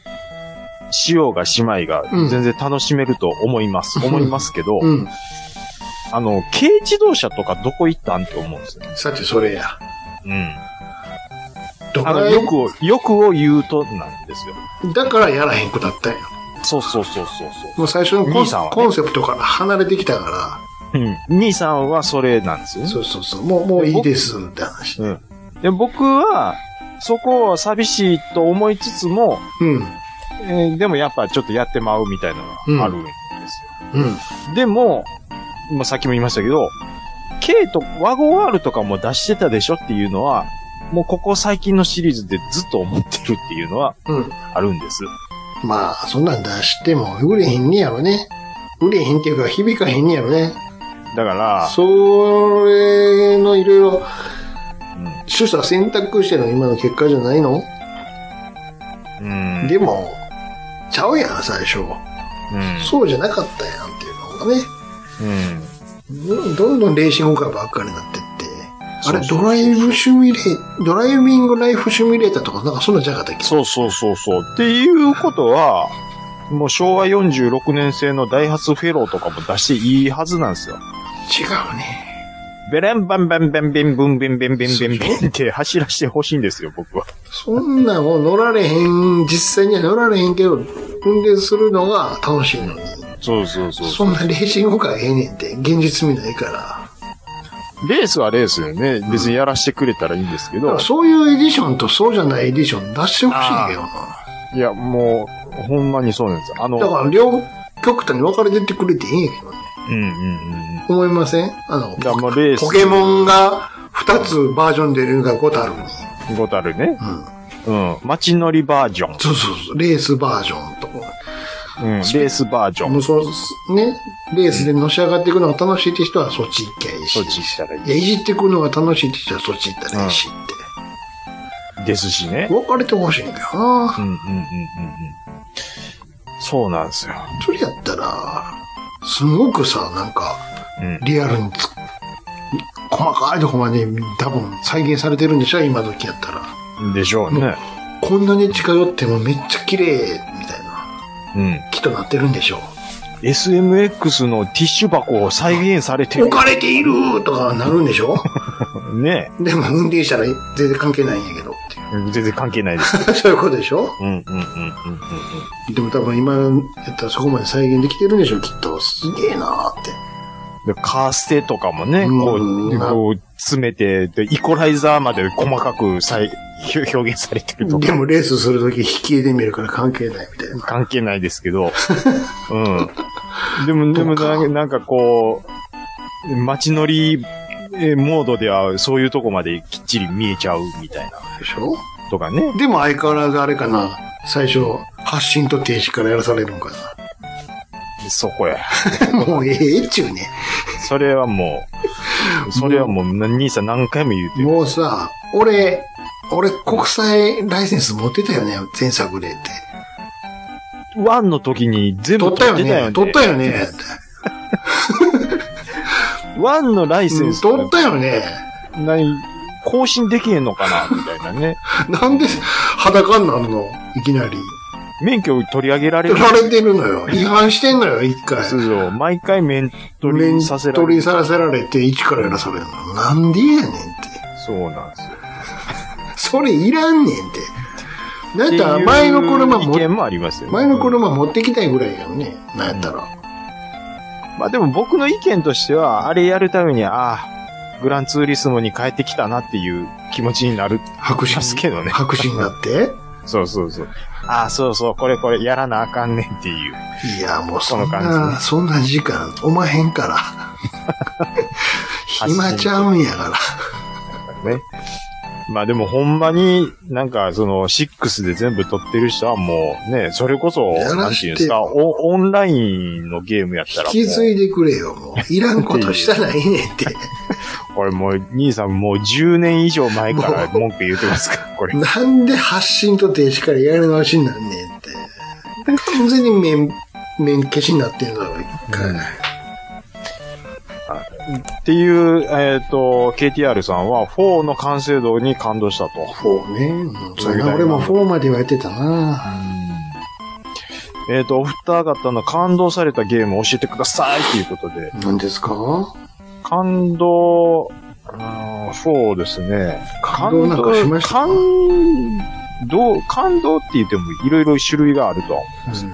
しようがしまいがうん、全然楽しめると思います。うん思いますけど、うん。あの、軽自動車とかどこ行ったんって思うんですよね。さて、それや。うん。どこあの、よくを、よくを言うとなんですよ。だからやらへんくなったんや。そうそうそうそうそもう最初のコン,、兄さんはねコンセプトから離れてきたかう。うん。兄さんはそれなんですよら、ね。そうそうそう、もう、もういいですって話。で、僕は、そこを寂しいと思いつつも、うん。えーでもやっぱちょっとやってまうみたいなのがあるんですうん。よ。でも、まあ、さっきも言いましたけど、K とワゴン R とかも出してたでしょっていうのは、もうここ最近のシリーズでずっと思ってるっていうのはうん。あるんです。まあ、そんなん出しても売れへんねやろね。売れへんっていうか、響かへんねやろね。だから、それのいろいろ、う取捨選択しての今の結果じゃないの、ん。うんでも、ちゃうやん、最初。うんそうじゃなかったやんっていうのがね。うん。うんどんどんレーシングカーばっかりになってって。あれ、そうそうそうドライブシミュレー、ドライビングライフシミュレーターとか、なんかそんなんじゃなかったっけそうそうそうそう。っていうことは、もう昭和46年製のダイハツフェローとかも出していいはずなんですよ。違うね。ベレンバンバンバンビンブンビンビンビンビンビンって走らせてほしいんですよ、僕は。そんなんを乗られへん、実際には乗られへんけど、運転するのが楽しいのに。そうそうそうそんなレーシングカーええねんって、現実味ないから。レースはレースよね。別にやらしてくれたらいいんですけだかどら。そういうエディションとそうじゃないエディション出してほしいんだけどな。いや、もう、ほんまにそうなんですよ。あの、だから両極端に分かれてってくれていいんやけどね。うんうんうん。思いませんあの、いや、もうレース。ポケモンが2つバージョン出るのが5たあるのに。ン。ゴタルね。うん。うん。街乗りバージョン。そうそうそう、レースバージョンとうん。レースバージョン。もうそう、ね、レースでのし上がっていくのが楽しいって人はそっち行きゃいいし。そっち行ったらいいや、いじっていくのが楽しいって人はそっち行ったらいいしって。ですしね。分かれてほしいんだよなう。んうんうんうんうん。そうなんですよ。それやったら、すごくさ、なんか、うん。リアルにつ、細かいとこまで多分再現されてるんでしょ今時やったら。でしょうね。こんなに近寄ってもめっちゃ綺麗、みたいな、うん。きっとなってるんでしょ SMX のティッシュ箱を再現されてる置。かれているとかなるんでしょねでも運転したら全然関係ないんやけどっていう。全然関係ないです。そういう ことでしょうんうんうんうんうんうん。でも多分今やったらそこまで再現できてるんでしょきっと。すげえなーって。で、カーステとかもね、うんこうう、んこう詰めて、で、イコライザーまで細かく再表表現されてるとでか、もレースするとき引き絵で見るから関係ないみたいな。関係ないですけ ど、うん。でも、でもとかな、なんかこう、街乗りえーモードではそういうとこまできっちり見えちゃうみたいな、でしょとかね。でも相変わらずあれかな。最初、発信と停止からやらされるのかそこや。な。 もうええっちゅうね。それはも う、それはもう、な兄さん何回も言うてる。もうさ、俺、俺国際ライセンス持ってたよね。前作でって。ワンの時に全部取ったよね。取ったよよね。ね。ワンのライセうんンスとか取ったよね。何、更新できへんのかなみたいなね。 なんで裸になるのいきなり。免許取り上げられる取。られてる のよ。違反してんのよ、一回。そうそう毎回免取りさせら取れりる。させられて、一からやらされるの。なんでやねんって。そうなんですよ。それいらんねんって。なんやったっていらう前の車意見も、もありますよね。前のうん車持ってきたいぐらいやよね。なんやったら。まあでも僕の意見としては、あれやるために、ああ、グランツーリスモに帰ってきたなっていう気持ちになる。白紙助けのね白紙になって。そうそうそう。ああ、そうそう、これこれやらなあかんねんっていう。いや、もうそんこの感じな、ねそんな時間、おまへんから。 暇ちゃうんやから。ね。まあでもほんまに、なんかその6で全部撮ってる人はもうね、それこそ、やならんてしていようんですか、オンオンラインのゲームやったらも引う、き継いでくれよ、もう。いらんことしたらいいねんって。これもう、兄さんもう10年以上前から文句言ってますから、これ。なんで発信と停止からやり直しになんねんって。完全に面、面消しになってるだろ、一回。っていう、えっ、と、KTR さんは4の完成度に感動したと。フォーね。うんそれな俺もフォーまで言われてたなえっ、と、お二方の感動されたゲームを教えてくださいっていうことで、何ですか感動、うんそうですね。感動なんかしましたか感動、感動って言ってもいろいろ種類があるとは思うんですけ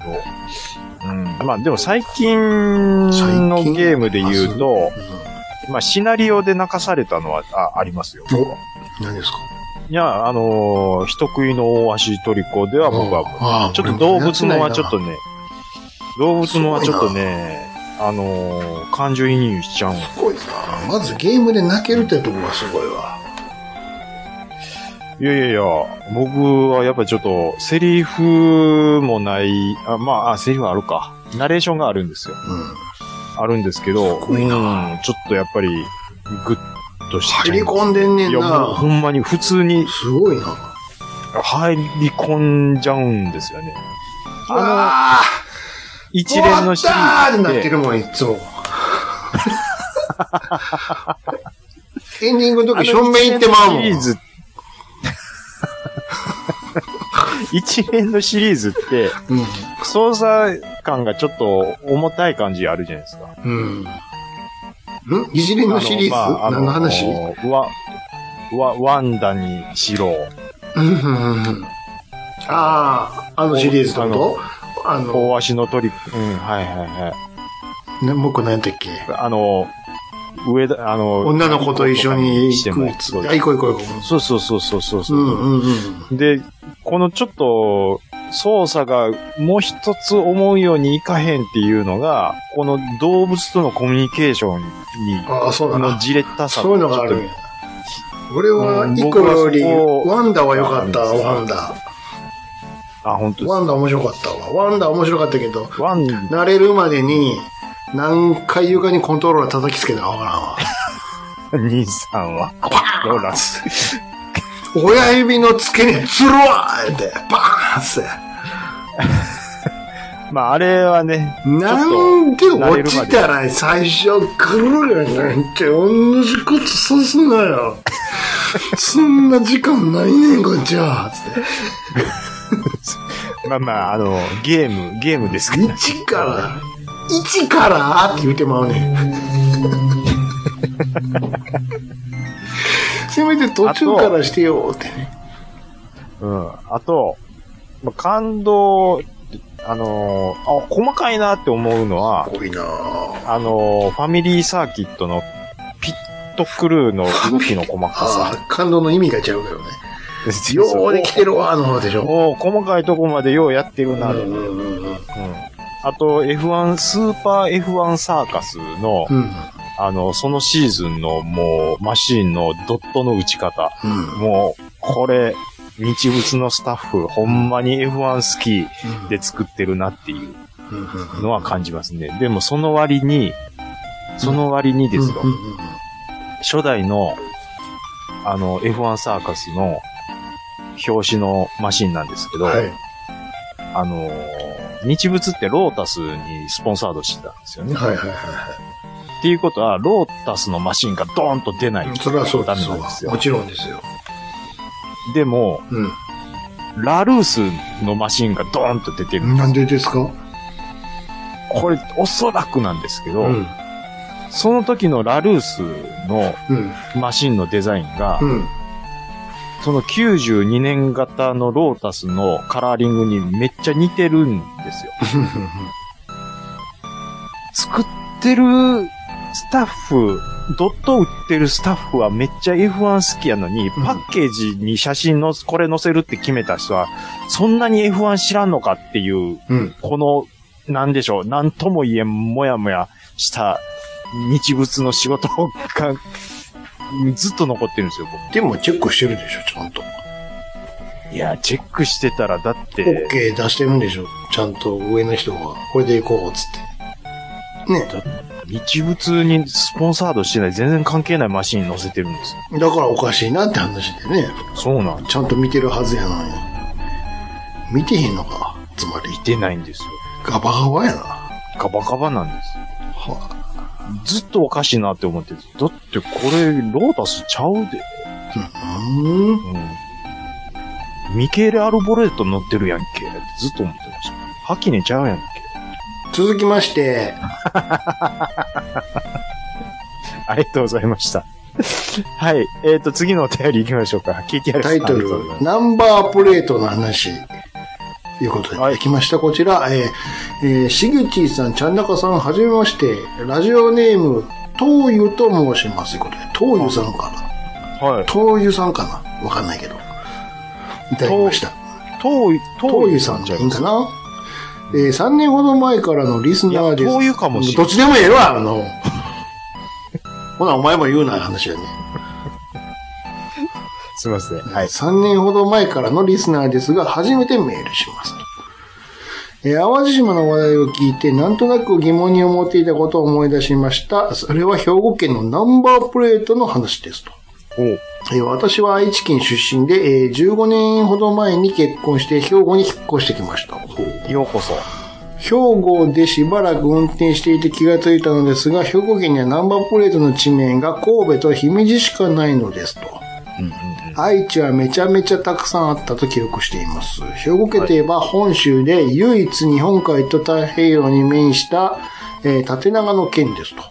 ど、うんまあでも最近最近のゲームで言うと、まあシナリオで泣かされたのはあありますよ。お何ですかいや、あのー人食いの大足トリコでは僕はああちょっと動物のはちょっとね。ね、動物のはちょっとね、あのー感情移入しちゃうんすごいなまずゲームで泣けるってとこがすごいわ。いやいやいや、僕はやっぱりちょっと、セリフもない、あまああ、セリフはあるか。ナレーションがあるんですよ。うん。あるんですけど、ごいなうん、ちょっとやっぱり、グッとしち入ゃうり込んでんねんいや、もうほな。んまに普通にすごいな。入り込んじゃうんですよね。あの、あ一連のシリーズ終わったーってなってるもん、いつ も。エンディングの時、正面行ってまうもん。シリーズ。 一連のシリーズって、う操作感がちょっと重たい感じあるじゃないですか。ん。うん。ん一連のシリーズ、何の話、わ、わ、ワンダにしろ、うんうんうんうんああ、あのシリーズってことあの、大足のトリック、うん、はいはいはい。ね、僕何やったっけあの、上田、あの、女の子と一緒に行くやつ。そうあ、行こう行こう行こ。そうそうそうそうそうそうう、うんうんうん。で、このちょっと、操作がもう一つ思うようにいかへんっていうのが、この動物とのコミュニケーションに、ああ、そうだこのな。じれったさそういうのがあるんや。俺は、うんイコより、僕はそこワンダは良かったわ、そうワンダ。あ、本当ですワンダ面白かったわ。ワンダ面白かったけど、ワン、慣れるまでに、何回床にコントローラー叩きつけたかわからんわ。兄さんは、ローラス。親指の付け根つるわーって、バーンって。まあ、あれはね、なんで落ちたら最初くるやなんて同じことさすなよ。そんな時間ないねん、こっちは。つって。まあまあ、あの、ゲーム、ゲームですけど。一から、一からって言うてまうねん。せめて途中からしてよってね。うん。あと、まあ、感動、あのーあ、細かいなって思うのは、すごいなぁ。あのーファミリーサーキットのピットクルーの動きの細かあさ。あ、感動の意味がちゃうけどね。ですようできてるわ、の方でしょ。おお細かいとこまでようやってるな、うんうんうんうん。うんあと、F1、スーパー F1 サーカスの、うん。あの、そのシーズンのもう、マシーンのドットの打ち方。うん。もう、これ、日物のスタッフ、ほんまに F1 好きで作ってるなっていうのは感じますね。でもその割に、その割にですよ、うんうんうん初代の、あの、F1 サーカスの表紙のマシンなんですけど、はい。あのー、日物ってロータスにスポンサードしてたんですよね。はいはいはいはっていうことは、ロータスのマシンがドーンと出ないい。それはそうダでメすなんですわ。よも。ちろんですよ。でも、うラルースのマシンがドーンと出てる。ん。なんでですかこれ、おそらくなんですけうど、ん。その時のラルースのうん。マシンのデザインが、うん。その92年型のロータスのカラーリングにめっちゃ似てるんですよ。作ってるスタッフ、ドット売ってるスタッフはめっちゃ F1 好きやのに、んパッケージに写真のこれ載せるって決めた人は、そんなに F1 知らんのかっていう、うん。この、なんでしょう、なんとも言えん、もやもやした日物の仕事が、ずっと残ってるんですよ、僕でもチェックしてるでしょ、ちゃんと。いや、チェックしてたら、だって、 OK 出してるんでしょ。ちゃんと上の人が、これで行こう、つって。ね。日物にスポンサードしてない、全然関係ないマシンに載せてるんですよ。だからおかしいなって話でね。そうなんちゃんと見てるはずやのに。見てへんのか。つまりい、てないんですよ。ガバガバやな。ガバガバなんです。はずっとおかしいなって思ってる。だってこれ、ロータスちゃうで。あ、うん。うん。ミケーレ・アルボレート乗ってるやんけ。ずっと思ってました。ハキネちゃうやんけ。続きまして、ありがとうございました。 はい。えっ、と、次のお便り行きましょうか。聞いてやるタイトル、ナンバープレートの話。いうことで、はいできました。こちら、えー、えー、しぐちーさん、ちゃんなかさん、はじめまして、ラジオネーム、とうゆと申します。ということで、とうゆさんかなはい。とうゆさんかなわかんないけど。いただきました。東とうゆ東さんじじゃゃいいんかなえー、3年ほど前からのリスナーです。いや灯油かもしれんどっちでもええわ、あの。 ほな、お前も言うな、話やね。すいません。はい。 3年ほど前からのリスナーですが、初めてメールします。えー淡路島の話題を聞いて、なんとなく疑問に思っていたことを思い出しました。それは兵庫県のナンバープレートの話ですと。おえー私は愛知県出身で、えー15年ほど前に結婚して兵庫に引っ越してきました。ようこそ。兵庫でしばらく運転していて気がついたのですが、兵庫県にはナンバープレートの地名が神戸と姫路しかないのですと。愛知はめちゃめちゃたくさんあったと記憶しています。兵庫県といえば本州で唯一日本海と太平洋に面した、えー縦長の県ですと。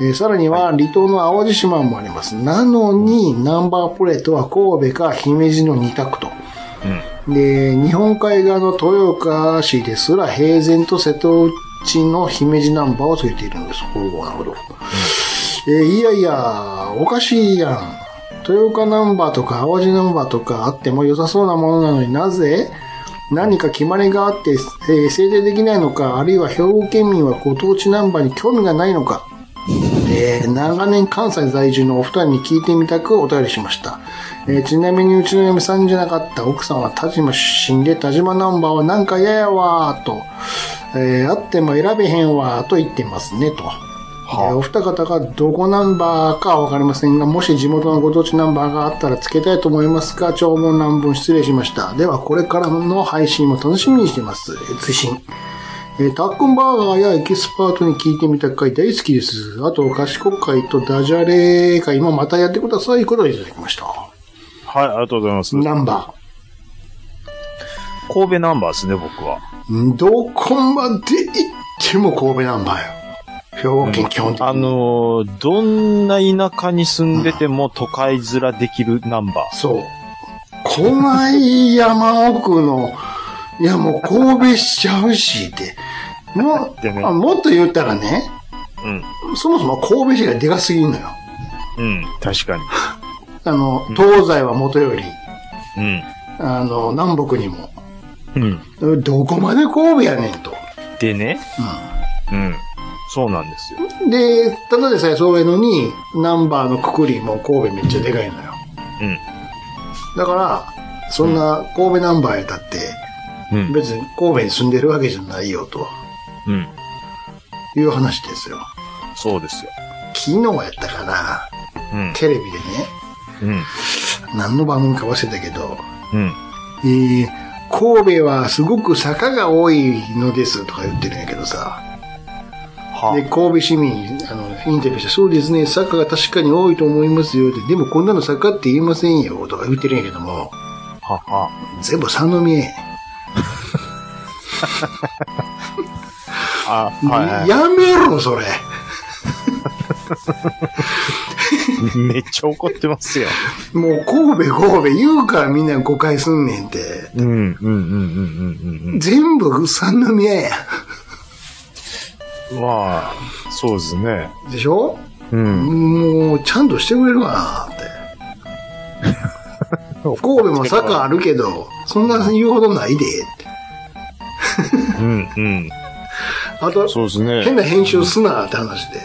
えーさらには離島の淡路島もあります。なのにナンバープレートは神戸か姫路の二択と。で、日本海側の豊岡市ですら平然と瀬戸内の姫路ナンバーをつけているんです。おおなるほど。えーいやいや、おかしいやん。豊岡ナンバーとか淡路ナンバーとかあっても良さそうなものなのになぜ何か決まりがあって、えー制定できないのか、あるいは兵庫県民はご当地ナンバーに興味がないのか。えー長年関西在住のお二人に聞いてみたくお便りしました、えーちなみにうちの嫁さんじゃなかった奥さんは田島出身で田島ナンバーはなんか嫌やわーと、えーあっても選べへんわーと言ってますねと、えーお二方がどこナンバーかはわかりませんがもし地元のご当地ナンバーがあったらつけたいと思いますが長文乱文失礼しましたではこれからの配信も楽しみにしています、えー追伸えータックンバーガーやエキスパートに聞いてみた回大好きです。あと、賢い会とダジャレ会もまたやってください。いうことでいただきました。はい、ありがとうございます。ナンバ神戸ナンバーですね、僕は。ー。んどこまで行っても神戸ナンバーよ。兵庫県基本的に。あのーどんな田舎に住んでても都会面できるナンバそう。狛江山奥の、いやもう神戸しちゃうしって。もでねう、あもっと言ったらね、ー。うん。そもそも神戸市がでかすぎるのよ。うん。確かに。あの、東西はもとより、うん。あの、南北にも。うん。どこまで神戸やねんと。でね。うん。そうなんですよ。うん、で、ただでさえそうやのに、ナンバーのくくりも神戸めっちゃでかいのよ。うん。だから、そんな神戸ナンバーやったって、うん。別に神戸に住んでるわけじゃないよとうん。いう話ですよ。そうですよ。昨日やったかな、うん。テレビでね、うん。何の番組か忘れたけど、うん。えー、神戸はすごく坂が多いのですとか言ってるんやけどさ、で、は神戸市民にあのインタビューして、そうですね、坂が確かに多いと思いますよって、でもこんなの坂って言いませんよとか言ってるんやけども、はは全部三宮やねあ、んはいはい。やめろ、それ。めっちゃ怒ってますよ。もう神戸神戸言うからみんな誤解すんねんて。うん、うん、うん、うん、うん、全部三宮やうん。まあ、そうですね。ん。でしょうん。もう、ちゃんとしてくれるか なって。神戸も坂あるけど、そんな言うほどないでって。うん、うん。あと、そうですね。変な編集すなって話で。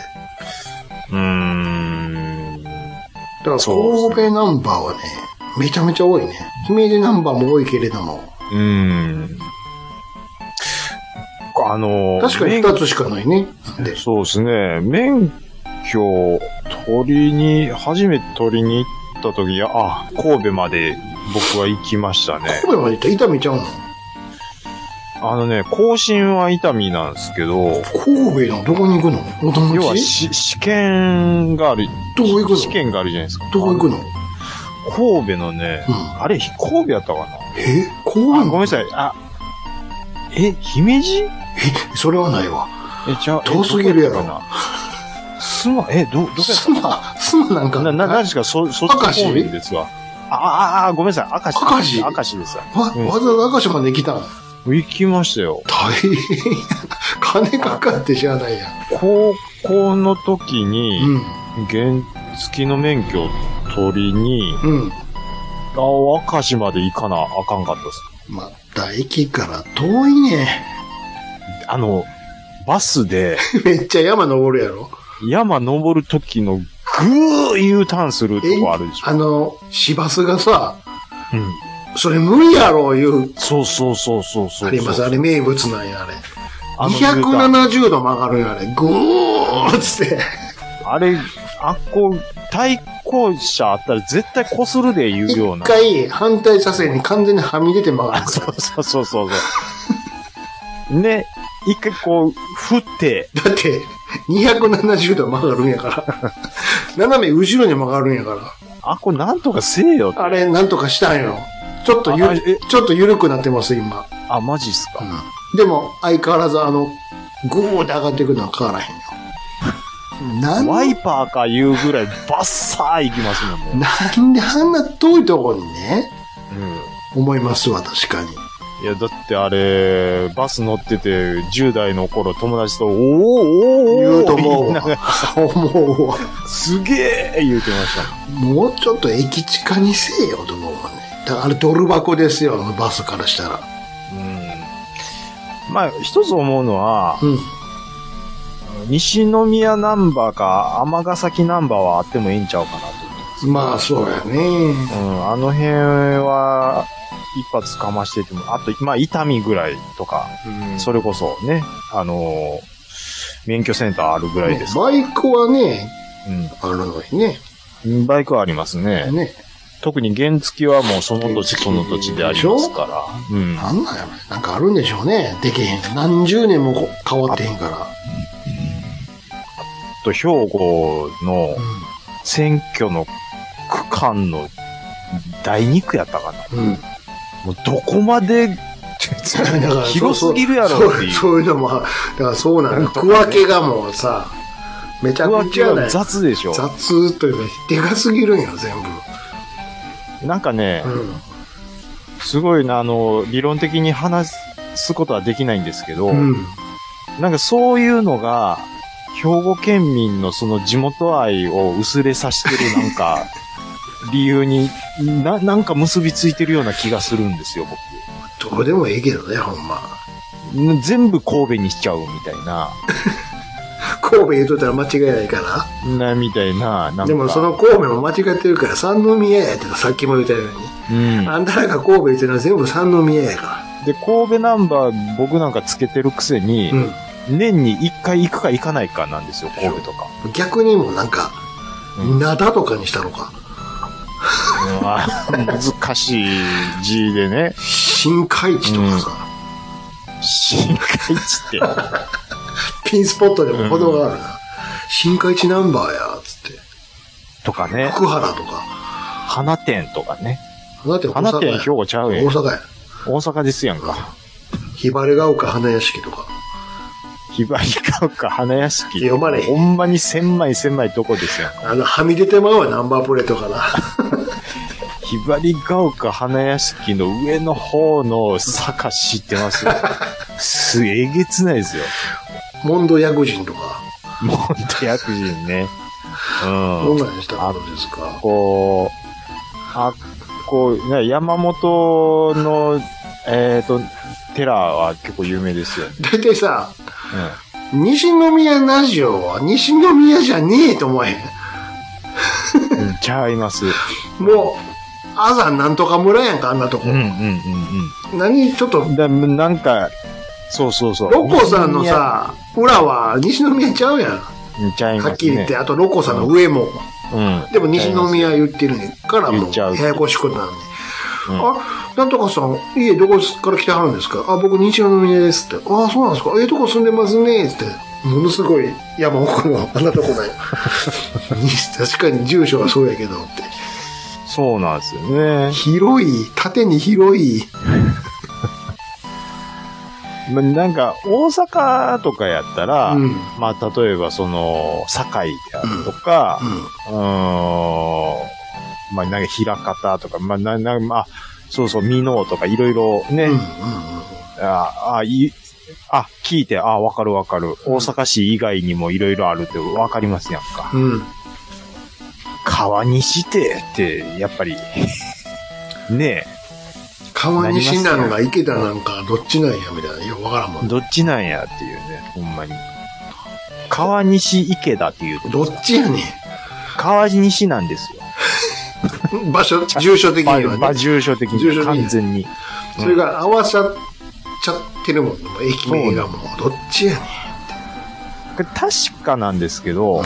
うーん。だからそう神戸ナンバーはね、めちゃめちゃ多いね。姫路ナンバーも多いけれども、うーん。あの、確かに2つしかないね。で免、そうですね。免許を取りに、初めて取りに行った時、あ、神戸まで僕は行きましたね。神戸まで行ったら痛めちゃうの。あのね、更新は痛みなんですけど、神戸のどこに行くのお友要は達し試験がある、どこ行くの試験があるじゃないですか。どこ行くのうん。神戸のね、あれ、神戸やったかなえあ神ごめん戸なさい、あ、え、姫路え、それはないわ。え、じゃあ、え遠すぎるやどころったかな。すま、え、ど、どこやっすま、すまなんたか。な、な、何ですかそ、そっち明石方面ですわ。ああ、ああ、ごめんなさい、明石。明石明石ですわ。わ、うんわざわざ明石まで来たの行きましたよ。大変や。金かかって知らないやん。高校の時に、うん。原付の免許を取りに、うん。あ、明石まで行かなあかんかったです。まあ、大駅から遠いね。あの、バスでめっちゃ山登るやろ。山登る時のぐー U ターンするとこあるでしょ。あの、市バスがさ、うん。それ無理やろ、いう。そうそうそうそうそう。あります。あれ名物なんや、あれ。あの U ターン270度曲がるんや、あれ。ぐーっつって。あれ、あっこ、対向車あったら絶対こするで言うよう一な。回反対車線に完全にはみ出て曲がある。そうそうそうそうそう。ね、一回こう、振って、だって、270度曲がるんやから。斜め後ろに曲がるんやかあっこなんとかせえよってら。あれ、なんとかしたんよ。ちょっとゆああれえちょっと緩くなってます、今。あ、マジっすか。でも、相変わらず、あの、グーって上がっていくのは変わらへんよ。なんワイパーか言うぐらいバッサーいきますもんね。なんであんな遠いとこにね、うん思いますわ、確かに。いや、だってあれ、バス乗ってて、10代の頃友達と、おーおー言おーうと思言ういながらわ。思うわ。すげえ言うてましたね。もうちょっと駅地下にせえよ、と思うわね。だから、あれドル箱ですよ、あのバスからしたら。うん。まあ、一つ思うのは、うん。西宮ナンバーか、尼崎ナンバーはあってもいいんちゃうかなまあ、そうやね。と。うん、あの辺は、一発かましてても、あと、まあ、痛みぐらいとか、それこそね、あのー免許センターあるぐらいですか。バイクはね、うんあるのにね。バイクはありますね。ね。特に原付はもうその土地その土地でありますから。うん。なんなんやろ。なんかあるんでしょうね。できへん。何十年もこ変わってへんから。と、兵庫の選挙の区間の第2区やったかな。うん。うん。もうどこまで、だから 広すぎるやろっていうそうそうそういうのも、だからそうなの。区分けがもうさ、めちゃくちゃない。雑雑でしょ。というか、でかすぎるんよ、全なんかね部。、うん。すごいな、あの、理論的に話すことはできないんですけど、うん。なんかそういうのが、兵庫県民のその地元愛を薄れさせてるなん か、理由にな、なんか結びついてるような気がするんですよ、どこでもええけどね、ほんま。僕。全部神戸にしちゃうみたいな、神戸言うとったら間違いないから。な、みたいな、なんか。でもその神戸も間違ってるから、三宮やってたさっきも言ったように。うん。あんたらが神戸言ってるのは全部三宮やかで、神戸ナンバー僕なんかつけてるくせにら。、うん。年に一回行くか行かないかなんですよ、神戸とか。逆にもうなんか、うん灘とかにしたのか。うんあ難しい字でね、深海地とかさ、深海地って。ピンスポットでも程があるな。深海地ナンバーや、つって。 とかね、福原とか。花店とかね。だって大花阪店や。兵庫ちゃう大やん。阪や。大阪ですやんか。ひばりが丘花屋敷とか。ひばりか丘花屋敷。読まれへほんんまに千枚千枚どこですやんか。あの、はみ出てまうわ、ナンバープレート から。ひばりが丘花屋敷の上の方の坂知ってます よ。すえげつない ですよ。モンド薬人とか。もうほんと薬人ね。どうんん。なんにしたらあるんですか。こう、あ、こう、な山本の、えっ、と、寺は結構有名ですよね。大体さ、うん西宮ラジオは西宮じゃねえと思えへん。うん、ちゃいます。もう、アザなんとか村やんか、あんなとこ。うんうんうん何、ちょっとう、ん。だなんか、そうそうそう。ロコさんのさ、裏は西宮ちゃうやん。うん、ちゃいます、ね。はっきり言って、あとロコさんの上も。うん。でも西宮言ってるねんから言もっう、ちゃうややこしくなるねん。うんあ、なんとかさん、家どこから来てはるんですかあ、僕、日曜の宮ですって。ああ、そうなんですかええとこ住んでますねって。ものすごい山奥のあんなとこだよ。 確かに住所はそうやけどって。そうなんですよね。広い、縦に広い。まなんか、大阪とかやったら、うん。うん。まあ、例えば、その、堺であるとか、うーん、まあ、なんか、平方とか、まあ、な、な、まあ、そうそう、美濃とか、いろいろね、うん。うん。あ、あ、い、あ、聞いて、あ、わかるわかる。大阪市以外にもいろいろあるってわかりますやんか。うん。うん川西てって、やっぱり、 ね川西なのが池田なんかどっちなんやみたいな。よくわからんもえ、ん。どっちなんやっていうね、ほんまに。川西池田っていうと、どっちやね川西なんですよ。ん。場所、住所的まにあ、まはあ、ね。住所的住所に、的に完全に。それが合わさっちゃってるもんね。もう駅名がもう、どっちやねん。これ確かなんですけど、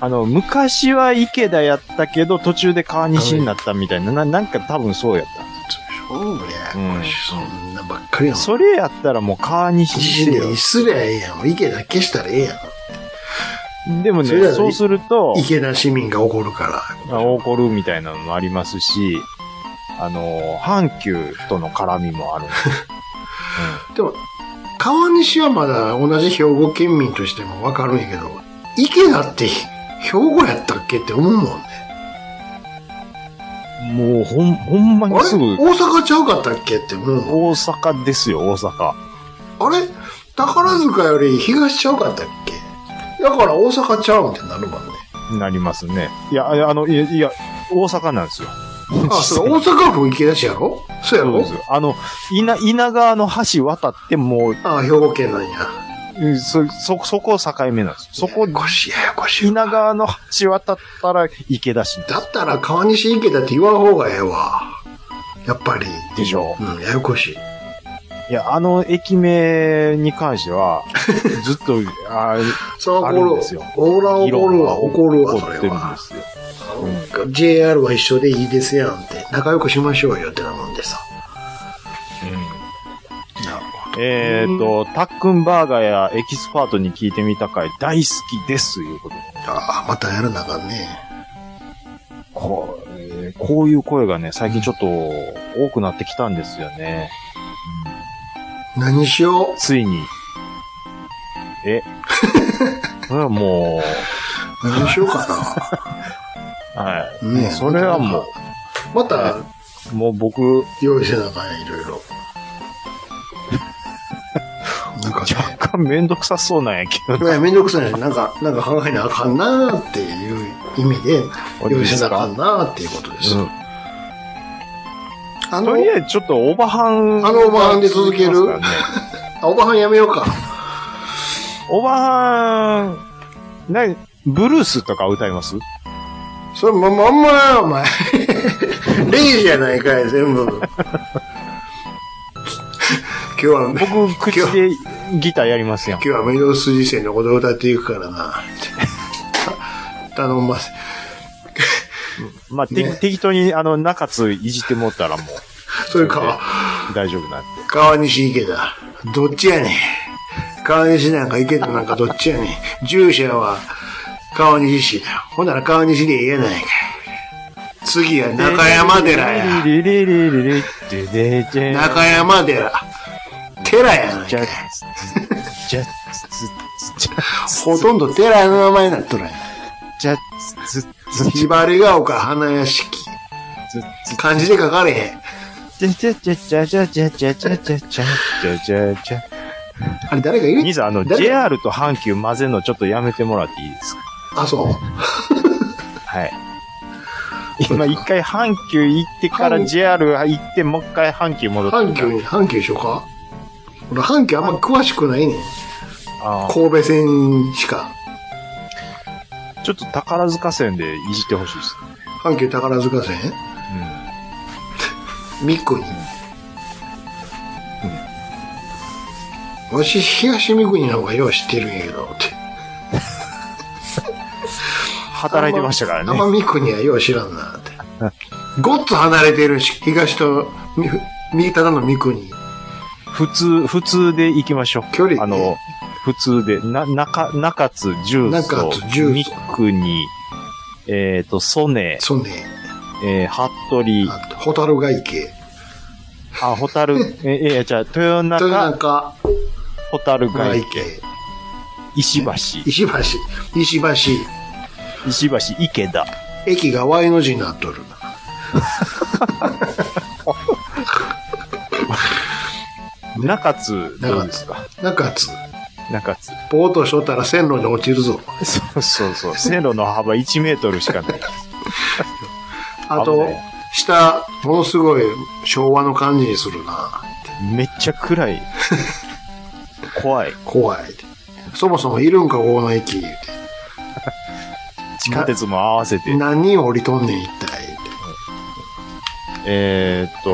あの、昔は池田やったけど、途中で川西になったみたいな、ななんか多分そうやったんですよそうね。うんそんなばっかりやもん。それやったらもう川西に自せ身よで。すりゃええやん。池田消したらええやん。でもそれやね、ろそうすると、池田市民が怒るから。まあ怒るみたいなのもありますし、あの、阪急との絡みもあるんですよ。でも、川西はまだ同じ兵庫県民としてもわかるんやけど、池田って兵庫やったっけって思うもんね。もうほん、ほんまあれにすぐ、大阪ちゃうかったっけって思うもん。大阪ですよ、大阪。あれ宝塚より東ちゃうかったっけだから大阪ちゃうんってなるもんね。なりますね。いや、ああの、いや、いや大阪なんですよ。あ、それ大阪府池田市やろそうやそうろですよ。あの、稲、稲川の橋渡ってもうあ兵庫県なんや。うん、そ、そ、そこ境目なんですよ。そこやや、こしいややこしいわ。稲川の橋渡ったら池田市なんですだったら川西池田って言わん方がええわ。やっぱり。でしょうん、ややこしい。いや、あの駅名に関して は、ずっと、あそうあ怒るんるですよ。。オーラ議怒論るがわ、怒るわ、起こそれってるんでは。すよ。 JR は一緒でいいですやんって。仲良くしましょうよってなもんでさ。えっ、と、タックンバーガーやエキスパートに聞いてみた回大好きですということで。ああ、またやらなあかんね。こう、えーこういう声がね、最近ちょっと多くなってきたんですよね。何しよついに。えそれはもう。何しようかう、 はい。な。ねえそれはもまたう、もう僕、用意せなあかんや、いろい ろ。なんかね。若干めんどくさそうなんやけど。いやめんどくさいな。なんか、なんか考えなあかんなーっていう意味で、用意せなあかんなーっていうことです。うんあのと、りあえずちょっとオーバーハン。あのオーバーハンで続ける続きますからねあおばはんやめようか。オーバーハン、なに、ブルースとか歌いますそれ、ま、まんまや、お前。 レイジやないかい、全部。今日は、今僕、口でギターやりますやん。日は御堂筋線のことを歌っていくからな。頼んます。まあ、てね適当に、あの、中津いじってもったらもそれか、う、大丈夫なんで。川西池田。どっちやねん。川西なんか池田なんかどっちやねん。住所は川西市だ。ほんなら川西でええやないかい。次は中山寺や。リリリリリリリリリ中山寺。寺やないじかゃい。、じゃ、つ、つ、ほとんど寺の名前になっとるやん。じゃ、つ、つ、つ、ひばりが丘花屋敷。漢字で書かれへん。じゃ、じゃ、じゃ、じゃ、じゃ、じゃ、じゃ、じゃ、じゃ、じゃ、じゃ、じゃ、あれ誰か入れ兄さん、あの、誰 JR と阪急混ぜるのちょっとやめてもらっていいですかあ、そう。はい。今、一回阪急行ってから阪 JR 行って、もう一回阪急戻って阪急に、阪急しようか俺、阪急あんま詳しくないねん。あ神戸線しか。ーちょっと宝塚線でいじってほしいです。阪急宝塚線三国。わし、東三国の方がよう知ってるんやけど、って。働いてましたからあんね。ま三国はよう知らんな、って。ごっつ離れてるし、東とみ右ただのミクに。普通、普通で行きましょう。距離ねあの、普通で、な、中、中津重中曹津、重曹ミクに、えっ、と、ソネ、そうね。えー、服部、あホタルが池。あ、ホタル、え、え、いやじゃあ、豊豊中、中ホタルが街、池。石橋、石橋。石橋。石橋、池田。駅が Y の字になっとる。中津、どうですか中津。中津。ぼーっとしとったら線路に落ちるぞ。そうそうそう。 線路の幅1メートルしかない。あ危とない、下、ものすごい昭和の感じにするな。めっちゃ暗 い。怖い。怖い。そもそもいるんか、この駅。言う地下鉄も合わせてて。何人降りとんねん、一体。言うてえーっと、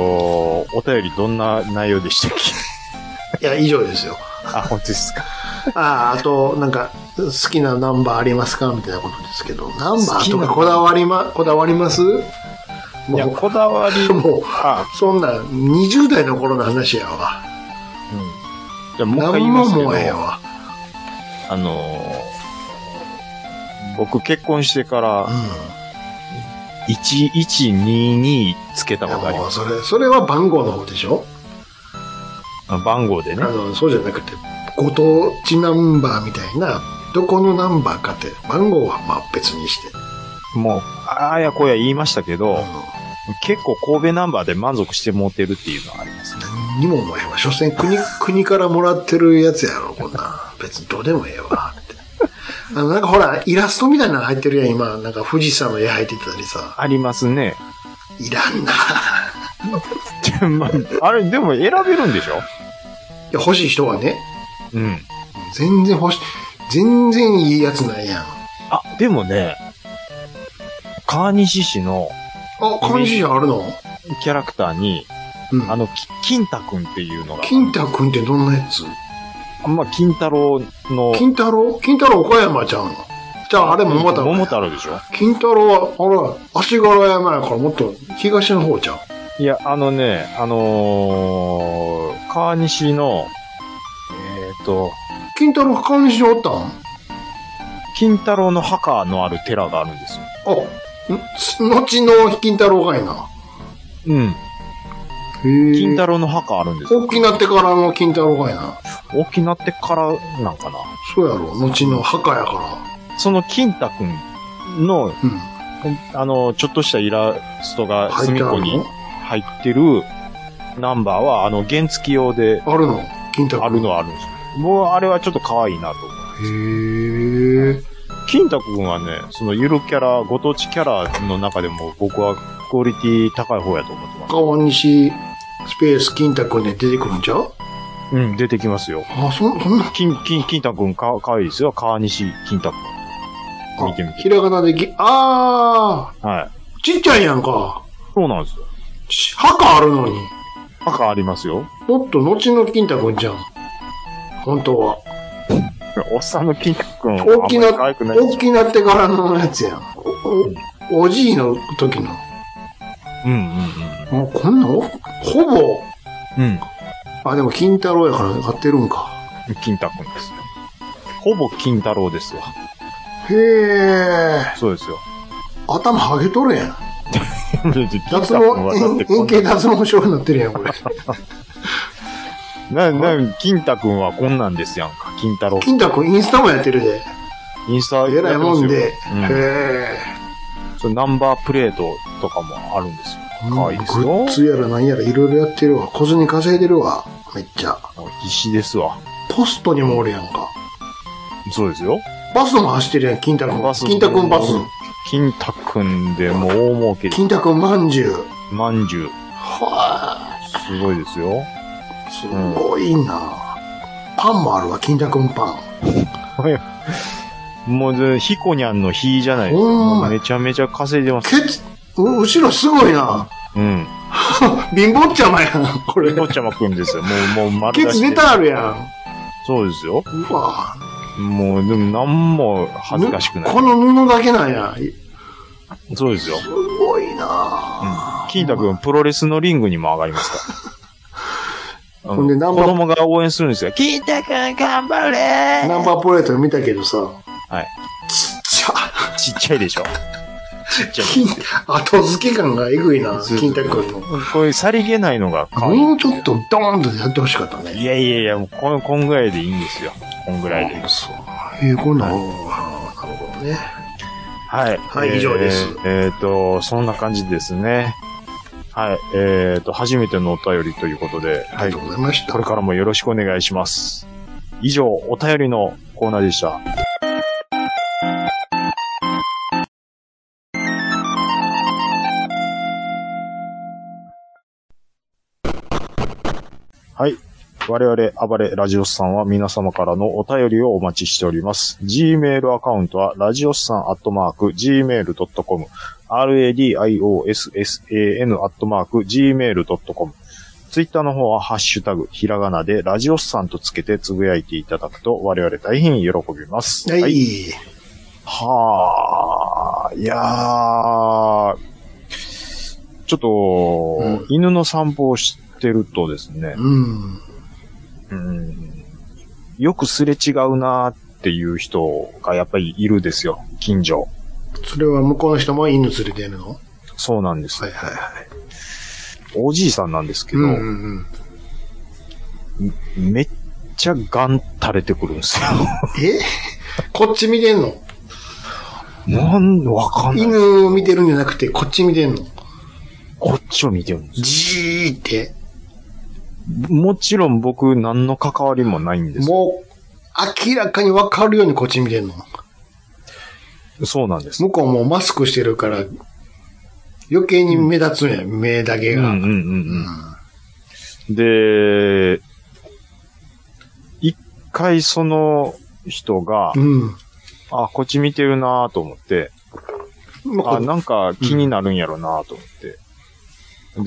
お便りどんな内容でしたっけ いや、以上ですよ。あ、本当ですか。ああ、あと、なんか、好きなナンバーありますかみたいなことですけど、ナン好バきーなとナンバかーこだわりま、こだわりますいや、もこだわりう、もうあ、そんな、20代の頃の話やわ。じゃあもう一何回言いまもすけどもうええわ。あのー僕結婚してから、う1122つけたん。いこやとありもまうそれ、それは番号の方でしょす。番号でねあ。の、そうじゃなくて、ご当地ナンバーみたいな、どこのナンバーかって、番号はまあ別にして。もう、あやこや言いましたけど、うん結構神戸ナンバーで満足してもうてるっていうのはありますね。何にも思えへんわ。所詮国、国からもらってるやつやろ、こんなん。別にどうでもええわ、って。あの、なんかほら、イラストみたいなの入ってるやん、今。なんか富士山の絵入ってたりさ。ありますね。いらんな。 まああれ、でも選べるんでしょいや、欲しい人はね、うん。全然欲しい、全然いいやつないやん。あ、でもね、川西市のあ、感じじゃあるのキャラクターに、うん。あの、き金太くんっていうのが、金太くんってどんなやつあんま金太郎の、金太郎金太郎岡山ちゃうのじゃあ、あれ桃太郎。桃太郎でしょ金太郎は、あれ、足柄山やからもっと東の方ちゃう。いや、あのね、あのー、川西の、えっ、と、金太郎川西におったん金太郎の墓のある寺があるんですよ。あ、ん後の金太郎がいな。うん。へえ。金太郎の墓あるんですよ。大きなってからの金太郎がいな。大きなってからなんかな。そうやろ。後の墓やかその金太くんの、ら。うん。あの、ちょっとしたイラストが入隅っってあこるにの入ってるナンバーは、あの、原付用であるの金太郎。あるのはあるんですよ。もう、あれはちょっと可愛いなと思う。へえ。金太くんはね、そのゆるキャラ、ご当地キャラの中でも僕はクオリティ高い方やと思ってます。川西スペース金太くんで出てくるんちゃううん、出てきますよ。あ、そ、そんな。金、金、金太くんか、可愛いですよ。川西金太くん。見てみひて。らがなでき、あはい。ー、ちっちゃいやんか。そうなんですよ。し墓あるのに。赤ありますよ。もっと後の金太くんじゃん。本当は。おっさんの金太くん、大きあんまな、り可愛くないで大しょきなってからのやつやん。お、おおじいの時の。うんうんもうこんなんほほぼ、うん。うん。あ、でも金太郎やから買ってるんか。金太くんですよ。ほぼ金太郎ですよ。へえ、そう ですよ。頭ハゲとるやん。金太脱くんはだっ毛て、円こん形脱毛症になってるや ん、これ。な、な、金太くんはこんなんですやんか。金太郎。金太君インスタもやってるで。インスタやってえますらいよもんで。へうんえ。それナンバープレートとかもあるんですよ。かわいいですグよッ。ズやらなんやらいろいろやってるわ。小銭稼いでるわ。めっちゃ。もう必死ですわ。ポストにもおるやんか。そうですよ。バスも走ってるやん、金太君。バス金太君バス。金太くんでもう大儲けです。金太君まんじゅう。まんじゅう。はすごいですよ。あ、すごいな、パンもあるわ、金太くんパン。もうで、ヒコニャンの日じゃないですか。ほんもまうめちゃめちゃ稼いでます。ケツ、う後ろすごいな。うん。貧乏っちゃまやな、これ。ポッチャマくんですよ。もう、もう丸ケ出しツでネタあるやそうですよ。ん。うわもう、でも何も恥ずかしくないぬ。この布だけなんや。そうですよ。すごいな、金太くん、プロレスのリングにも上がりま した。ほんでうんナン子バー供が応援するんですよ。金太くん、頑張れナンバープレート見たけどさ。はい。ちゃ、ちっちゃいでしょ。ちっちゃい。金、後付け感がえぐいな、金太くんの。こういうさりげないのが可愛い。もうちょっとドーンとやってほしかったね。いやいやいや、もうこの、こんぐらいでいいんですよ。こんぐらいで。そういうことなの。なるほどね。はい。はい以上ですえっ、えーと、そんな感じですね。はい。えっ、と、初めてのお便りということで、あはりいがと。うございました。これからもよろしくお願いします。以上、お便りのコーナーでした。はい。我々、暴れラジオスさんは皆様からのお便りをお待ちしております。Gmail アカウントは、ラジオスさんアットマーク、gmail.com、radiossan アットマーク、gmail.com。ツイッターの方は、ハッシュタグ、ひらがなで、ラジオスさんとつけてつぶやいていただくと、我々大変喜びます。はい。。はあ、いやー、ちょっと、うん犬の散歩をしてるとですね、うん。うん、よくすれ違うなーっていう人がやっぱりいるですよ、近所。それは向こうの人も犬連れてるのはそうなんです。いはいはい。おじいさんなんですけうど、んうんうん。めっちゃガン垂れてくるんですよ。え こっち見てんの なんわかんない。犬を見てるんじゃなくて、こっち見てんのこっちを見てるんです。じーって。もちろん僕何の関わりもないんですよ。もう、明らかにわかるようにこっち見てんの。そうなんです。向こうもマスクしてるから、余計に目立つんや、目だけうんうんが。うんうん。うで、一回その人が、ん。あ、こっち見てるなと思って、うん。まああ、なんか気になるんやろなと思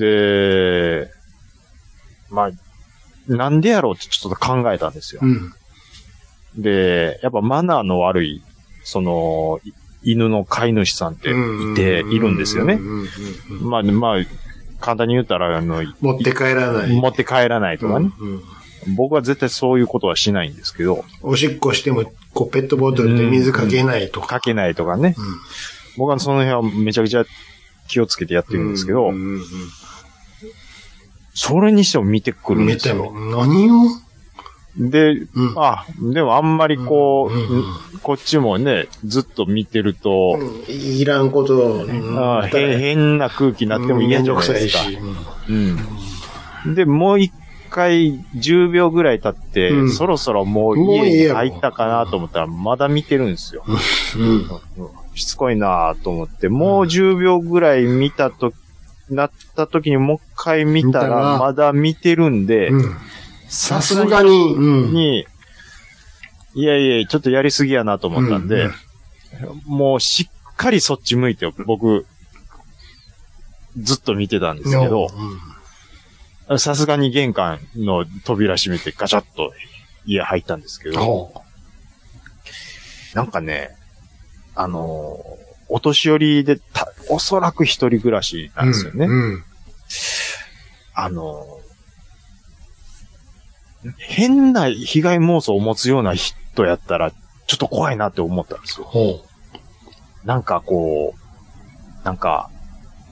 って。で、まあ、なんでやろうってちょっと考えたんですよう。ん。で、やっぱマナーの悪い、その、い犬の飼い主さんっていて、いるんですよねう。んうんうんうんまあ、まあ、簡単に言ったら、あの、持って帰らない。持って帰らないとかね。うんうん僕は絶対そういうことはしないんですけど、おしっこしても、こう、ペットボトルで水かけないとか。かけないとかね。う僕はその辺はめちゃくちゃ気をつけてやってるんですけど、ううんそれにしても見てくうるんん見ですてよも。、何をで、うんあ、でもあんまりこう、うんうんこっちもね、ずっと見てると、うんいらんことを、うんあ変変な空気になっても嫌じゃないですか。うんめんどくさいしうん。で、もう一回10秒ぐらい経って、うんそろそろもうもういい家にやろ入ったかなと思ったら、まだ見てるんですよ。うん。しつこいなぁと思って、もう10秒ぐらい見たと、なった時にもう一回見た見たら、らまだ見てるんで、うん。ささすがに、うん。に、いやいや、ちょっとやりすぎやなと思ったんで、うんもうしっかりそっち向いて、僕、ずっと見てたんですけど、うんさすがに玄関の扉閉めてガチャッと家入ったんですけど、ほなんかね、あのーお年寄りでた、おそらく一人暮らしうなんですよね。うん。あのー変な被害妄想を持つような人やったら、ちょっと怖いなって思ったんですよ。ほなんかこう、なんか、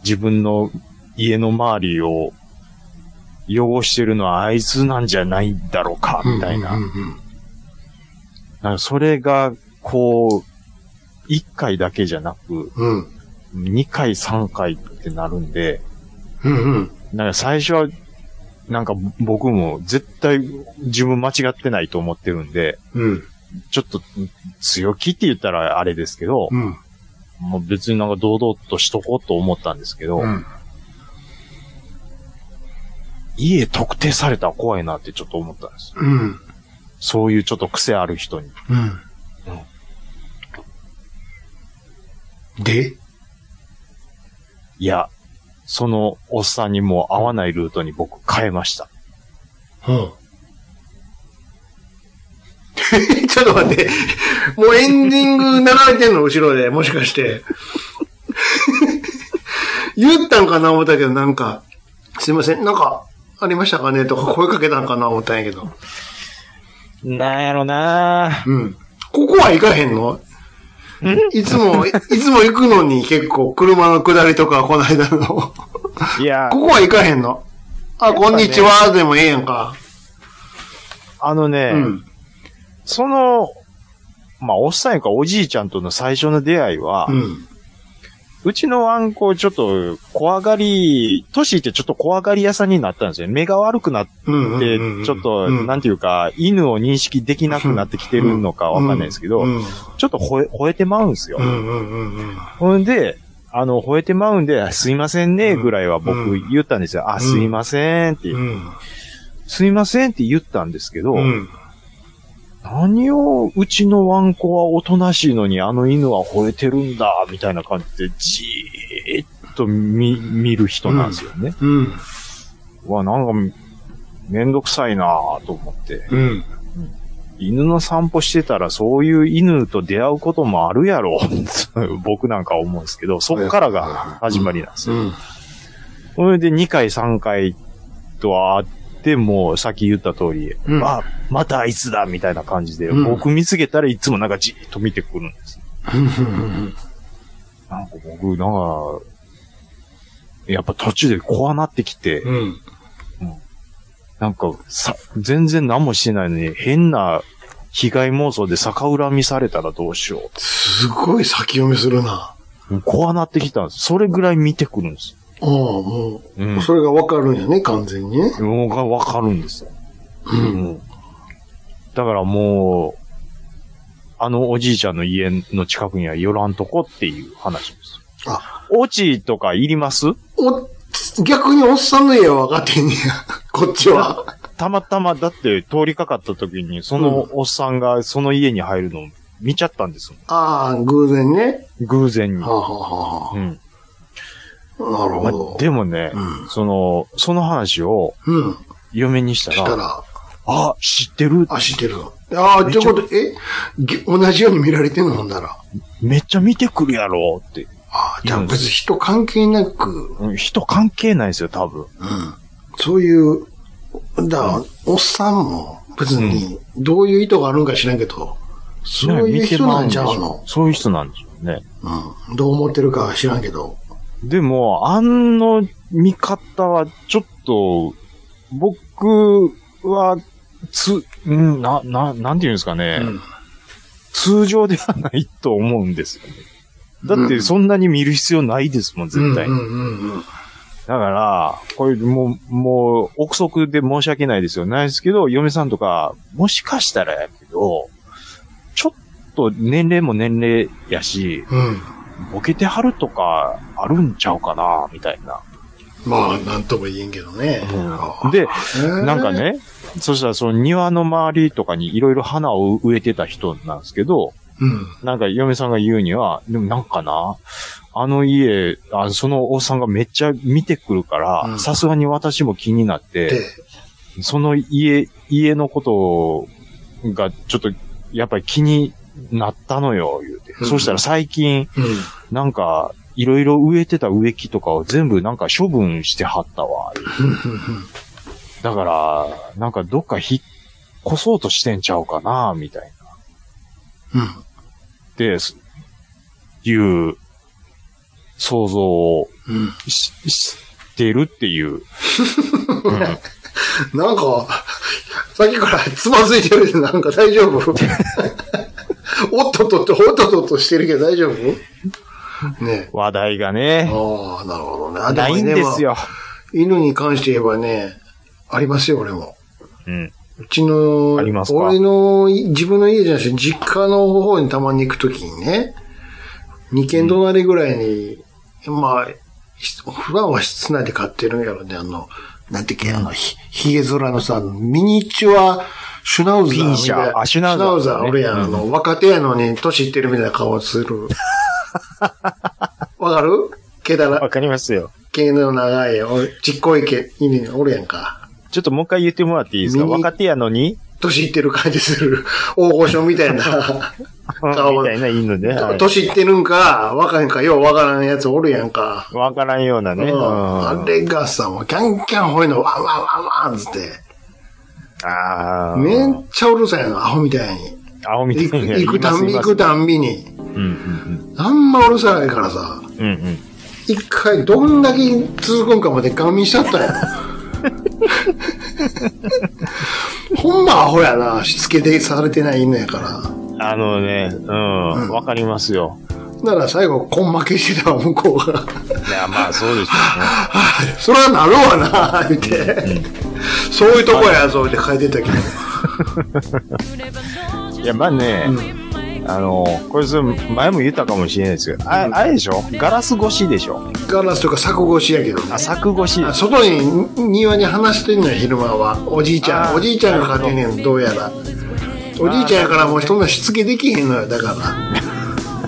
自分の家の周りを汚してるのはあいつなんじゃないんだろうか、う。みたいな。うんうんなんかそれが、こう、1回だけじゃなく、うん。 2回、3回ってなるんで、うんうん。なんか最初は、なんか僕も絶対自分間違ってないと思ってるんで、うん。ちょっと強気って言ったらあれですけど、うん。もう別になんか堂々としとこうと思ったんですけど、うん。家特定されたら怖いなってちょっと思ったんですよ。うん。そういうちょっと癖ある人に。うん。でいや、そのおっさんにもう合わないルートに僕変えました。うん。 ちょっと待って。もうエンディング流れてんの後ろで、もしかして。 言ったんかな思ったけど、なんか、すいません、なんか、ありましたかねとか声かけたんかな思ったんやけど。なんやろなうん。ここは行かへんのいつも、いつも行くのに結構車の下りとかこの間の。こいや、こは行かへんのあ、こんにちはでもええやんか。あのね、うん。その、まあ、おっさんやかおじいちゃんとの最初の出会いは、う。うんちのワンコちょっと怖がり、年いってちょっと怖がり屋さんになったんですよ。目が悪くなって、うんうんうんうん。ちょっと、うんなんていうか、犬を認識できなくなってきてるのかわかんないですけど、うんちょっと吠え、吠えてまうんですよ。うんうんうんうん。ほんで、あの、吠えてまうんで、すいませんね、ぐらいはう僕ん言ったんですよ。あ、すいませんって、うん。すいませんって言ったんですけど、うん。何を、うちのワンコはおとなしいのに、あの犬は吠えてるんだ、みたいな感じで、じーっと見、見る人なんですよね。うん。うわ、なんか、めんどくさいなぁと思って。うん。犬の散歩してたら、そういう犬と出会うこともあるやろ、 僕なんか思うんですけど、そこからが始まりなんですよ。うん。それで2回3回と会って、もうさっき言った通り、うんあ、またあいつだみたいな感じで、うん僕見つけたらいつもなんかじーっと見てくるんです。なんか僕、なんか、やっぱ途中で怖なってきて、うん。なんかさ、全然何もしてないのに変な被害妄想で逆恨みされたらどうしよすごい先読みするな。う。もう怖なってきたんです。それぐらい見てくるんです。ああ、もうう、ん。それがわかるんやね、完全にね。もうがわかるんですよ。う。うんん。だからもう、あのおじいちゃんの家の近くには寄らんとこっていう話です。あオチとかいりますお、逆におっさんの家は分かってんねや。こっちは。たまたま、だって通りかかった時に、そのおっさんがその家に入るのを見ちゃったんですもああ、偶然ね。ん。偶然にはあ、。はうん。あはあ、なるまあほど。でもね、うんその、その話をうん。嫁にしたしたら、ら、あ、知ってるあ、知ってるの。ああ、ってこと、えぎ同じように見られてんのほんだら。めっちゃ見てくるやろって。ああ、じゃあ別に人関係なく、うん人関係ないですよ、多分。うん。そういう、だから、おっさんも別に、どういう意図があるんか知らんけど、そういう人なんちゃうの。そういう人なんでしょうね。うん。どう思ってるかは知らんけど。でも、あの見方は、ちょっと、僕は、つ、うんな、な、なんて言うんですかね、うん通常ではないと思うんですよね。だっうて、んそんなに見る必要ないですもん、絶対。うんうんうんうん。だから、これ、もう、もう、憶測で申し訳ないですよ。ないですけど、嫁さんとか、もしかしたらやけど、ちょっと年齢も年齢やし、うん。ボケてはるとか、あるんちゃうかな、みたいな。まあ、なんとも言えんけどね。あで、あなんか。ね、そしたらその庭の周りとかにいろいろ花を植えてた人なんですけど、うん。なんか嫁さんが言うには、でもなんかな、あの家、あそのおっさんがめっちゃ見てくるかうら、んさすがに私も気になって、で、その家、家のことがちょっとやっぱり気になったのよ、言うて。うんそしたら最近、うん。なんか、いろいろ植えてた植木とかを全部なんか処分してはったわ、だから、なんかどっか引っ越そうとしてんちゃうかな、みたいな。うん。で、すいう、想像をうん。し、してるっていう。なんか、さっきからつまずいてるけど、なんか大 丈夫おっとっとっと、おっとっとっとしてるけど大丈夫ねえ。話題がね、ああ、なるほどね。あないんもねですよ。犬に関して言えばね、ありますよ、俺も。うん。うちの、ありますか俺の、自分の家じゃなくて、実家の方にたまに行くときにね、二軒隣ぐらいに、まあ、し普段は室内で飼ってるんやろね、あの、なんていうっけ、あの、ひ、ひげ面のさ、ミニチュア、シュナウザーみたいピな。ンシャーあシュナウザーねシュナウザー、俺やん、あの、若手やのに、年いってるみたいな顔す る。わかる毛だら、わかりますよ。毛の長い、おちっこい毛、犬、おるやんか。ちょっともう一回言ってもらっていいですかミニ若手やのに年いってる感じする。 大御所みた いな。顔みたいな犬ね。はい年いってるんか、若いんか、ようわからんやつおるやんか。わからんようなうね。ん、うんあれがさ、もうキャンキャン吠えの、ワンワンワンワンつって。ああ。めっちゃうるさいの、アホみたいに。青み行たくいな。行くたんび、行くたんびに。うんうんあんまうるさいからさ。うん。うんうん。一回どんだけ続くんかまでガン見しちゃったんやろ。ほんまアホやな。しつけでされてない犬やから。あのね、うん、んわかりますよ。なら最後、根負けしてたわ、向こうが。いや、まあそうですそらなるわな、言って。そういうとこやぞ、って書いてたけど。よね。いや、まあね、あの、これそれ前も言ったかもしれないですけど、ああれでしょガラス越しでしょガラスとか柵越しやけどね。あ、柵越し。あ外にに庭に話してんのよ昼間はおじいちゃあんーおじいちゃんが勝てんねんどうやらおじいちゃんやからもうそんなしつけできへんのよ だか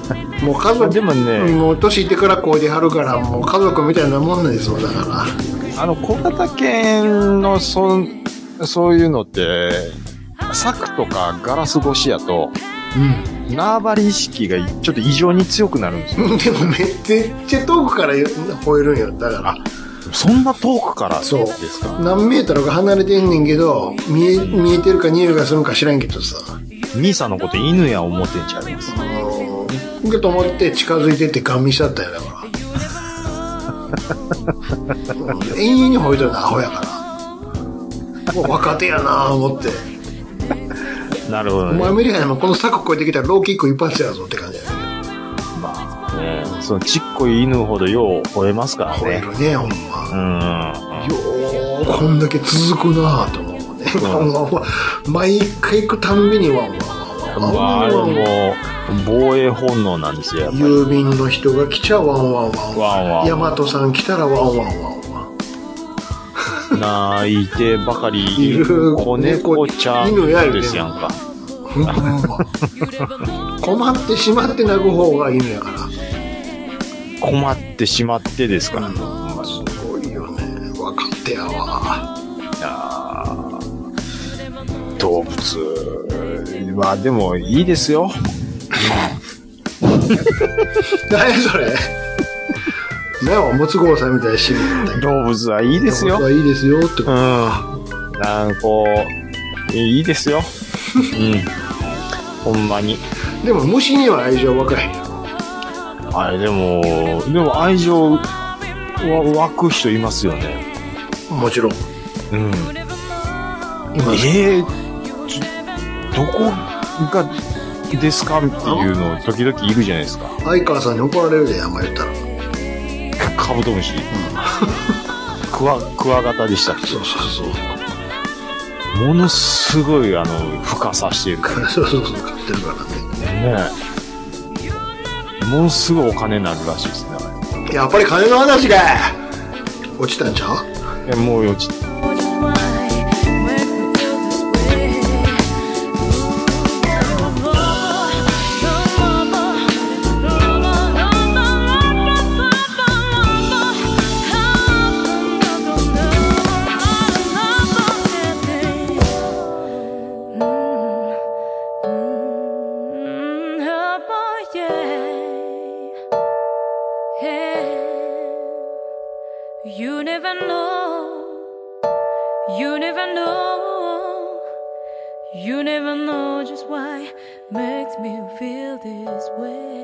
らもう家あ族でもねうんもう年いってからこうではるからもう家族みたいなもんなんですもんだかあの、小型犬の、そん、そういうのって、柵とかガラス越しやと、縄張り意識がちょっと異常に強くなるんですよ。ら でもめっちゃ遠くから吠えるんよだからそんな遠くからですそうか何メートルか離れてんねんけど見え見えてるか匂いがするんか知らんけどさ兄さんのこと犬や思ってんちゃいます。あのーと思って近づいてってガン見しちゃったよだからうん永遠に吠えとるなアホやからもう若手やなぁ思ってなるほどおね。前見りゃやなこの柵越えてきたらローキック一発やぞって感じやねまあね、そのちっこい犬ほどよう吠えますから吠ね。えるねほんうん。まようこんだけ続くなぁと思うね、う毎回行くたんびにワンワンまワンあ、あワれンワンも防衛本能なんですよ、やっぱり。郵便の人が来ちゃワンワンワンワンワン大和さん来たらワンワンワンワン泣いてばかりいいるる子猫ちゃん犬やよねですやんか。ほんま困ってしまって泣く方が犬やか。困ってしまってですからら。すごいよね。分かってやわ。動物はでもいいですよ。何やそれ。なお、もつごうさんみたいな趣味だったけ動物はいいどです僕よ。はいいですよってうん。なんかこう、いいです よ。うん。ほんまに。でも虫には愛情分かへんやろ。あれでも、でも愛情わ湧く人いますよね。もちろん。うん。今えー、ちどこがですかっていうの時々いるじゃないですか。相川さんに怒られるで、あんま言ったら。カカブトムシ。クワ、クワガタでしたっそうそうそう。けものすごい、あの、深さしてるか そうそうそう、買ってるかららね。ものすごいお金になるらしいですね。あね。やっぱり金の話が落ちたんちゃうれえもうよち、 You never know. You never know. You never know just why makes me feel this way.